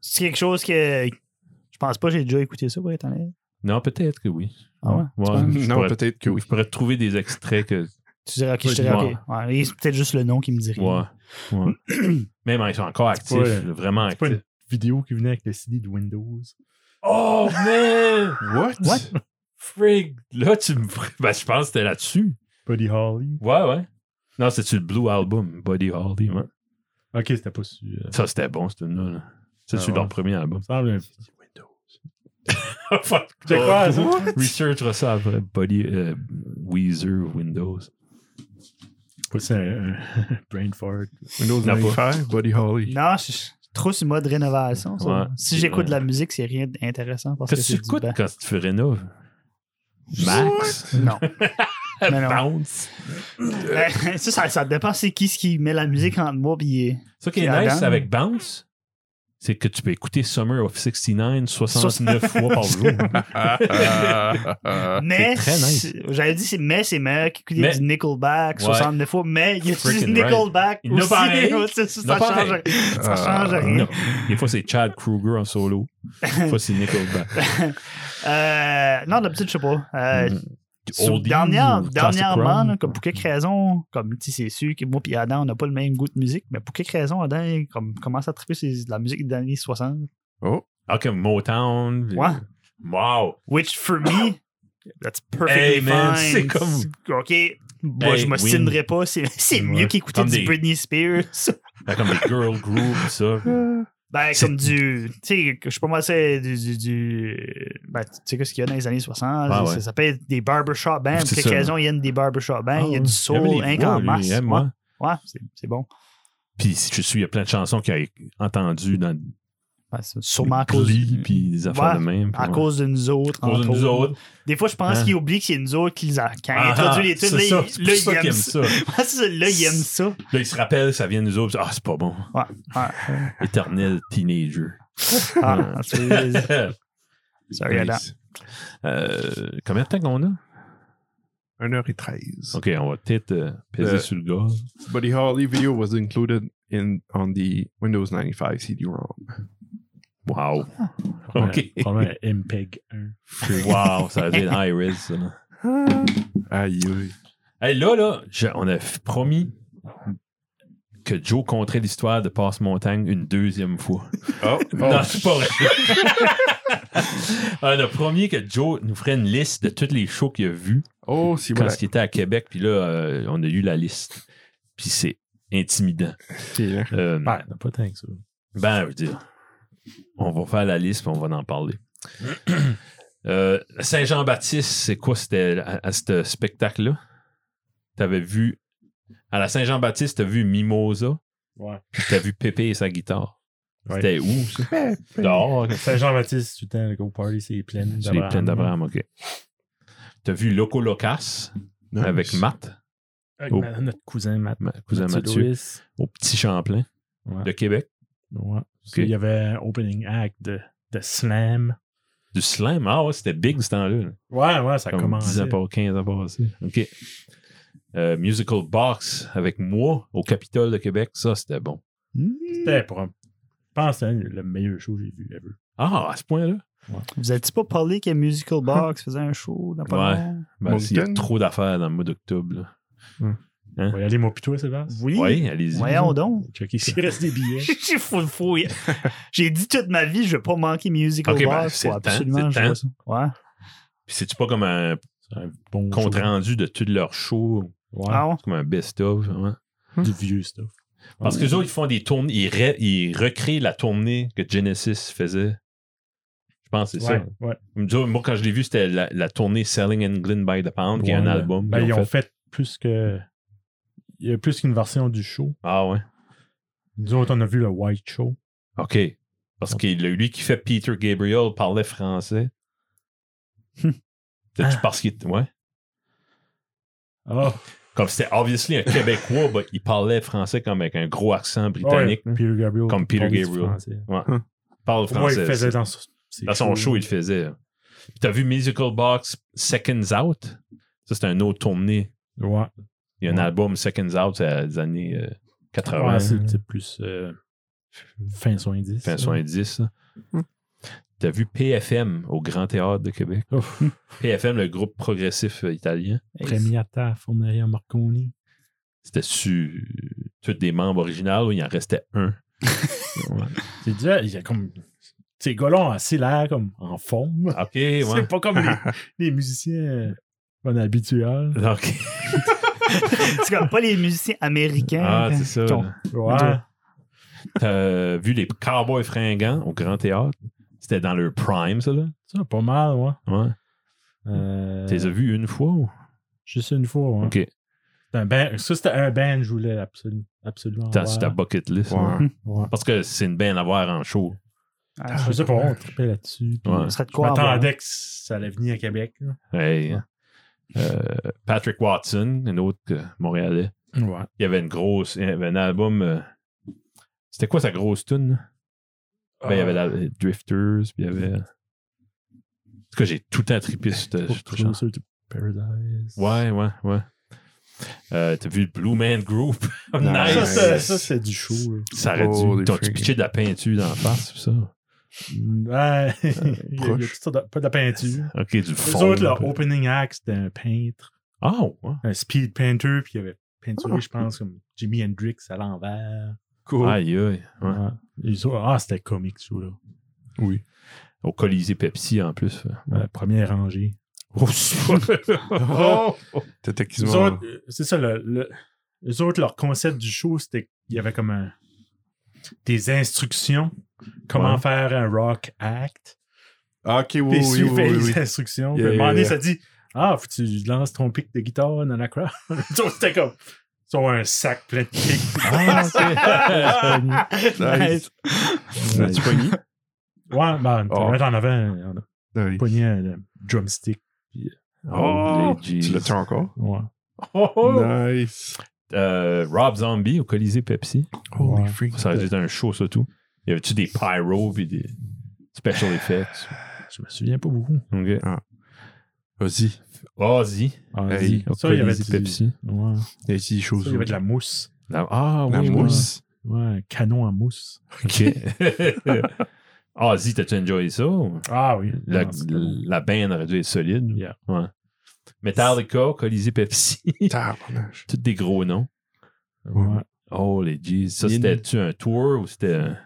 D: C'est quelque chose que je pense pas, j'ai déjà écouté ça pour être honnête.
C: Non, peut-être que oui.
D: Ah ouais? Tu penses?
C: je
A: non,
C: pourrais-
A: peut-être que oui.
C: Je pourrais trouver des extraits que
D: Tu dirais, ok, je
C: Ouais,
D: dirais,
C: ouais.
D: ok. Ouais, et c'est peut-être juste le nom qui me dirait.
C: Ouais. ouais.
B: <clears throat>
C: Même ils sont encore actifs,
B: Ouais.
C: là, vraiment
B: C'est pas
C: actifs.
B: une vidéo qui venait avec le CD de Windows.
C: Oh man!
A: What?
C: What? Frig! Là, tu me. Ben, je pense que c'était là-dessus.
B: Buddy Holly.
C: Ouais, ouais. Non, c'était sur le Blue Album, Buddy Hardy. ouais.
B: Ok, c'était pas sur. euh,
C: Ça, c'était bon, ce là là. C'est
B: Ah
C: sur
B: ouais.
C: leur premier album. <laughs>
B: ça semble un-
C: Fuck.
B: C'est quoi, ça?
C: hein. Researchera ça après. Buddy euh, Weezer Windows.
B: Pas ça, un un <laughs> brain fart.
A: Windows
C: N'a pas.
A: 95, Buddy
C: <laughs>
A: Holly.
D: Non, je suis trop sur le mode rénovation. ça.
C: Ouais.
D: Si j'écoute
C: Ouais.
D: de la musique, c'est rien d'intéressant parce que
C: Qu'est-ce que tu
D: c'est du
C: écoutes
D: banc.
C: quand tu fais rénov? Max? <laughs>
D: Non. Non, non.
C: Bounce?
D: Ben, <laughs> ça, ça, ça dépend c'est qui ce qui met la musique entre moi puis
C: Ça qui est
D: Puis Adam.
C: nice avec Bounce, c'est que tu peux écouter Summer of 69 69 fois par jour.
D: <laughs>
C: Ah.
A: <laughs>
D: mais
C: très nice.
D: c'est- j'avais dit c'est mais c'est meilleur qu'écouter
C: Mais-
D: du Nickelback
C: Ouais.
D: 69 fois mais il y a du
C: Freaking
D: Nickelback
C: Il n'a
D: aussi, <laughs>
C: pas arrêté.
D: ça, ça,
C: Il n'a
D: ça
C: pas
D: change
C: arrêté.
D: ça change Ah, rien
C: Ah, Non. Des fois, c'est Chad Kruger en solo. Des fois, c'est
D: <laughs>
C: Nickelback.
D: Euh, non d'habitude je sais pas euh, sur-
C: Oldies
D: dernière,
C: Hmm. Mm-hmm. ou classic
D: dernièrement,
C: rock?
D: là, comme pour quelque raison, comme tu sais, c'est sûr que moi et Adam, on n'a pas le même goût de musique, mais pour quelque raison, Adam il comme, commence à triper sur de la musique des années 60.
A: Oh,
C: Ah, Ok, Motown. puis-
D: Ouais.
C: Wow.
D: Which for me, that's perfectly
C: Hey, man,
D: fine.
C: c'est comme-
D: Ok, moi
C: Hey,
D: je m'obstinerai pas, c'est c'est mieux
C: Ouais.
D: qu'écouter
C: Comme
D: du
C: des-
D: Britney Spears.
C: Fait comme des girl groups,
D: <laughs>
C: ça.
D: ben,
C: C'est-
D: comme du. Tu sais, je sais pas moi, c'est du. du, du- ben, tu sais, qu'est-ce qu'il y a dans les années 60
C: Ah,
D: ça,
C: ouais.
D: ça s'appelle des barbershop bands.
C: C'est
D: Pour quelque
C: ça. Ah
D: raison, il y a des barbershop bands, il y a du soul,
C: Il y avait
D: un
C: les voix,
D: qu'en
C: lui, hein,
D: masse.
C: il aime,
D: Ouais,
C: ouais.
D: ouais, c'est- c'est bon.
C: Puis si je suis, il y a plein de chansons qu'il a entendues dans
D: Ben, c'est sûrement à cause,
C: Glee, puis des affaires
D: Ouais,
C: de même.
D: à
C: ouais.
D: cause de nous autres.
C: À cause de
D: entre
C: nous autres.
D: Des fois, je pense
C: Hein?
D: qu'ils oublient que c'est nous autres qui les a. Quand
C: Ah,
D: ils introduisent les
C: c'est
D: trucs, là,
C: ça,
D: ils-
C: c'est
D: là,
C: pour ça
D: ils
C: qu'il
D: aiment
C: aime
D: ça.
C: ça.
D: Ouais, <laughs> c'est ça, Là, ils aiment ça.
C: Là, il se rappelle, ça vient de nous autres. Ah, c'est pas bon.
D: Ouais, ouais.
C: Éternel teenager. <laughs>
D: Ah, that's what it is. Sorry, Adam.
A: nice.
C: Euh, combien de temps qu'on a?
A: 1h13.
C: OK, on va peut-être euh, peser
A: Euh,
C: sur le gaz.
A: Buddy Holly video was included in on the Windows 95 CD-ROM. <gasps>
C: Wow. OK.
B: Ouais, Probablement un MPEG 1.
C: wow, ça a été high res, ça. là.
A: Aïe, aïe.
C: Hey, là, là, je- on a f- promis que Joe compterait l'histoire de Passe-Montagne une deuxième fois.
A: Oh, oh.
C: Non, c'est pas vrai. on a promis que Joe nous ferait une liste de tous les shows qu'il a vus
A: Oh, si
C: quand
A: voilà.
C: il était à Québec. Puis là, euh, on a eu la liste. Puis c'est intimidant.
A: C'est- <laughs>
C: Euh,
B: Ouais, non, pas tant que ça.
C: ben, je veux dire, On va faire la liste puis on va en
B: <clears throat>
C: parler. Euh, Saint-Jean-Baptiste, c'est quoi c'était à, à ce spectacle-là? T'avais vu. À la Saint-Jean-Baptiste, t'as vu Mimosa,
B: Ouais.
C: puis t'as vu Pépé et sa guitare.
B: Ouais.
C: C'était où, ça? Dehors,
B: Saint-Jean-Baptiste, tout le temps, le go party, c'est plein
C: c'est les plaines d'Abraham, ok. T'as vu Loco Locas avec Matt,
B: Avec
C: Oh.
B: ma- notre cousin Matt.
C: ma- cousin
B: Mathieu
C: Mathieu,
B: Lewis.
C: au Petit Champlain
B: Ouais.
C: de Québec.
B: Ouais. Il y avait un opening act de, de slam.
C: Du slam, ah ouais, c'était big ce temps-là. là.
B: Ouais, ouais, ça
C: Comme
B: commence.
C: 10 ans pas, 15 ans passés. OK. Euh, musical Box avec moi au Capitole de Québec, ça c'était bon.
D: Hmm.
B: C'était pour un- Je pense que c'est un- le meilleur show que j'ai vu ever.
C: Ah, à ce point-là?
D: Vous avez-tu pas parlé que Musical Box faisait un show dans pas
C: Ouais.
D: long?
C: Ben, s'il y a
A: Moncton?
C: trop d'affaires dans le mois d'octobre. là.
B: On va y aller, moi, pis toi, Sébastien.
D: Oui.
C: Oui, allez-y.
D: Voyons donc.
B: Checker s'il reste
D: <laughs>
B: des billets.
C: <laughs>
D: J'ai fou- fou- J'ai dit toute ma vie, je vais pas manquer Musical
C: Ok, ben,
D: Box.
C: c'est
D: Faut
C: le temps, c'est
D: absolument, je
C: le
D: vois ça. Ouais.
C: Puis c'est-tu pas comme un
B: C'est un bon
C: compte
B: show.
C: rendu de tous leurs shows?
B: Ouais.
D: Ah ouais?
C: Comme un best-of, ouais.
B: Du vieux stuff.
C: Parce que les autres, ils font des tournées, ils, ré- ils recréent la tournée que Genesis faisait. Je pense que c'est
B: ouais,
C: ça.
B: ouais.
C: Nous autres, Moi, quand je l'ai vu, c'était la, la tournée Selling England by the Pound, qui est un
B: Ouais,
C: album.
B: ben,
C: qu'ils
B: ils
C: ont
B: ont
C: fait.
B: fait plus que. Il y a plus qu'une version du show.
C: Ah ouais.
B: Nous autres, on a vu le White Show.
C: OK. Parce que le- lui qui fait Peter Gabriel parlait
B: <laughs>
C: français.
D: Hmm.
C: Peut-être parce qu'il. Ouais.
B: Ah,
C: Comme c'était obviously un
B: <laughs>
C: Québécois, ben, il parlait français comme avec un gros accent britannique.
B: Britannique. Peter Gabriel.
C: Comme Peter
B: Parle du
C: Gabriel.
B: français.
C: Il parle
B: Pour moi, il
C: français.
B: faisait
C: c'est-
B: dans son, ses
C: dans son
B: shows.
C: show, il le faisait. Puis t'as vu Musical Box Seconds Out? Ça, c'est un autre tournée.
B: Ouais.
C: Il y a un
B: Ouais.
C: album Seconds Out, c'est des années euh,
B: Ouais,
C: 80,
B: c'est c'est plus euh, fin 70.
C: fin 70. ça.
B: Hum.
A: Hmm.
C: T'as vu PFM au Grand Théâtre de Québec?
B: Ouf.
C: PFM, le groupe progressif euh, italien.
B: Premiata Fornaria Marconi.
C: C'était su tous des membres originaux, il en restait un. Ouais.
B: C'est déjà, il y a comme. Ces gars-là ont assez l'air comme en forme.
C: Ok, ouais.
B: C'est pas comme les,
C: <laughs>
B: les musiciens euh, en habituel.
C: Ok.
D: C'est comme pas les musiciens américains.
C: Ah,
D: euh,
C: c'est ça.
D: qui ont-
B: Ouais.
C: T'as vu les Cowboys fringants au Grand Théâtre? C'était dans leur prime, ça, là.
B: Ça, pas mal, ouais.
C: Ouais.
B: Euh,
C: T'es vu une fois ou?
B: Juste une fois, ouais.
C: Ok.
B: C'était un band- ça, c'était un band, je voulais absolument. absolument
C: T'as
B: voir.
C: sur ta bucket list.
A: Ouais.
C: hein.
B: Ouais.
C: Parce que c'est une belle avoir en show.
D: Ah,
B: Je sais pas, on trippait là-dessus. puis
C: Ouais.
D: Ce serait de
B: Je
D: quoi? avoir-
B: m'attendais que ça allait venir à Québec. là.
C: Hey. Euh, Patrick Watson, un autre euh, Montréalais.
B: Ouais.
C: Il y avait une grosse. Il y avait un album. euh, C'était quoi sa grosse tune?
B: Ah
C: Ben, il y avait la, les Drifters, puis il y avait. En tout cas, j'ai tout attripé sur cette- sur cette chanson.
B: Closer to Paradise.
C: Ouais, ouais, ouais. Euh, T'as vu le Blue Man Group? <laughs> nice!
B: Ça, c'est-
A: Ouais.
B: ça, c'est du show. là.
C: Ça aurait
A: Holy
C: dû. T'as-tu
A: freaking.
C: pitché de la peinture dans la face, tout ça? Mm.
B: Ouais. <laughs> il y a, il y a
A: proche.
B: toutes sortes de- pas de la peinture.
C: Ok, du
B: Les
C: Euh, fond.
B: autres,
C: un
B: leur
C: peu.
B: opening act, c'était un peintre,
C: Oh, ouais.
B: un speed painter, puis il y avait peinturé, je pense, comme Jimi Hendrix à l'envers.
A: Cool.
C: Aïe, aïe. ouais.
B: Ouais. Les autres, ah, c'était comique, ce là
A: Oui.
C: Au Colisée Pepsi, en plus.
B: Euh, première rangée.
C: Oh,
B: <laughs>
C: c'est-
A: <laughs> Oh! T'étais
B: Les
A: quasiment.
B: autres, euh, c'est ça, le, le- les autres, leur concept du show, c'était qu'il y avait comme un- des instructions, comment
C: Ouais.
B: faire un rock act.
A: Ah, ok, oui,
B: Puis
A: oui,
B: suivez
A: oui,
B: les
A: oui. Yeah,
B: instructions. puis à un moment donné,
A: yeah,
B: ça dit Ah, faut que tu lances ton pic de guitare dans la <laughs> crowd. Donc, C'était comme sur un sac plein de
A: <laughs>
B: pics.
C: Ah,
B: <laughs>
C: ok.
A: <laughs> Nice. L'as-tu pogné?
B: ouais, ben,
A: Oh.
B: t'en avais un, on a
A: Nice.
B: pogné un euh, drumstick.
C: Oh, les
A: Tu
C: jeez.
A: l'as-tu encore?
B: Ouais.
C: Oh, oh.
A: Nice.
C: Euh, Rob Zombie au Colisée Pepsi.
A: Holy
B: Ouais.
A: freak.
C: Ça aurait dû être un show, surtout. Y avait-tu des pyros puis des special effects?
B: Je me souviens pas beaucoup.
C: Ok.
A: Vas-y.
C: Ozzy.
A: Hey,
C: au
B: Ah, ça, il y avait
C: Colisey
B: du-
C: Pepsi.
B: Ouais.
A: Vas-y, les
B: Ça,
A: choses.
B: il y avait de la mousse.
C: La- Ah,
A: La
C: oui,
A: mousse.
B: Ouais, un canon en mousse.
C: oui. OK. <laughs> Ozzy, t'as-tu enjoyé ça? ou?
B: Ah oui.
C: La,
B: Non, c'est pas bon.
C: la bande aurait dû être solide.
B: Yeah.
C: Ouais. Metallica, Colisée Pepsi. <laughs>
A: <laughs> Tabarnage.
C: Tous des gros noms.
B: Ouais.
C: Oh, les jeez. Ça,
A: Il y a une-
C: c'était-tu un tour ou c'était... un-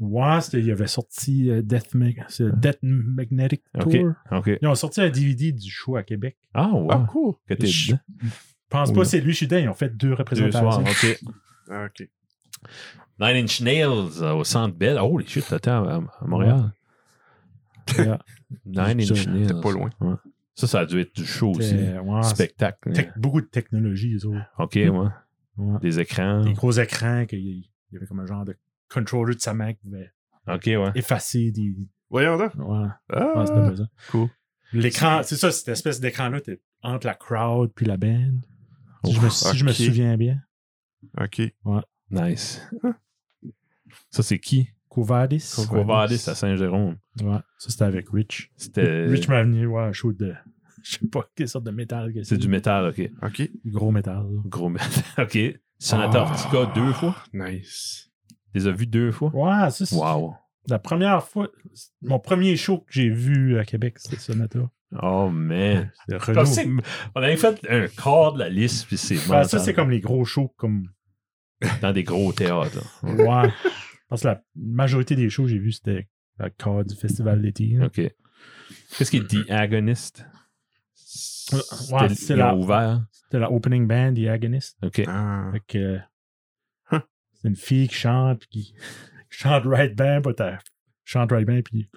B: Ouais, c'était- il avait sorti euh, Death, Mag- c'est Death Magnetic Tour.
C: Ok. OK.
B: Ils ont sorti un DVD du show à Québec.
C: Ah, ouais.
A: Ah, cool.
C: que t'es
B: Je-
C: dedans.
B: Je pense
C: Oui.
B: pas que c'est lui, je suis dedans. Ils ont fait deux
C: Deux
B: représentations.
C: soirs. OK.
A: Ah, ok.
C: Nine Inch Nails euh, au Centre Bell. Oh, les chutes, attends, à, à Montréal.
B: <laughs> Yeah.
C: Nine Inch
B: C'était
C: Nails.
A: pas loin.
C: Ouais. Ça, ça a dû être du show aussi.
B: C'était- ouais,
C: Spectacle.
B: c'était tec- beaucoup de technologie, les autres.
C: OK, ouais.
B: Ouais.
C: Des écrans.
B: Des gros écrans, qu'il y il y avait comme un genre de controller de sa main qui pouvait
C: OK, ouais.
B: effacer des.
A: Voyons là.
B: Ouais,
A: Ah,
B: ouais, c'était pas ça.
A: cool.
B: L'écran, c'est ça, cette espèce d'écran-là, t'es entre la crowd puis la band. Si, je,
A: Oh,
B: me, si je me
A: ok.
B: souviens bien.
A: OK.
C: Nice. Ça, c'est qui?
B: Covadis.
C: Covadis à Saint-Jérôme.
B: Ouais, ça c'était avec Rich.
C: C'était.
B: Rich m'a venu voir un show de. <laughs> Je sais pas quelle sorte de métal que c'est.
C: C'est du métal, OK.
A: OK.
B: gros métal. là.
C: Gros métal. <laughs> OK. Santarctica
A: Ah.
C: deux fois.
A: Nice.
C: Tu les as vus deux fois?
B: Ouais, ça c'est.
C: Wow.
B: La première fois, c'est- mon premier show que j'ai vu à Québec, c'était Sonata.
C: Oh,
B: <laughs>
C: man.
B: C'est
C: Comme
B: Renaud.
C: c'est- on avait fait un quart de la liste, puis c'est
B: Ben, ça,
C: mental.
B: c'est comme les gros shows, comme.
C: dans des gros théâtres. là.
B: Ouais. Parce que la majorité des shows que j'ai vus, c'était dans le cadre du festival d'été. là.
C: OK. Qu'est-ce qui est The Agonist?
B: ouais,
C: C'était-
B: c'est
C: ils
B: la-
C: ont ouvert.
B: C'était la opening band, The Agonist.
C: OK.
A: Ah.
B: Fait que. euh,
C: Hein?
A: Huh.
B: C'est une fille qui chante, puis qui <laughs> chante right bien, pas ta. Chante right bien, puis.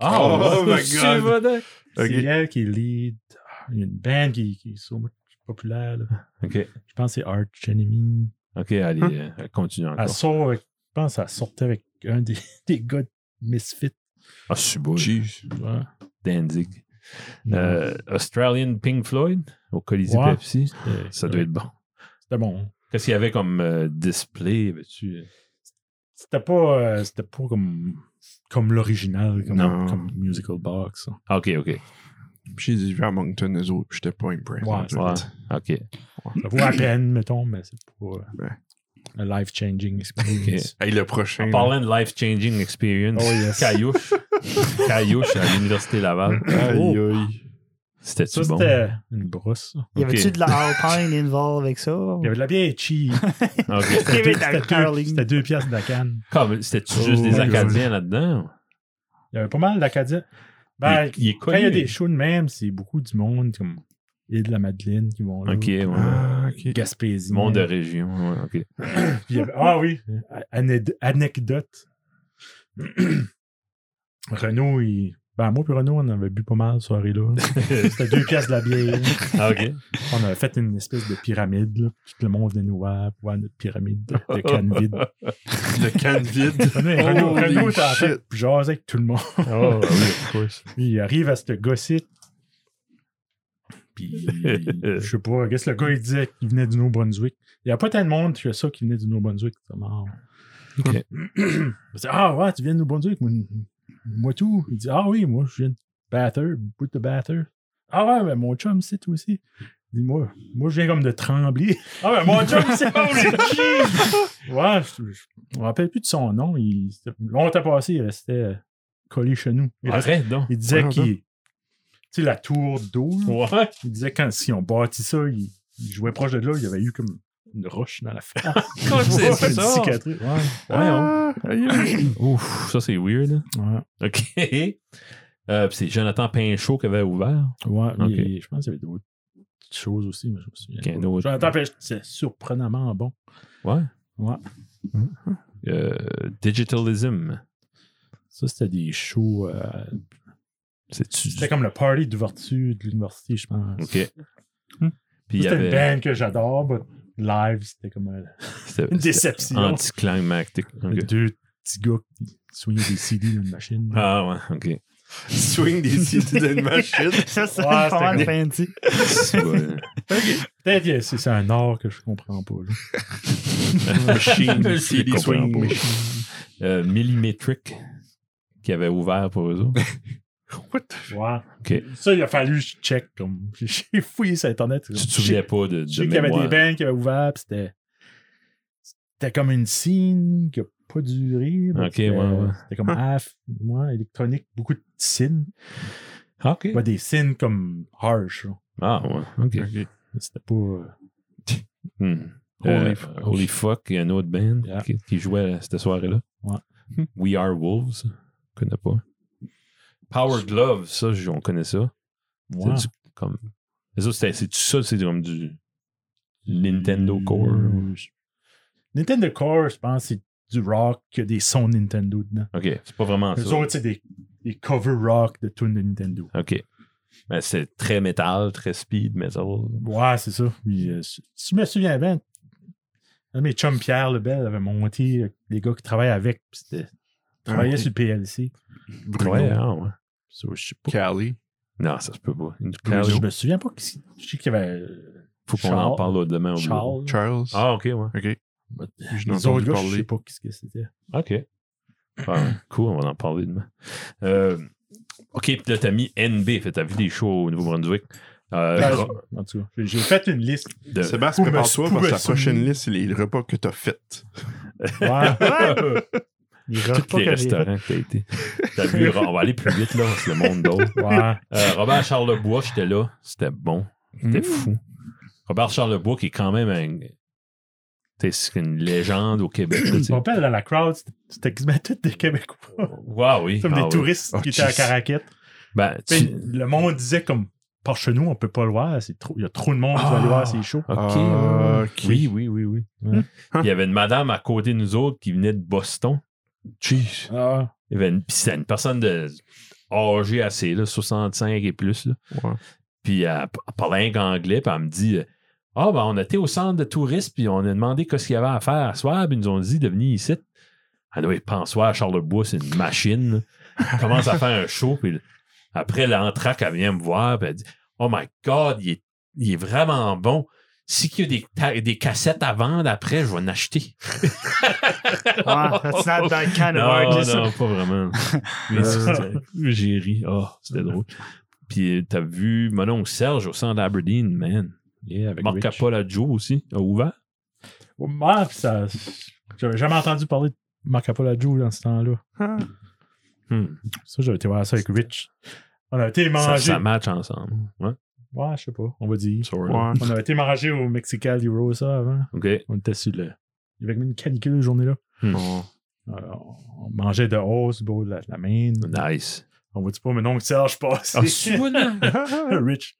B: Ah,
A: Oh, my God.
B: C'est
A: OK.
B: elle qui lead. Ah, Il y a une band qui, qui est so much populaire, là.
C: <laughs> OK.
B: Je pense que c'est Arch Enemy.
C: OK, allez,
B: Hein?
C: euh, continue
B: Elle
C: encore.
B: sort avec- je pense qu'elle sortait avec un des, <laughs> des gars de Misfit.
C: Ah, c'est beau.
A: Jeez.
B: Ouais.
C: Danzig. Euh, Australian Pink Floyd au Colisée
B: Ouais.
C: Pepsi.
B: C'était-
C: Ça doit être bon.
B: Euh, C'était bon.
C: Qu'est-ce qu'il y avait comme euh, display? tu
B: C'était pas, euh, c'était pas comme, comme l'original,
A: Non.
B: comme, comme Musical Box. hein.
C: Ah, OK, OK.
A: J'ai vu à Moncton, eux autres, puis j'étais pas impressed.
B: Ouais,
A: en fait.
C: Ouais, OK.
B: Ça vaut à peine, mettons, mais c'est pas
A: Ouais.
B: euh, un life-changing experience.
A: Hey, le prochain.
C: En
A: là.
C: parlant de life-changing experience,
B: Mm. Oh, yes.
C: Caillouche.
B: <laughs>
C: Caillouche à l'Université Laval. Oh,
A: Aïe, aïe.
C: C'était-tu
B: Ça,
C: bon?
B: c'était une brosse. ça.
D: Y avait-tu
C: Ok.
D: de la Alpine involved avec ça?
B: Il y avait de la bière cheese.
C: Ah, OK.
D: <laughs> Il y avait de
B: C'était
D: la
B: deux,
D: Carling.
B: c'était deux pièces de canne.
C: Comme, C'était-tu juste
A: Oh,
C: des
A: my
C: Acadiens là-dedans?
B: Il y avait pas mal d'Acadiens. Ben,
C: il, il est
B: quand
C: connu.
B: il y a des shows de même, c'est beaucoup du monde comme Île de la Madeleine qui vont là.
C: OK, ouais.
A: Ah, OK.
B: Gaspésie.
C: Monde de région, ouais,
B: <laughs>
C: OK.
B: Puis il y avait-
C: <laughs>
B: Ah oui, ane- anecdote. <clears throat> Renaud, il... Ben, moi puis Renaud, on avait bu pas mal cette soirée-là. C'était deux pièces de la bière.
C: Ah, OK.
B: On avait fait une espèce de pyramide. Là. Tout le monde venait nous voir pour voir notre pyramide de canne
C: <laughs>
B: vide.
A: De canne vide.
B: Renaud, Renaud,
A: Holy
B: Renaud était en train de
A: shit.
B: jaser avec tout le monde.
C: Oh, oui, of course.
B: Puis il arrive à ce gossip. <laughs> Puis, je sais pas, qu'est-ce que le gars, il disait qu'il venait du Nouveau-Brunswick. Il n'y a pas tant de monde que ça qui venait du Nouveau-Brunswick. C'est mort.
C: Ok.
B: <clears throat> Il dit, ah ouais, tu viens du Nouveau-Brunswick? Moi, moi tout. Il dit, ah oui, moi, je viens de Batter, bout de Batter. Ah ouais, mais mon chum, c'est toi aussi. Il dit, moi, moi, je viens comme de Trembler. Ah ouais, mon chum, c'est pas où <laughs> Ouais, je, je, me rappelle plus de son nom. Il, longtemps passé, il restait euh, collé chez nous. Il
C: Arrête donc.
B: il disait
A: Ouais,
B: qu'il. Tu sais, la tour d'eau, là,
C: Ouais.
B: il disait quand si on bâtit ça, il, il jouait proche de là, il y avait eu comme une roche <laughs> dans la face.
C: c'est
B: Ouais, une
C: ça?
B: cicatrice. Ouais.
A: Ah, aïe, aïe.
C: Ouf, ça c'est weird. hein.
B: Ouais.
C: OK. Euh, puis c'est Jonathan Pinchot qui avait ouvert.
B: Ouais,
C: Ok.
B: il- je pense qu'il y avait d'autres petites choses aussi, mais je me souviens.
C: Qu'un
B: pas.
C: autre.
B: Jonathan Pêche, c'est surprenamment bon.
C: Ouais.
B: Ouais.
C: Euh, Digitalism.
B: Ça, c'était des shows. euh,
C: C'est-tu du-
B: c'était comme le party d'ouverture de l'université, je pense.
C: OK.
B: Hmm.
C: Puis il y
B: C'était une
C: avait. Euh,
B: band que j'adore, mais live, c'était comme un-
C: C'était
B: une
C: c'était
B: déception.
C: Anticlimactique. OK.
B: Deux petits gars qui soignaient des CD dans une machine.
C: Ah ouais, <laughs> OK.
A: Swing des
D: <laughs>
A: CD d'une machine.
D: Ça, c'est
B: Ouais,
D: pas
B: c'était
D: mal fancy.
C: C'est bon.
B: Peut-être euh, que c'est c'est un art que je comprends pas. là.
A: Machine.
C: Je
A: CD
C: comprends
A: swing
C: pas.
A: machine.
C: Euh, Millimetric qui avait ouvert pour eux
B: <laughs>
C: autres.
A: What the
B: Ouais.
C: OK.
B: Ça, il a fallu que je check. Comme... <laughs> J'ai fouillé sur Internet.
C: Tu te souvenais pas de, de
B: Je sais qu'il y avait
C: mémoire.
B: des bands qui avaient ouvert, puis c'était. C'était comme une scene qui a pas duré. mais
C: Ok,
B: c'était-
C: ouais, ouais. Ah.
B: C'était comme half, ouais, électronique, beaucoup de signes.
C: Ah, OK.
B: Pas des signes comme harsh. là.
C: Ah ouais, OK.
A: OK.
B: C'était pas. euh,
C: Hmm.
B: Holy
C: Euh,
B: fuck.
C: Holy Fuck, il y a une autre band
B: Yeah.
C: qui, qui jouait à cette soirée-là.
B: Ouais.
C: Hmm. We Are Wolves, je connais pas. Power Glove, ça, j- on connaît ça. C'est
B: ouais.
C: du- comme... Les autres, c'était- c'est tout ça, c'est comme du Nintendo Core.
B: Euh, je- Nintendo Core, je pense, c'est du rock, qui a des sons Nintendo dedans.
C: OK, c'est pas vraiment
B: Les
C: ça.
B: autres, c'est des, des cover rock de tunes de Nintendo.
C: OK. Mais c'est très métal, très speed, metal.
B: Ouais, c'est ça. Puis, euh, si si je me souviens bien, un de mes chums Pierre Lebel avait monté euh, les gars qui travaillent avec. puis c'était- ils travaillaient
C: Ah,
A: Ouais.
B: sur le PLC.
A: Bruno,
B: hein.
C: Ouais, ah ouais.
B: So, je sais pas.
A: Cali.
C: Non, ça se peut pas. Une
B: Je
C: Charles,
B: me souviens pas. qui- Je sais qu'il y avait euh,
C: faut qu'on en
B: Charles.
C: parle demain. au bureau.
A: Charles.
B: Charles.
C: Ah, OK, ouais.
A: Ok. Je n'ai
B: Les autres
A: entendu
B: gars, je sais
A: parler.
B: pas ce que c'était.
C: OK. Ah, ouais. cool, on va en parler demain. Euh, OK, puis là, t'as mis NB. Fait, t'as vu des shows au Nouveau-Brunswick. Euh,
B: Ben,
C: ro-
B: En tout cas, j'ai- j'ai fait une liste.
C: de-
A: Sébastien,
B: Ou me-
A: prépare-toi
B: ou
A: parce
B: me
A: que la prochaine
B: souvenir.
A: liste, c'est les repas que t'as fait.
C: <laughs>
B: Ouais.
D: Il
C: tous les restaurants que t'as été. T'as
B: <laughs>
C: vu, on va aller plus vite, là, parce que le monde d'autre. <laughs>
B: ouais.
C: Euh, Robert Charlebois, j'étais là. C'était bon. C'était
B: Mm.
C: fou. Robert Charlebois, qui est quand même un- tu sais, c'est une légende au Québec. là, tu
B: Je
C: sais.
B: me rappelle dans la crowd, c'était- c'était quasiment tous des
C: <laughs>
B: Québécois.
C: Ouais, oui.
B: Comme
C: ah
B: des
C: oui.
B: touristes
A: Oh,
B: qui étaient à
A: jeez.
B: Caraquette.
C: Ben, tu-
B: Puis le monde disait comme par chez nous, on peut pas le voir. c'est trop- Il y a trop de monde qui va aller voir, c'est chaud.
C: OK.
A: Ah,
C: ouais.
A: ok. Hein?
C: Oui, oui, oui, oui. Ouais. Il y avait une madame à côté de nous autres qui venait de Boston. Jeez.
B: Ah,
C: Il y avait une, puis c'était une personne de âgée assez, là, 65 et plus. là.
A: Ouais.
C: Puis elle, elle parlait un anglais, puis elle me dit euh, Ah, ben, on était au centre de touristes, puis on a demandé qu'est-ce qu'il y avait à faire à soir, puis ils nous ont dit de venir ici. Ah, oui, pense-toi, à Charlebois, c'est une machine. là. Elle commence à faire un show, puis après l'entraque, elle vient me voir, puis elle dit Oh my God, il est, il est vraiment bon. Si qu'il y a des, ta- des cassettes à vendre après, je vais en acheter.
D: Ouais, that's not that kind of
C: Non,
D: art.
C: non,
D: is it?
C: pas vraiment. Mais c'est- J'ai ri. Oh, c'était drôle. Puis euh, t'as vu mon oncle Serge au centre d'Aberdeen, man.
E: Yeah, avec
C: Marc
E: Rich.
C: Capola Joe aussi, a ouvert.
B: Ouais, puis ça. J'avais jamais entendu parler de Marcapolajo dans ce temps-là.
A: Ah.
C: Hmm.
B: Ça, j'avais été voir ça avec Rich. On avait été
C: Ça,
B: manger.
C: ça match ensemble. Ouais,
B: Ouais, je sais pas, on va dire.
C: sorry.
A: Ouais.
B: On avait été manger au Mexical Hero, ça, avant.
C: OK. Hmm.
B: On était sur le. Il y avait une canicule la journée-là.
A: Bon.
B: Euh, on mangeait de hausse, beau, la, la main.
C: Nice.
B: On va dire pas, mais non, Serge passe.
C: Ah, c'est bon, là.
B: <laughs> Rich.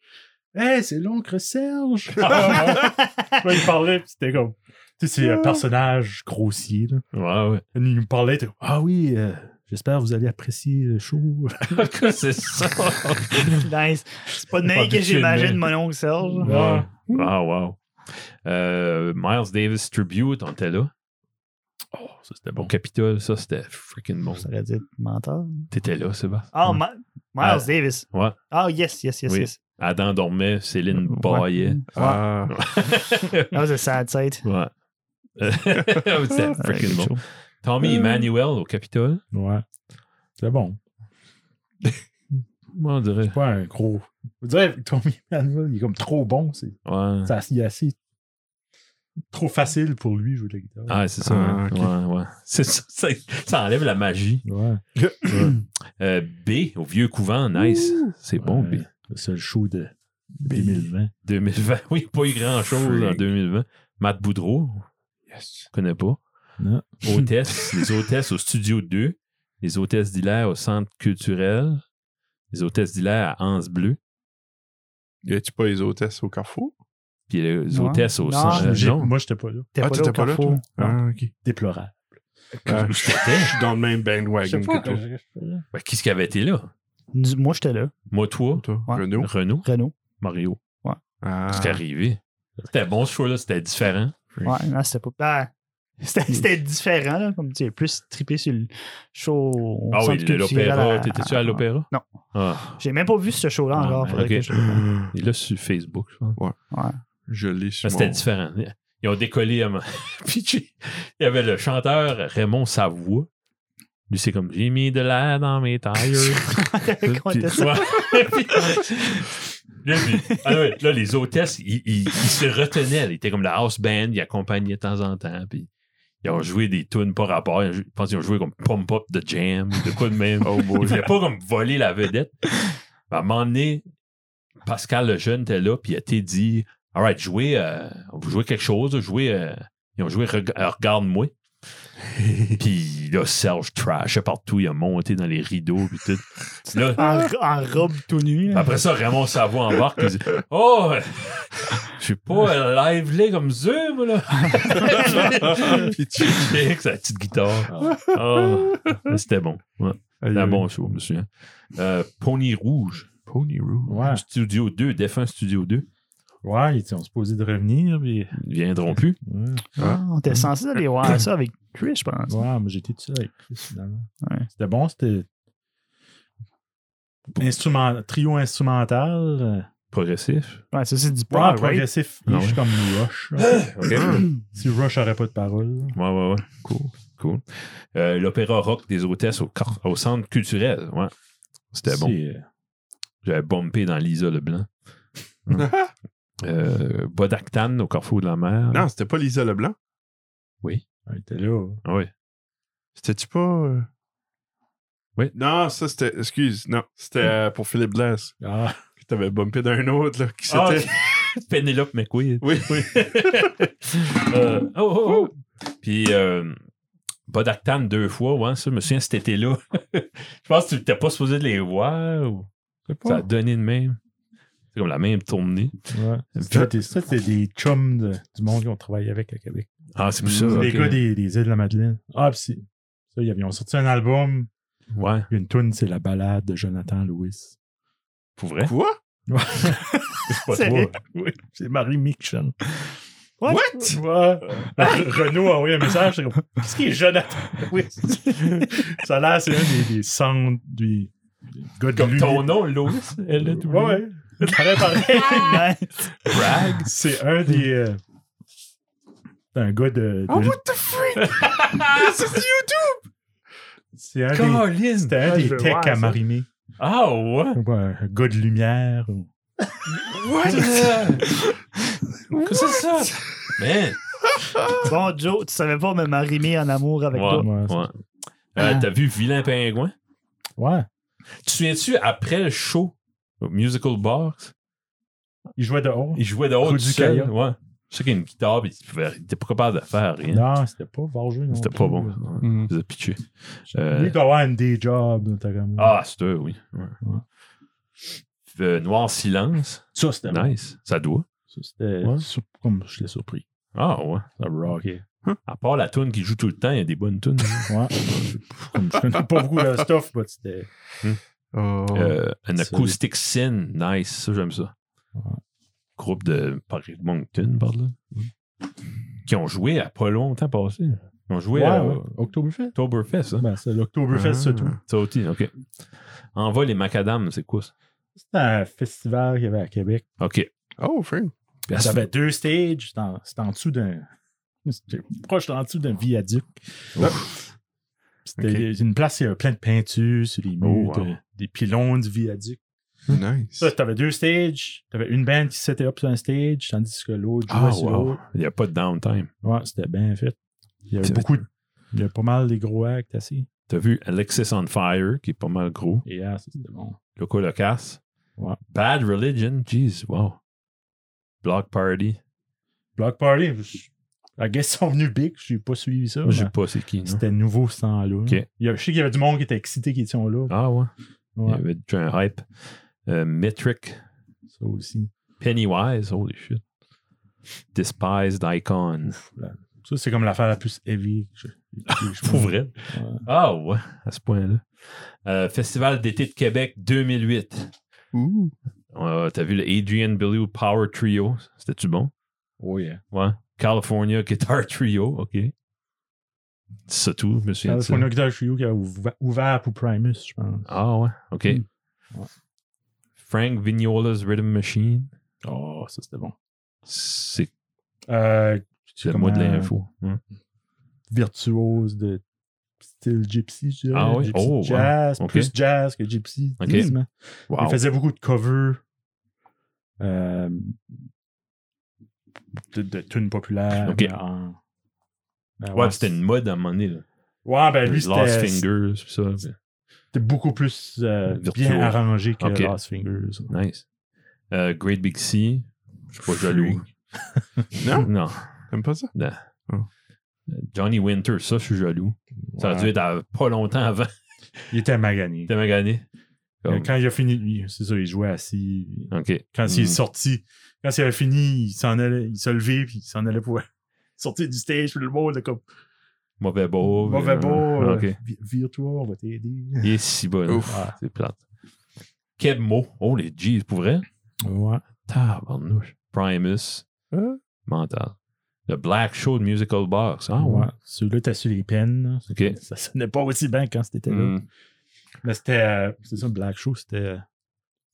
B: Hey, c'est l'oncle Serge! Ah, <laughs> ouais. Ouais, il parlait, puis c'était comme. Tu sais, c'est un personnage grossier, là.
C: <laughs> Ouais, ouais.
B: Il nous parlait, t'es comme, Ah oui, euh, j'espère que vous allez apprécier le show. <laughs>
C: Que c'est ça.
D: <laughs> Nice. C'est pas de
C: Pas
D: même que
C: habitué de
D: j'imagine
C: même.
D: mon oncle Serge.
C: Ouais. Wow, wow. Euh, Miles Davis Tribute, on était là.
B: Oh, ça c'était
C: Au Capitole, ça, c'était freaking bon.
D: Ça aurait dû être menteur.
C: T'étais là, Sébastien.
D: Ah,
C: Ouais.
D: Ma-
C: Ah.
D: Miles Davis.
C: Ouais.
D: Ah, yes, yes, yes,
C: Oui.
D: yes.
C: Adam dormait, Céline
D: Ouais.
C: baillait.
D: Ouais.
A: Ah,
D: That was a sad sight.
C: <laughs> Ouais. C'était freaking bon. Tommy Emmanuel au Capitole.
B: Ouais. C'était bon.
C: Moi, on dirait.
B: Pas un gros. Vous direz, Tommy Manuel, il est comme trop bon. C'est
C: Ouais.
B: ça, il est assez. Trop facile pour lui jouer de la guitare.
C: Ah, c'est ça.
A: Ah,
C: hein.
A: ok.
C: Ouais, ouais. C'est ça, ça. ça enlève la magie.
B: Ouais.
C: Euh, B, au vieux couvent, nice. C'est bon,
B: Ouais.
C: B.
B: Le seul show de 2020.
C: 2020, <laughs> oui, pas eu grand-chose en
A: Freak.
C: 2020. Matt Boudreau, je connais pas.
B: Non.
C: Hôtesse, <laughs> les hôtesses au Studio 2, les hôtesses d'Hilaire au Centre culturel, les hôtesses d'Hilaire à Anse Bleu,
A: y a-tu pas les hôtesses au Carrefour?
C: puis les
D: Non.
C: hôtesses au
D: Non.
C: Centre...
B: Ah, J'ai-
C: Non,
B: Moi, j'étais pas là.
D: T'es
A: Ah,
D: pas là au Carrefour.
A: toi? Ah, ok.
B: Déplorable.
A: Ah, je suis dans le même bandwagon que toi.
C: Ben, qu'est-ce qui avait été là?
D: Du- Moi, j'étais là.
C: Moi, toi,
A: Toi,
D: Ouais.
A: Renaud.
C: Renaud,
D: Renault.
C: Mario.
A: Ah.
C: C'est arrivé. C'était bon ce show-là, c'était différent.
D: Ouais, non, c'était pas. Ah, <laughs> c'était, c'était différent, là. Comme tu es plus trippé sur le show. au
C: Ah oui,
D: centre
C: de
D: culturel
C: l'opéra.
D: à-
C: T'étais-tu à l'opéra?
D: Non.
C: Ah,
D: J'ai même pas vu ce show-là
C: Ah,
D: encore.
C: ben,
D: faudrait
C: ok.
D: que
C: <laughs>
D: je- <laughs>
C: il est là sur Facebook, je pense.
A: Je l'ai sur
C: Ben, C'était
A: mon-
C: différent. Ils ont décollé. à ma- <laughs> Puis tu- il y avait le chanteur Raymond Savoie. Lui, c'est comme j'ai mis de l'air dans mes tires.
D: T'avais compté ça.
C: Ouais. Puis- Là, puis- ah ouais, là, les hôtesses, ils, ils- ils se retenaient. Ils étaient comme la house band, ils accompagnaient de temps en temps. Puis ils ont joué des tunes pas rapport. Ils ont jou- Je pense qu'ils ont joué comme Pump Up de Jam, ou de quoi de même.
A: Oh
C: Ils
A: boy.
C: <laughs> voulaient pas comme voler la vedette. À un moment donné, Pascal le jeune était là, puis il a été dit Alright, jouez, euh, vous jouez quelque chose, jouez, euh, ils ont joué Reg- euh, Regarde-moi. Puis là, Serge trash partout, il a monté dans les rideaux. Puis tout. Là,
D: En, en robe tout nu. là.
C: après ça, Raymond Savoie embarque. Il dit Oh, euh, je suis pas euh, live là comme ça, moi, là. <laughs> Puis tu avec sa petite guitare. Oh, C'était bon. Ouais. C'était un bon show, je me souviens. Euh, Pony Rouge.
A: <laughs> Pony Rouge.
B: Ouais.
C: Studio 2, défunt Studio 2.
B: Ouais, ils sont supposés de revenir. Puis...
C: Ils ne viendront plus.
B: Ouais.
D: Ah,
C: Hein?
D: on était censé aller
C: <coughs>
D: voir ça avec Chris, je
C: Ah,
D: pense.
B: Ouais, mais j'étais tout seul avec Chris, finalement.
D: Ouais.
B: C'était bon, c'était. Instrument... Trio instrumental. euh,
C: Progressif.
D: Ouais, ça, c'est du
B: Ouais,
D: pop, right?
B: progressif.
C: Ah ouais.
B: ish comme Rush.
C: <gasps> OK.
B: si Rush aurait pas de parole.
C: Ouais, ouais, ouais. Cool. Cool. Euh, L'opéra rock des hôtesses au, cor- au centre culturel. Ouais. C'était bon.
B: euh,
C: J'avais bumpé dans Lisa Leblanc.
B: <laughs>
C: Hein. euh, Bodactane au Carrefour de la mer.
A: Non, c'était pas Lisa Leblanc.
B: Il était là.
C: Oui.
A: C'était-tu pas. euh,
C: Oui.
A: Non, ça c'était. Excuse, non. C'était euh, pour Philippe Glass.
B: Ah,
A: Que t'avais bumpé d'un autre, là. Qui
C: Ah,
A: c'était.
C: Penelope McQueen.
A: Oui, oui.
C: Euh, oh, oh, oh. Puis, euh, Bodactane deux fois, ouais, ça, je me souviens, cet été-là. <laughs> je pense que tu n'étais pas supposé de les voir. ou-
B: Oh.
C: Ça a donné de même. C'est comme la même tournée.
B: ouais. Ça, c'était- ça, c'était des chums de- du monde qui ont travaillé avec à Québec.
C: Ah, c'est pour ça.
B: Les
C: ok.
B: gars des, des îles de la Madeleine. Ah, pis c'est- ça, ils avaient- ils ont sorti un album.
C: Ouais,
B: Une tune, c'est la balade de Jonathan Lewis.
C: pour vrai.
A: <laughs> Quoi?
C: C'est <laughs> pas
D: C'est
C: toi.
D: vrai.
B: Oui, c'est <laughs> Marie Michon.
D: What?
B: Ouais. Ben, Re- Renaud a envoyé un message. c'est comme, Qu'est-ce qui
C: <laughs>
B: est Jonathan Lewis? ça a l'air, c'est un des, des centres du du gars de
C: Comme
B: Lulu.
C: ton nom, Lois. Elle est
B: Ouais, ouais. Pareil, pareil.
D: <laughs> Ouais.
C: Brag.
B: C'est un des. euh, un gars de. de-
C: Ah,
A: Oh, what the <laughs> freak? This is YouTube!
B: c'est un des.
C: Colin.
B: C'était un
D: Ah, je
B: des
D: veux
B: techs
D: voir
B: à
D: ça.
B: Marimé.
C: Ah, ouais.
B: Ou Un gars de lumière. ou- <laughs>
C: Qu'est-ce que c'est ça? Man.
D: Bon, Joe, tu savais pas me marimer en amour avec
C: Ouais,
D: toi.
B: Ouais, c'est-
C: ouais.
B: Ah.
C: Euh, T'as vu Vilain Pingouin?
B: Ouais.
C: Tu te souviens-tu, après le show, au Musical Box,
B: Il jouait dehors.
C: il jouait dehors
B: Coup
C: tout
B: du
C: seul?
B: Kaya.
C: Ouais. Je sais qu'il y a une guitare, puis il pouvait- il était pas capable de faire rien.
B: Non, c'était pas Vargeux. non
C: C'était
B: plus.
C: pas bon. Ouais.
A: Mm.
C: Il faisait pitcher. Euh,
B: Lui, il doit avoir un day job. là, t'as comme-
C: Ah, c'est eux, oui. Ouais.
B: Ouais.
C: Euh, Noir Silence.
B: ça, c'était bon.
C: Nice. Ça doit.
B: Ça, c'était.
C: Ouais.
B: sur- Comme je l'ai surpris.
C: Ah, ouais.
B: Ça rockait.
C: À part la tune qui joue tout le temps, il y a des bonnes tunes.
B: Ouais. <laughs> comme je connais pas beaucoup de stuff, mais c'était.
A: Oh.
C: Euh, un
B: Solide.
C: acoustic sin, nice, ça j'aime ça.
B: Ouais.
C: Groupe de Paris de Moncton, par là. Qui ont joué à pas longtemps passé. Ils ont joué
B: ouais,
C: à
B: ouais. Oktoberfest.
C: euh, Oktoberfest, hein.
B: Ben, c'est l'Oktoberfest,
A: Ah.
B: surtout.
C: Ça aussi, ok. Envol et Macadam, c'est quoi ça?
B: C'était un festival qu'il y avait à Québec.
C: Ok.
A: Oh, Frank.
C: Puis à
B: Ça
C: ce-
B: avait deux stages. C'était en, c'était en dessous d'un. C'était proche en dessous d'un viaduc. Ouf. C'était une place, il y avait plein de peintures sur les murs,
C: Oh, wow.
B: de- des pylônes du viaduc.
A: Nice.
B: Ça, t'avais deux stages. T'avais une band qui s'était up sur un stage, tandis que l'autre jouait
C: Ah,
B: sur
C: wow.
B: l'autre.
C: Il n'y a pas de downtime.
B: Ouais, c'était bien fait. Il y avait
C: T'as-
B: beaucoup de- Il y avait pas mal des gros actes assis.
C: T'as vu Alexis on Fire, qui est pas mal gros.
B: Et ah, c'était bon.
C: Loco Locas.
B: Ouais.
C: Bad Religion, jeez, wow. Block Party.
B: Block Party, la guess <laughs> ils sont venus big, j'ai pas suivi ça.
C: Moi, je
B: mais
C: sais pas c'est qui, non?
B: C'était nouveau ce temps-là.
C: Ok.
B: Il y a- je sais qu'il y avait du monde qui était excité qui étaient là.
C: Ah ouais. Il y
B: Ouais,
C: avait déjà un hype. Euh, Metric.
B: ça aussi.
C: Pennywise, holy shit. Despised Icon.
B: <laughs> Ça, c'est comme l'affaire la plus heavy. que j'ai-
C: <laughs>
B: que j'ai-
C: Pour vrai.
B: Ouais.
C: Ah ouais, à ce point-là. Euh, Festival d'été de Québec 2008.
A: Ouh.
C: Euh, T'as vu le Adrian Belew Power Trio. C'était-tu bon?
B: Oh yeah.
C: Ouais. California Guitar Trio, ok. C'est ça tout, je me souviens de ça.
B: C'est un Guitar Trio qui a ouva- ouvert pour Primus, je pense.
C: Ah ouais, ok.
B: Mm.
C: Frank Vignola's Rhythm Machine.
B: Oh, ça c'était bon.
C: C'est
B: Euh,
C: c'est le mot de
B: comme un
C: l'info. hein.
B: Virtuose de style gypsy, je dirais.
C: Ah oui?
B: Gypsy
C: Oh,
B: jazz,
C: wow. Ok.
B: plus jazz que gypsy.
C: Ok.
B: quasiment.
C: Wow.
B: Il faisait beaucoup de covers euh, de, de tunes populaires.
C: Ok. ah.
B: en- Ben
C: Ouais, c'était une mode à un moment donné. Là.
B: Ouais, ben lui,
C: Lost
B: c'était
C: Fingers, tout ça. puis-
B: c'était beaucoup plus euh,
C: Virtuose.
B: bien arrangé que
C: Ok.
B: Lost Fingers.
C: Nice. Euh, Great Big
B: <laughs>
C: Sea. Je suis pas jaloux.
A: Non?
C: Non.
A: T'aimes pas ça?
C: Johnny Winter, ça, je suis jaloux. Ça a
A: Ouais.
C: dû être à- pas longtemps avant
B: Il était magané.
C: de magané. Comme-
B: Quand il a fini, lui, c'est ça, il jouait assis.
C: OK.
B: Quand il est
C: Mm.
B: sorti, quand il avait fini, il s'en allait, il se levait, puis il s'en allait pour <laughs> sortir du stage, puis le monde, comme,
C: Mauvais beau.
B: mauvais
C: euh,
B: beau,
C: OK.
B: vire-toi, on va t'aider.
C: Il est si bon.
A: Ouf.
C: Ah, c'est plate. Quel mot. Oh, les G's, pour vrai?
B: Ouais.
C: Tabarnouche. Primus.
B: Hein?
C: Mental. The Black Show de Musical Box. Ah ouais.
B: Celui-là, t'as su les peines. là.
C: OK.
B: Ça sonnait pas aussi bien quand c'était là.
C: Mm.
B: Mais c'était, euh, c'est ça, Black Show, c'était euh,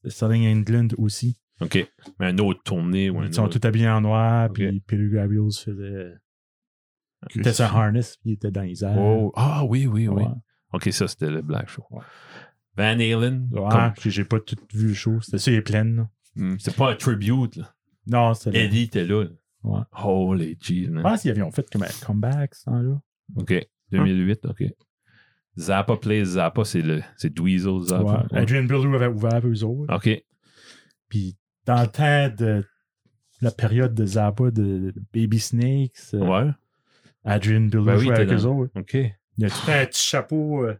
B: Sterling England aussi.
C: OK. Mais un autre tournée ou un
B: Ils sont
C: autre.
B: tous habillés en noir,
C: Ok.
B: puis Peter Gabriels faisait. Il était
A: Christ.
B: sur un harness, puis il était dans les airs.
C: Oh, Ah oui, oui, oui.
B: Ouais.
C: OK, ça, c'était le Black Show.
B: Ouais.
C: Van Halen.
B: Ouais,
C: comme-
B: j'ai- j'ai pas tout vu le show. C'était ça, il est pleine. là.
C: Mm. C'est pas un tribute. Là.
B: Non, c'était.
C: Eddie était là. là.
B: Ouais.
C: Holy jeez.
B: Je
C: man.
B: pense qu'ils avaient fait comme un comeback, ce temps-là. Hein?
C: OK. 2008, OK. Zappa Plays Zappa, c'est le c'est Dweezil Zappa.
B: Ouais. Adrian Belew avait ouvert eux autres.
C: OK.
B: Puis dans le temps de la période de Zappa, de Baby Snakes, euh,
C: Ouais.
B: Adrian Belew
C: Ben oui,
B: jouait avec
C: t'es
B: eux
C: dans-
B: autres.
C: OK.
B: Il y a tout un petit chapeau euh,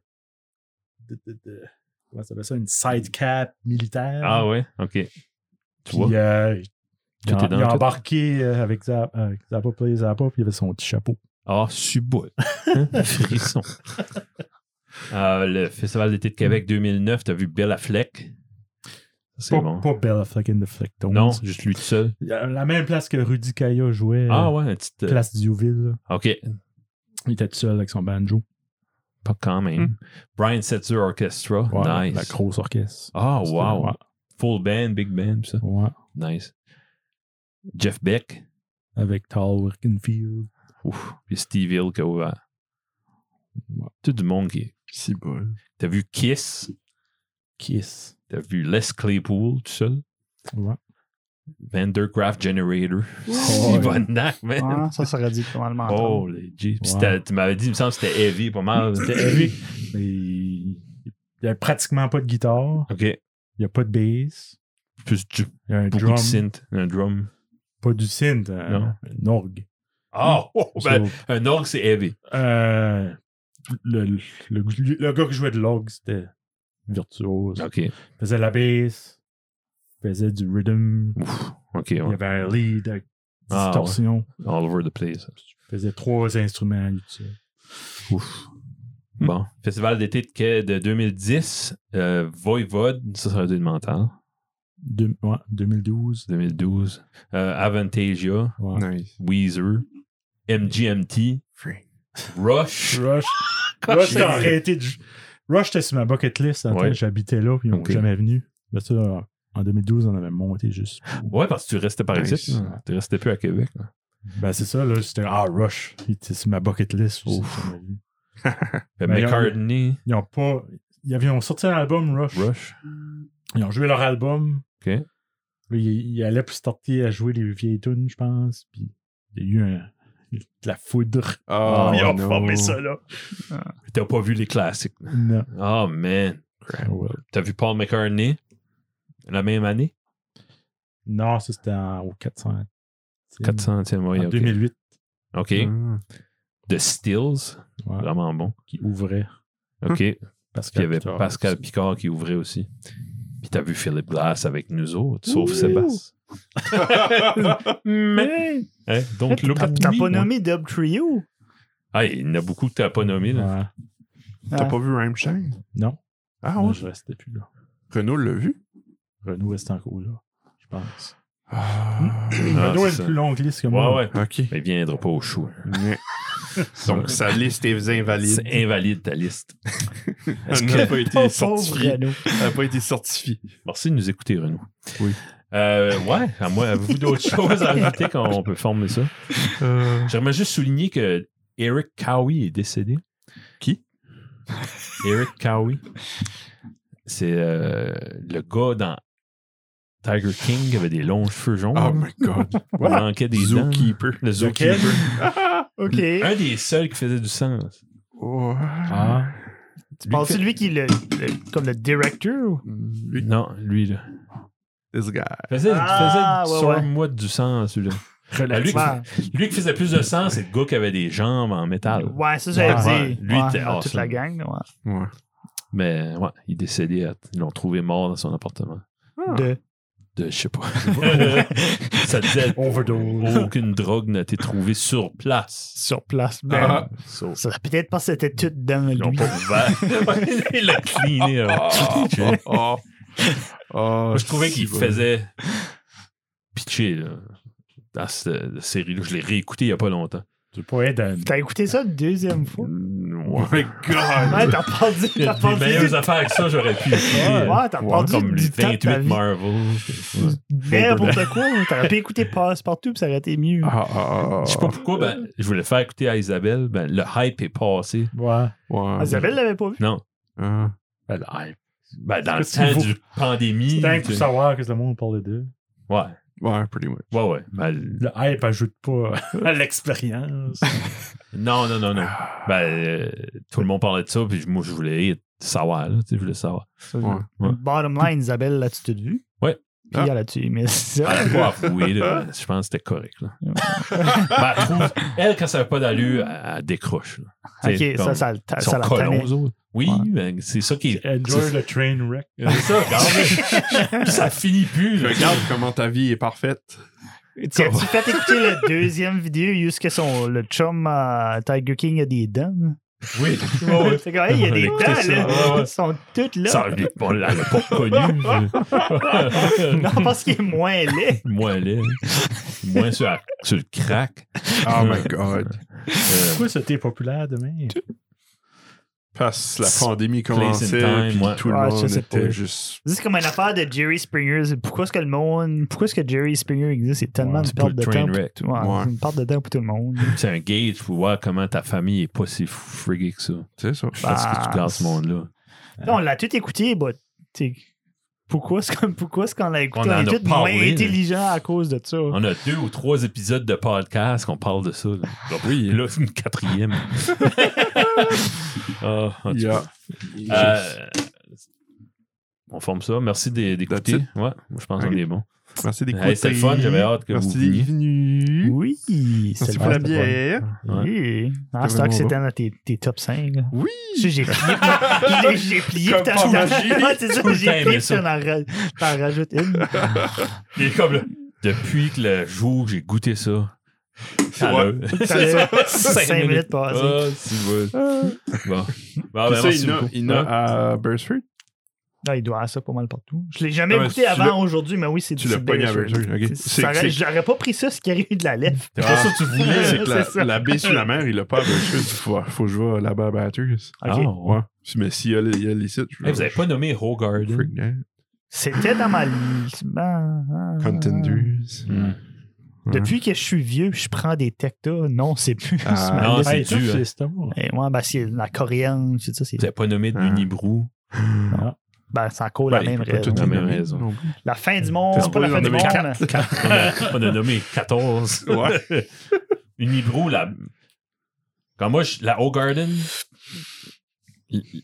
B: de, de, de- Comment ça s'appelle ça? Une side cap militaire.
C: Ah ouais, OK. Tu
B: Puis,
C: vois?
B: euh, il,
C: Tout
B: a,
C: est dans
B: il a
C: tout.
B: embarqué euh, avec Zappa, avec Zappa Play Zappa, puis il avait son petit chapeau.
C: Ah,
B: <laughs>
C: subot. Frisson. Euh, le Festival d'été de Québec 2009, t'as vu Bella Fleck? C'est
B: pas,
C: bon.
B: pas Bella Fucking the Flectones.
C: non, juste lui tout seul.
B: Il y a La même place que Rudy Kaya jouait.
C: Ah
B: euh,
C: ouais, un petit... euh,
B: Place Diouville. là.
C: OK,
B: Il était tout seul avec son banjo.
C: pas quand même. Brian Setzer Orchestra,
B: Ouais, La
C: nice.
B: grosse orchestre.
C: Ah, wow.
B: Ouais.
C: Full band, big band, ça.
B: Ouais.
C: Nice. Jeff Beck.
B: Avec Tal Workenfield.
C: Ouf. Puis Steve uh, Hill qui a ouvert.
B: Ouais.
C: Tout du monde qui...
A: Si bol.
C: T'as vu Kiss?
B: Kiss.
C: T'as vu Les Claypool tout seul?
B: Ouais.
C: Vandercraft Generator. <laughs>
D: Oh,
C: Si
D: ouais.
C: bon nac, man.
D: Ah, ça, ça aurait dû normalement. entendre.
C: Holy G. Puis
B: Ouais.
C: c'était- tu m'avais dit, il me semble que c'était heavy, pas mal. C'était
B: Lui,
C: heavy.
B: mais il n'y a pratiquement pas de guitare.
C: OK.
B: Il n'y a pas de bass.
C: Plus du,
B: Il y a un
C: beaucoup
B: drum.
C: de synth. Un drum.
B: Pas du synth. euh,
C: Non.
B: Un orgue.
C: Ah! oh, ben,
B: So,
C: un orgue, c'est heavy.
B: euh, le, le- le- le gars qui jouait de l'orgue, c'était virtuose.
C: OK.
B: Il faisait la bass. Il faisait du rhythm.
C: Ouf. OK,
B: Il y
C: ouais.
B: avait un lead avec
C: Ah,
B: distorsion.
C: All over the place.
B: Il faisait trois instruments. lui, tu sais. Hmm.
C: Bon. Festival d'été de, Quai de 2010, euh, Voivode, ça, ça aurait dû être mental.
B: Deux- ouais, 2012.
C: 2012. euh, Avantasia,
B: Ouais.
A: Nice.
C: Weezer, MGMT,
A: Frank.
C: Rush.
B: Rush. Rush, t'as arrêté de jou- Rush, était sur ma bucket list. en
C: Ouais.
B: fait, J'habitais là, puis ils n'ont
C: Ok.
B: jamais venu. Mais ça, en- en 2012, on avait monté juste.
C: Ouais, parce que tu restais par
A: Nice.
C: ici. là. Tu restais plus à Québec. là.
B: Ben, c'est ça, là. C'était Ah, Rush. Il était sur ma bucket list. je sais
C: Ouf.
B: jamais vu.
C: Fait
B: Ben,
C: Euh, McCartney,
B: Ils ont pas. Ils avaient- ils ont sorti un album, Rush.
C: Rush.
B: Ils ont joué leur album.
C: OK.
B: Puis ils, ils allaient pour starter à jouer les vieilles tunes, je pense. Puis il y a eu un- de la foudre.
D: Ah,
A: Oh,
B: Ils ont
A: no.
B: formé ça, là.
C: T'as pas vu les classiques. là.
B: Non.
C: Oh, man.
B: Ouais.
C: T'as vu Paul McCartney la même année?
B: Non, ça, c'était en- au 400.
C: 400e,
B: Hmm. En Hmm.
C: oui. OK.
B: 2008,
C: OK.
A: Ah.
C: The Stills,
B: ouais,
C: vraiment bon.
B: qui ouvrait.
C: OK. Puis il y
B: Pascal
C: avait
B: Pittard.
C: Pascal Picard qui ouvrait aussi. Puis t'as vu Philippe Glass avec nous autres, sauf Sébastien.
A: Ah.
C: Mais. Hein, Donc, look
D: T'as
C: at
D: t'as
C: me.
D: pas nommé Dub Trio?
C: Ah, il y en a beaucoup que t'as pas nommé. Là.
B: Ouais.
A: T'as
D: Ah.
A: pas vu Rammstein?
B: Non,
A: Ah
B: non,
A: ouais?
B: je restais plus là.
A: Renault l'a vu?
B: Renaud est encore là, je pense.
A: Ah.
C: Ah,
B: <clears throat> Renaud a
C: c'est ça.
B: une plus longue liste que moi.
C: Ouais, ouais.
A: Ok.
C: Mais il viendra pas au show.
A: <laughs> Mais- Donc, sa liste est invalide.
C: C'est invalide ta liste.
A: Elle n'a pas
D: Oh,
A: été
D: pauvre
A: certifiée.
C: <laughs>
D: Renaud.
A: Elle n'a pas été certifiée.
C: Merci de nous écouter, Renaud.
A: Oui.
C: Euh, ouais, à moi, avez-vous <laughs> d'autres choses à ajouter quand on peut former ça?
A: Euh,
C: J'aimerais juste souligner que Eric Cowie est décédé.
A: Qui?
C: Eric Cowie. C'est euh, le gars dans Tiger King qui avait des longs cheveux jaunes.
A: Oh my god.
C: <laughs> Il manquait des dents.
A: Zookeeper.
C: Le
B: Lequel?
C: zookeeper.
D: OK.
C: Un des seuls qui faisait du sens.
A: Ouais.
B: Ah,
C: Tu
D: Penses-tu de lui qui est le, le- comme le directeur? ou-
A: Lui,
C: Non, lui, là.
A: this guy.
C: Faisait,
D: Ah,
C: faisait
D: ouais,
C: sur
D: ouais.
C: moi du sang, celui-là. Ben, lui,
B: relatif.
D: Ouais.
C: qui, lui qui faisait plus de sens, c'est le gars qui avait des jambes en métal.
D: Ouais, ça, j'avais
C: Ouais.
D: dit.
C: Lui, ah,
D: Ouais,
C: t'es
D: dans toute
C: awesome.
D: la gang, ouais.
A: Ouais.
C: Mais ouais, il est décédé. à- Ils l'ont trouvé mort dans son appartement.
A: Ah.
D: De-
C: De, je sais pas. <laughs> ça disait
B: Overdose.
C: aucune drogue n'a été trouvée sur place.
D: sur place. Ben,
A: Ah,
C: So,
D: Ça peut-être parce que c'était tout dans
C: ils l'ont
D: lui.
C: pas ouvert. <laughs> il l'a cleané. là.
A: ah, <laughs> ah, ah. Ah,
C: Moi, je trouvais qu'il
A: si, ouais.
C: faisait <laughs> pitcher là, dans cette série-là. Je l'ai réécouté il y a pas longtemps.
B: Tu peux être un-
D: T'as écouté ça une deuxième fois?
A: Oh my
D: Ouais,
A: god!
D: t'as perdu,
C: Il y
D: t'as
C: a Mm, des
D: perdu
C: meilleures
D: du
C: affaires que ça, j'aurais pu écouter.
D: Ouais, t'as
C: Ouais,
D: perdu
C: comme
D: du
C: les
D: temps de ta
C: 28
D: vie.
C: Marvel. Ouais.
D: n'importe quoi. T'aurais pu écouter Passepartout, puis ça aurait été mieux.
A: Ah, ah, ah,
C: Je sais pas pourquoi, ben, je voulais faire écouter à Isabelle. Ben, le hype est passé.
B: Ouais.
A: ouais.
D: Ah, Isabelle l'avait pas vu.
C: Non.
A: Ah.
C: Ben, le hype. Ben, dans le
B: Parce qu'il
C: temps
B: faut-
C: du pandémie.
B: Tant que pour
C: tu-
B: savoir que c'est le monde parle de
C: Ouais,
A: Ouais, pretty much.
C: ouais, ouais. Ben,
B: Le hype ajoute pas
C: <laughs>
B: <laughs> à l'expérience.
C: non, non, non, non. Ben, euh, tout le monde parlait de ça, puis moi, je voulais savoir. Là, tu sais, je voulais savoir.
A: Ouais.
C: Ouais.
D: Bottom line, Isabelle, l'as-tu tout vu?
C: Ouais. Ah,
D: Puis
A: Ah.
D: elle a-tu aimé ça?
C: Elle a pas avoué, là, je pense que c'était correct. Là. <laughs> Ben, elle, trouve- elle, quand ça n'a pas d'allure, elle, elle décroche. là. Tu sais,
D: ok,
C: comme-
D: ça, ça, le- ça,
C: Ils sont
D: la
C: colons,
D: tannait.
C: eux autres. Oui,
D: Ouais.
C: ben, c'est ça qui est.
B: Enjoy the train wreck.
C: C'est ça, regarde.
D: <laughs>
C: ça finit plus. là.
A: Regarde <laughs> comment ta vie est parfaite.
D: Tu as-tu fait écouter la deuxième vidéo, jusqu'à son, le chum euh, Tiger King a des dents?
C: Oui. Oh, Ouais, ouais.
D: <laughs> C'est comme, hey, il y a
C: On a
D: des
C: écouté
D: dents,
C: ça,
D: là.
C: ouais, ouais.
D: Ils sont toutes là.
C: Ça, je l'ai pas, elle l'a pas reconnu. mais-
D: <laughs> Non, parce qu'il est moins laid.
C: <laughs> Moins laid. Moins sur, la- sur le crack.
A: Oh my god.
C: Euh,
B: <laughs> Pourquoi c'était populaire demain?
A: Parce que la
C: Place
A: pandémie
C: in
A: commençait,
C: time,
A: puis
C: ouais.
A: tout le
D: Ouais, je
A: monde
D: sais pas.
A: était juste.
D: C'est comme une affaire de Jerry Springer. C'est Pourquoi est-ce que le monde. Pourquoi est-ce que Jerry Springer existe? C'est tellement
C: Ouais,
D: une
C: c'est pour
D: perte
C: le
D: de
C: train
D: temps. pour
C: wreck.
D: tout- ouais,
A: Ouais.
D: c'est Une perte de temps pour tout le monde.
C: c'est un gauge pour voir comment ta famille est pas si friguée que ça.
A: C'est ça.
C: Parce que tu
D: Bah,
C: gardes ce monde-là.
D: Là, on l'a tout écouté, but. t'sais, Pourquoi est-ce qu'on pourquoi est-ce qu'on l'a écouté?
C: On
D: On,
C: en a
D: est tous moins
C: parlé, mais-
D: intelligents à cause de ça.
C: On a deux ou trois épisodes de podcast qu'on parle de ça. Là. Oui. Là, c'est une quatrième. Ah, en tout
A: Yeah.
C: cas. Euh, on forme ça. Merci d'é- d'écouter.
A: That's
C: Ouais, moi, je pense qu'on
A: Ok.
C: est bon.
A: Merci d'écouter.
C: Hey, c'était le fun, j'avais hâte que
A: Merci
C: vous veniez.
A: d'être venu.
D: Oui,
A: Merci
D: le
A: pour la
D: fun, c'était
A: bière.
C: Ouais.
D: fun. Oui. Ah,
A: vraiment
D: c'est vrai que c'était
A: bon.
D: dans tes, tes top 5.
A: Oui.
D: J'ai plié.
A: <laughs>
D: moi. J'ai- J'ai plié.
A: Comme
D: puis
A: par
D: t'en-
A: magie.
D: <laughs> Ouais, c'est ça,
C: Tout le temps
D: j'ai
C: aimé
D: plié. puis
C: ça.
D: T'en ra- t'en
A: <laughs>
D: rajoutes une.
C: Il est comme là, Depuis que le jour que j'ai goûté ça, ça
A: Ouais.
C: <laughs>
D: Ça fait
C: Cinq
D: 5 minutes
C: minutes.
D: passées.
C: Ah, si vous Bon. Bon,
A: Puis
C: ben,
A: ça,
C: merci
A: il y en a-
C: beaucoup.
A: il y en a à Burstford.
D: Non, il doit avoir ça pas mal partout. Je l'ai jamais
A: Ah, mais
D: écouté
A: tu l'as-
D: avant aujourd'hui, mais oui, c'est
A: Tu
D: c'est
A: l'as pogné à
D: Beresford.
A: Burstford. ok. C'est-
D: Ça aurait-
A: c'est- Ah,
D: J'aurais pas pris ça ce qui arrive de la lèvre.
C: C'est pas ça que tu voulais.
A: C'est que la,
D: <laughs> c'est ça.
A: la baie sur la mer, il l'a pas à Burstford. Faut, faut que je vais là-bas à Bathurst.
C: Ah,
D: Ok.
C: ouais.
A: Ouais. Mais s'il y a, les- il y a les sites, je
C: Hey, vous avez pas nommé
A: je-
C: Hogarden.
A: Freaknet,
D: C'était dans ma liste. Ben, ah, ah.
A: Contenders.
C: Hmm.
D: Depuis que je suis vieux, je prends des tectas. Non, c'est plus.
A: Ah,
D: sur ma
C: non,
D: liste.
C: c'est
B: Hey,
C: dû,
B: ça,
C: hein.
B: c'est moi.
D: Et moi, ben, c'est la coréenne, c'est ça. C'est
C: Vous avez pas nommé de
A: Ah.
C: Unibrou.
D: ben, c'est encore
C: Ben,
D: la même
C: il peut pas
D: raison.
C: tout-
A: la
C: même
A: même
C: raison.
A: raison.
D: La fin
A: Mm.
D: du monde,
C: C'est
D: c'est pas la
A: pas
D: fin du
A: les
D: monde.
A: années
C: On a, on a nommé 14. <laughs>
A: Ouais.
C: Unibrou, la. Quand moi, je- la Hogarden, l- l-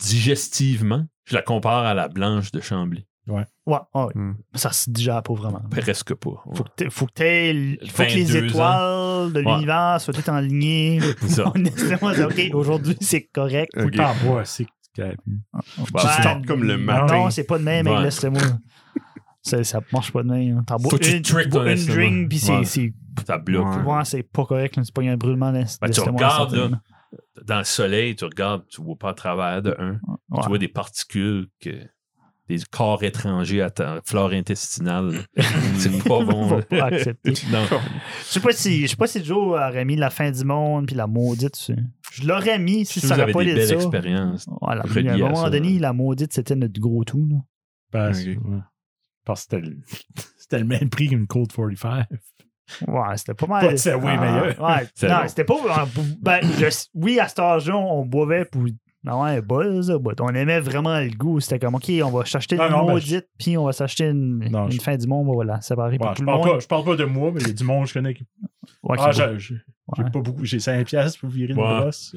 C: digestivement, je la compare à la blanche de Chambly.
D: Ouais, ouais.
A: Hmm.
C: Mm.
D: Ça se digère pas vraiment.
C: Presque pas. Ouais.
D: Faut que, t'aies- faut que, t'aies l- faut que les
C: 22 ans.
D: étoiles de
C: Ouais.
D: l'univers soient toutes en
C: <laughs>
D: ligne.
C: C'est ça.
D: On est vraiment dit, OK, aujourd'hui, c'est correct.
B: Faut
A: Ok.
B: que t'en bois, Ah, c'est que-
C: Bah,
A: Tu
D: Ouais.
A: startes comme le matin.
D: Non, c'est pas de même,
C: Ouais.
D: mais laisse-moi. Ça, ça marche pas de même. T'en bois
C: Faut que tu
D: une,
C: tricks
D: tu bois
C: ton
D: une
C: estomac.
D: drink, puis c'est-
C: Ouais.
D: c'est
C: Ça bloque.
A: Ouais.
D: ouais, c'est pas correct. là. C'est pas un brûlement d'est-
C: Ben, tu
D: d'estomac.
C: regardes, là,
D: certainement.
C: Dans le soleil, tu regardes, tu vois pas à travers de un.
D: Ouais.
C: Tu vois des particules, que, des corps étrangers à ta flore
D: <laughs>
C: intestinale. c'est pas bon.
D: <laughs> Faut
C: là.
D: pas accepter.
C: Non.
D: Je sais pas si, je sais pas si Joe aurait mis la fin du monde, puis la maudite. tu sais. Je l'aurais mis si
C: Si vous
D: ça aurait
C: avez
D: pas
C: des
D: été
C: belles
D: ça.
C: expériences.
D: Voilà.
C: reliées
D: Mais À un
C: à
D: moment
C: ça, hein.
D: donné,
C: ouais.
D: la maudite, c'était notre gros tout. là.
B: Parce,
A: Ok.
B: ouais. Parce que c'était le- <laughs> c'était le même prix qu'une Cold 45.
D: Ouais, c'était pas mal. Ah,
B: Pas de Subway meilleur. <laughs>
D: Ouais,
C: C'est
D: non,
C: bon.
D: c'était pas. on- ben, je- oui, à cet âge-là, on boivait pour. Non, un buzz, là, but on aimait vraiment le goût. C'était comme, OK, on va s'acheter
B: Non,
D: une
B: non, ben,
D: maudite, puis on va s'acheter une,
B: Non,
D: une
B: je-
D: fin du monde, voilà, séparée
B: Ouais,
D: pour
B: je,
D: tout le
B: parle
D: monde.
B: pas, je parle pas de moi, mais il y a du monde que je connais qui.
D: Ouais,
B: ah,
D: qui-
B: j'ai j'ai- j'ai
D: Ouais.
B: pas beaucoup. J'ai 5 piastres pour virer une
C: Ouais.
B: brosse.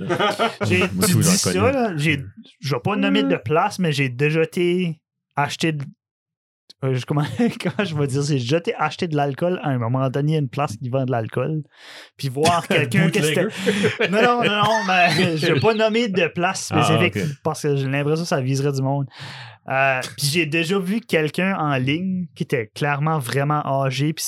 D: J'ai
C: Moi,
D: tu
C: tout,
D: dis
C: j'en
D: ça,
C: connais.
D: là, j'ai- je vais pas nommer de place, mais j'ai déjà été acheté de- euh, je, comment, <laughs> comment je vais dire, c'est jeter, acheter de l'alcool à un moment donné à une place qui vend de l'alcool, puis
C: <laughs>
D: voir quelqu'un que c'était. Non, non, non, non, mais je n'ai pas nommé de place
C: Ah,
D: spécifique
C: ok.
D: parce que j'ai l'impression que ça viserait du monde. Euh, puis j'ai déjà vu quelqu'un en ligne qui était clairement vraiment âgé, puis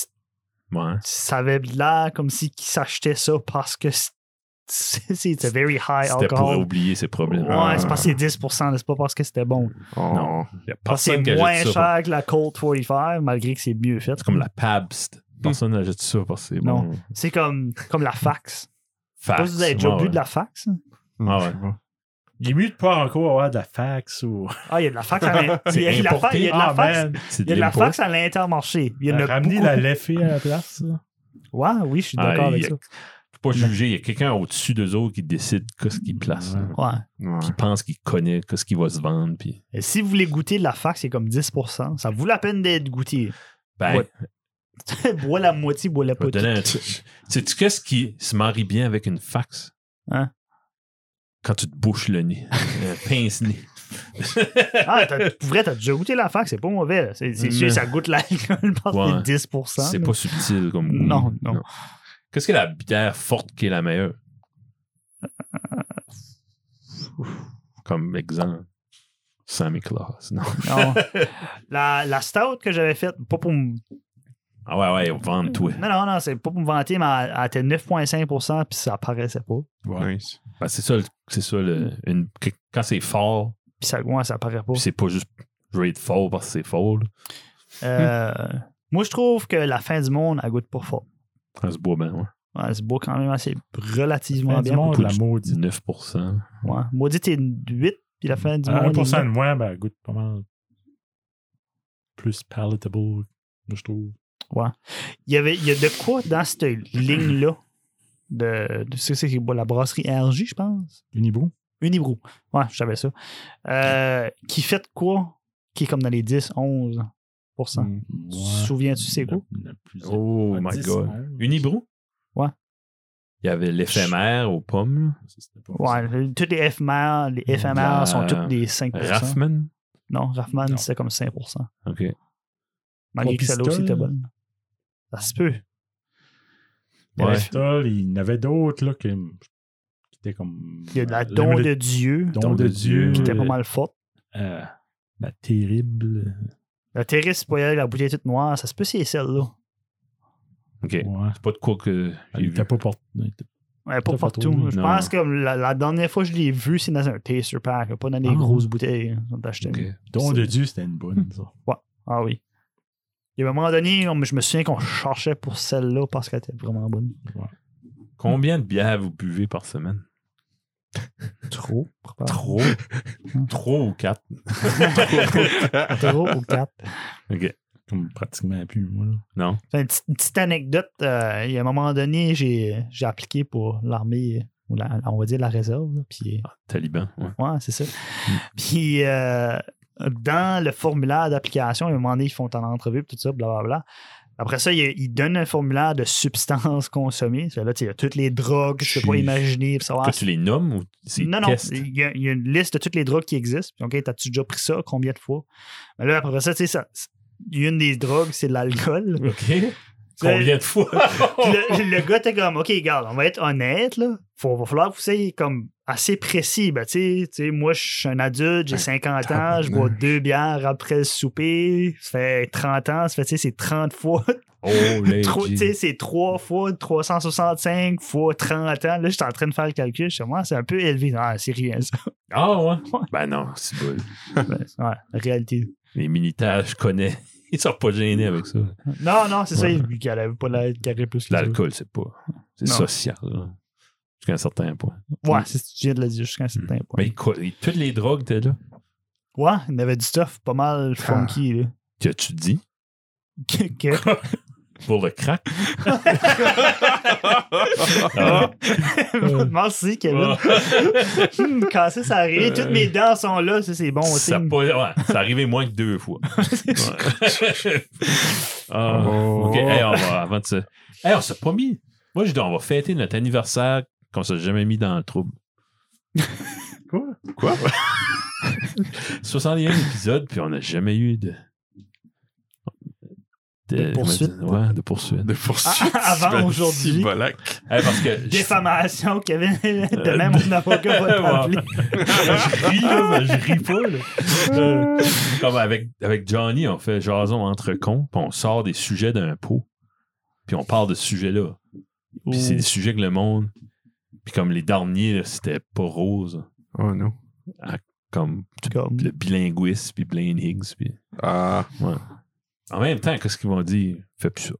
C: Ouais.
D: ça avait de l'air comme si qu'il s'achetait ça parce que c'est- <laughs> c'est it's a very high
C: C'était pour
D: alcohol.
C: oublier ses problèmes.
D: Ouais, c'est parce que c'est 10%, c'est pas parce que c'était bon.
A: Oh, Non.
C: Euh, Il y a
D: Parce que
C: personne qui
D: Ah, c'est
C: achète
D: moins
C: ça. pour-
D: cher que la Colt 45, malgré que c'est mieux fait.
C: C'est comme la Pabst. Personne n'achète ça parce que c'est
D: Non.
C: bon.
D: C'est comme, comme la fax. Je sais
C: Fax.
D: pas si vous avez déjà
C: ouais,
D: bu
C: ouais.
D: de la fax. hein?
C: Ah ouais.
B: Il est mieux de pas encore avoir de la fax ou.
D: Ah, il y a de la fax à l'in-
C: <laughs>
D: il y a de la fa-
C: importé.
D: il y a de la
B: Ah,
D: fax.
B: man.
C: C'est
D: Il y a de la
C: l'impôt.
D: fax à l'intermarché. Il y en a
B: Ramener
D: beaucoup.
B: la leffée à la place. ça.
D: Ouais, oui, je suis
C: Ah,
D: d'accord avec
C: il y
D: ça.
C: a- Faut pas juger. Il y a quelqu'un au-dessus d'eux autres qui décide qu'est-ce qu'il place. là.
D: Ouais.
A: Ouais.
C: Qui pense qu'il connaît qu'est-ce qu'il va se vendre. Puis,
D: Et si vous voulez goûter de la fax, c'est comme 10%. Ça vaut la peine d'être goûté. <laughs>
C: ben,
D: Ouais. bois la moitié, bois la
C: je vais te
D: petite.
C: donner un truc. Sais-tu qu'est-ce qui se marie bien avec une fax?
D: Hein?
C: Quand tu te bouches le
D: <laughs>
C: nez. euh, Un pince-nez.
D: Ah, t'as- pour vrai, t'as déjà goûté la fac, c'est pas mauvais. là. C'est c'est sûr,
C: Non.
D: ça goûte l'alcool <laughs> parce que
C: Mm. Ouais.
D: c'est 10%.
C: C'est
D: là.
C: pas subtil comme goût.
D: Non, non.
C: Qu'est-ce que la bière forte qui est la meilleure? Comme exemple. Sammy Claus. Non.
D: Non. <laughs> la, la stout que j'avais faite, pas pour me.
C: Ah ouais, ouais, vende-toi.
D: Non, non, non, c'est pas pour me vanter, mais elle, elle était 9,5%, puis ça paraissait pas.
A: Nice.
C: Ben, c'est ça, le- c'est ça le, une- que- quand c'est fort,
D: Puis ça, ouais, ça paraît pas.
C: puis c'est pas juste je veux être fort parce que c'est fort. là.
D: Euh, Moi, je trouve que la fin du monde, elle goûte pas fort.
C: Ça se boit bien, ouais.
D: Ouais, elle se boit quand même assez relativement
B: Fin du
D: bien.
B: monde, la
C: Beaucoup
B: maudite.
C: 19%.
D: Ouais. Maudit, t'es 8, puis la fin du
B: À
D: monde.
B: 1% de moins, ben, elle goûte pas mal plus palatable, moi, je trouve.
D: Il y, avait, il y a de quoi dans cette ligne-là de, de c'est- c'est la brasserie RJ, je pense.
B: Unibrew.
D: Unibrou. Ouais, je savais ça. Euh, qui fait de quoi? Qui est comme dans les 10, 11
B: Hmm.
D: Tu te souviens-tu c'est quoi?
C: Oh my god. Unibrou?
D: Ouais.
C: Il y avait l'éphémère aux pommes.
D: Ouais, le- tous les éphémères, les éphémères
C: Euh,
D: sont tous des 5
C: là. Raffman?
D: Non, Raffman,
B: Non.
D: c'est comme 5
C: OK.
D: Malgré
B: Trois
D: que celle-là aussi
B: pistoles.
D: était bonne. Ça se peut.
B: Il y avait
C: Ouais.
B: Stoll, il y en avait d'autres là, qui, qui étaient comme.
D: Il y a de la
B: euh,
D: don de
B: Limited-
D: Dieu
B: Don de Dieu.
D: qui était
B: euh,
D: pas mal forte.
B: euh, la terrible.
D: La terrasse, pour y aller, la bouteille toute noire, ça se peut, c'est celle-là.
C: OK.
B: Ouais.
C: C'est pas de quoi que
B: Elle
C: j'ai
B: était
C: vu.
B: pas portée. elle était-
D: Ouais, pas
B: T'as pas
D: partout.
B: trouvé?
D: Je
C: Non.
D: pense que la, la dernière fois que je l'ai vue, c'est dans un taster pack, pas dans des
B: Ah.
D: grosses bouteilles. hein, Ils ont acheté
C: OK.
D: une-
B: Don
D: C'est-
B: de Dieu, c'était une bonne, ça.
D: Ah oui. Il y a un moment donné, on- je me souviens qu'on cherchait pour celle-là parce qu'elle était vraiment bonne.
C: Combien de bières vous buvez par semaine?
D: Trop. probablement.
C: Trop. <laughs> Trop ou <laughs> quatre?
B: <laughs>
D: Trop ou quatre.
C: OK.
B: Comme pratiquement plus, moi. Là.
C: Non?
D: Enfin, une, petite- une petite anecdote. euh, il y a un moment donné, j'ai j'ai appliqué pour l'armée, euh, ou la- on va dire la réserve. là, Puis,
C: Taliban, Ah, ouais. Mm.
D: ouais, c'est ça. Puis, euh, dans le formulaire d'application, à un moment donné, ils font en entrevue, puis tout ça, blablabla. Après ça, ils il donnent un formulaire de <laughs> substances consommées. Fait Là, tu sais, il y a toutes les drogues, je peux pas
C: Chut.
D: imaginer. puis savoir
C: Que tu les nommes ou c'est
D: Non, non,
C: test?
D: il y, a, il y a une liste de toutes les drogues qui existent. Puis, OK, t'as-tu déjà pris ça? Combien de fois? Mais là, après ça, tu sais, ça- c'est- une des drogues, c'est de l'alcool.
C: OK. Combien de fois?
D: Puis le, le gars était comme, OK, regarde, on va être honnête, là. Faut, va falloir que vous soyez comme assez précis. Ben, tu sais- tu sais, moi, je suis un adulte, j'ai 50 ans, je bois deux bières après le souper. Ça fait 30 ans, ça fait, tu sais, c'est 30 fois.
C: <laughs> Oh, les
D: Trois-
C: gee.
D: tu sais, c'est 3 fois 365 fois 30 ans. Là, j'étais en train de faire le calcul. Je suis moi, c'est un peu élevé. Non, c'est
C: <laughs>
D: rien, ça.
C: Ah ouais?
D: Ouais.
C: Ben non, c'est bon.
D: Ben, ouais, réalité.
C: Les militaires, je connais. <laughs> Ils sont pas gênés avec ça.
D: Non, non, c'est ça.
C: Ouais.
D: Il qu'elle avait pas l'air carré plus que ça.
C: L'alcool, c'est pas. C'est
D: Non.
C: social. là. Jusqu'à un certain point.
D: Ouais, c'est ce que tu viens de le dire jusqu'à un certain point.
C: Hmm. Mais quoi, et toutes les drogues, t'es là.
D: Ouais, il y avait du stuff pas mal funky, là. <laughs>
C: Que tu dis
D: Que- que-
C: pour le <laughs> crack. Ah,
D: <laughs> Merci, Kevin.
C: Ouais. Ah.
D: <laughs> Hum, Quand ça, ça arrive, toutes mes dents sont là, ça, c'est bon aussi.
C: Euh. ça pas- ouais, c'est arrivé moins que deux <laughs> fois. Ouais. Ah,
A: Oh.
C: OK. Hey, on va, avant de se... Hey, on s'est pas mis. Moi, je dis, on va fêter notre anniversaire qu'on s'est jamais mis dans le <laughs> trouble.
B: Quoi?
C: <laughs>
A: Quoi?
C: 61 épisodes, puis on n'a jamais eu de. euh, je me
D: poursuite.
C: dis- ouais, de poursuite. Ben,
A: De poursuite.
D: Ah, avant
A: Ben,
D: aujourd'hui.
A: si, Bolac.
C: Eh, parce que
D: Défamation, Kevin. <laughs> De même, mon avocat va te
C: Euh. <laughs> Ouais.
D: rappeler.
C: je ris, là, mais je ris pas. là. Euh, Comme avec, avec Johnny, on fait jason entre cons, puis on sort des sujets d'un pot, puis on parle de ce sujet-là. Puis c'est des sujets que le monde. Puis comme les derniers, là, c'était pas rose.
A: Oh non.
C: Comme
D: Comme.
C: le bilinguiste, puis Blaine Higgs. Puis...
A: Ah,
C: En même temps, qu'est-ce qu'ils vont dire? Fais plus ça.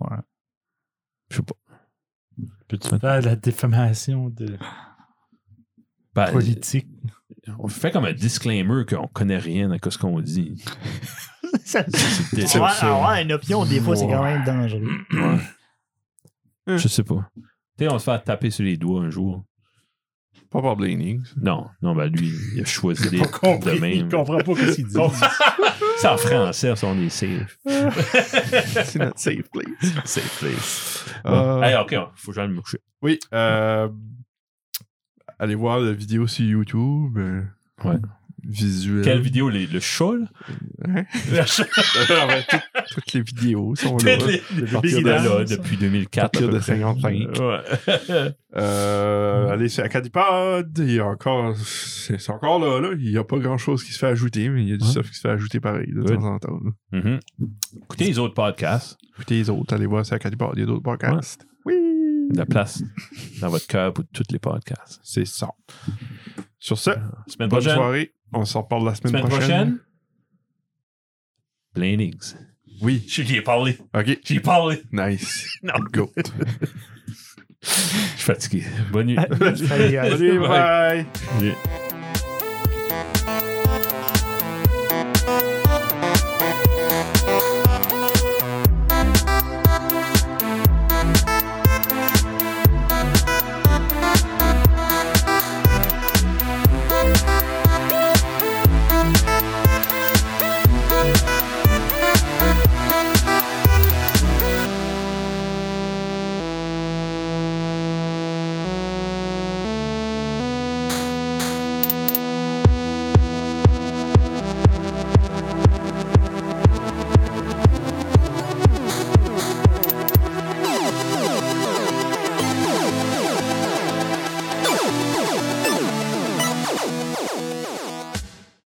D: Ouais.
C: Je sais pas.
B: Peux-tu faire de la défamation de
C: Ben,
B: politique?
C: on fait comme un disclaimer qu'on connaît rien à ce qu'on dit.
D: <laughs> Ça-
C: C'est
D: Ouais,
C: déception.
D: avoir une opinion, des fois, c'est quand même dangereux. Hein.
C: Je sais pas. Tu sais, on se fait taper sur les doigts un jour.
A: pas par
D: <laughs>
A: Blaney.
C: Non, non, ben lui, il a choisi des
B: compris,
C: de
B: il
C: même.
B: comprend pas ce qu'il dit.
C: C'est en français, ça, on est safe.
A: C'est notre safe place.
C: Safe place.
A: Euh,
C: Hey, ok, hein, faut que j'aille me coucher.
A: Oui. euh, allez voir la vidéo sur YouTube. euh,
C: Ouais.
A: Visuel. <laughs>
C: Quelle vidéo? les- le show, là?
A: Hein? Ah ouais, tout- toutes les vidéos sont là.
C: Peut-être les-
A: À
C: Partir
A: partir
C: de
A: de
D: Dance.
C: là, depuis 2004.
A: Partir
C: à peu
A: de
C: près.
A: 55.
C: Ouais. <laughs>
A: Euh, allez, c'est Acadipod. Il y a encore. C'est c'est encore là, là. Il n'y a pas grand chose qui se fait ajouter, mais il y a du
C: Ouais.
A: stuff qui se fait ajouter pareil de
C: Ouais.
A: temps en temps. là.
C: Mhm. Écoutez les autres podcasts.
A: Écoutez les autres, allez voir, c'est Acadipod. Il y a d'autres podcasts. Oui.
C: De la place dans votre cœur pour tous les podcasts.
A: C'est ça. Sur ce, bonne
C: Semaine prochaine.
A: soirée. On s'en reparle la semaine,
C: Semaine prochaine. Planings.
A: Oui.
C: Je lui ai parlé.
A: OK.
C: J'y ai parlé.
A: Nice.
C: <laughs> Non.
A: Go.
C: Je suis fatigué.
A: <laughs>
C: Bonne nuit.
D: Salut,
C: <laughs>
D: guys.
A: Salut, bye.
C: Salut.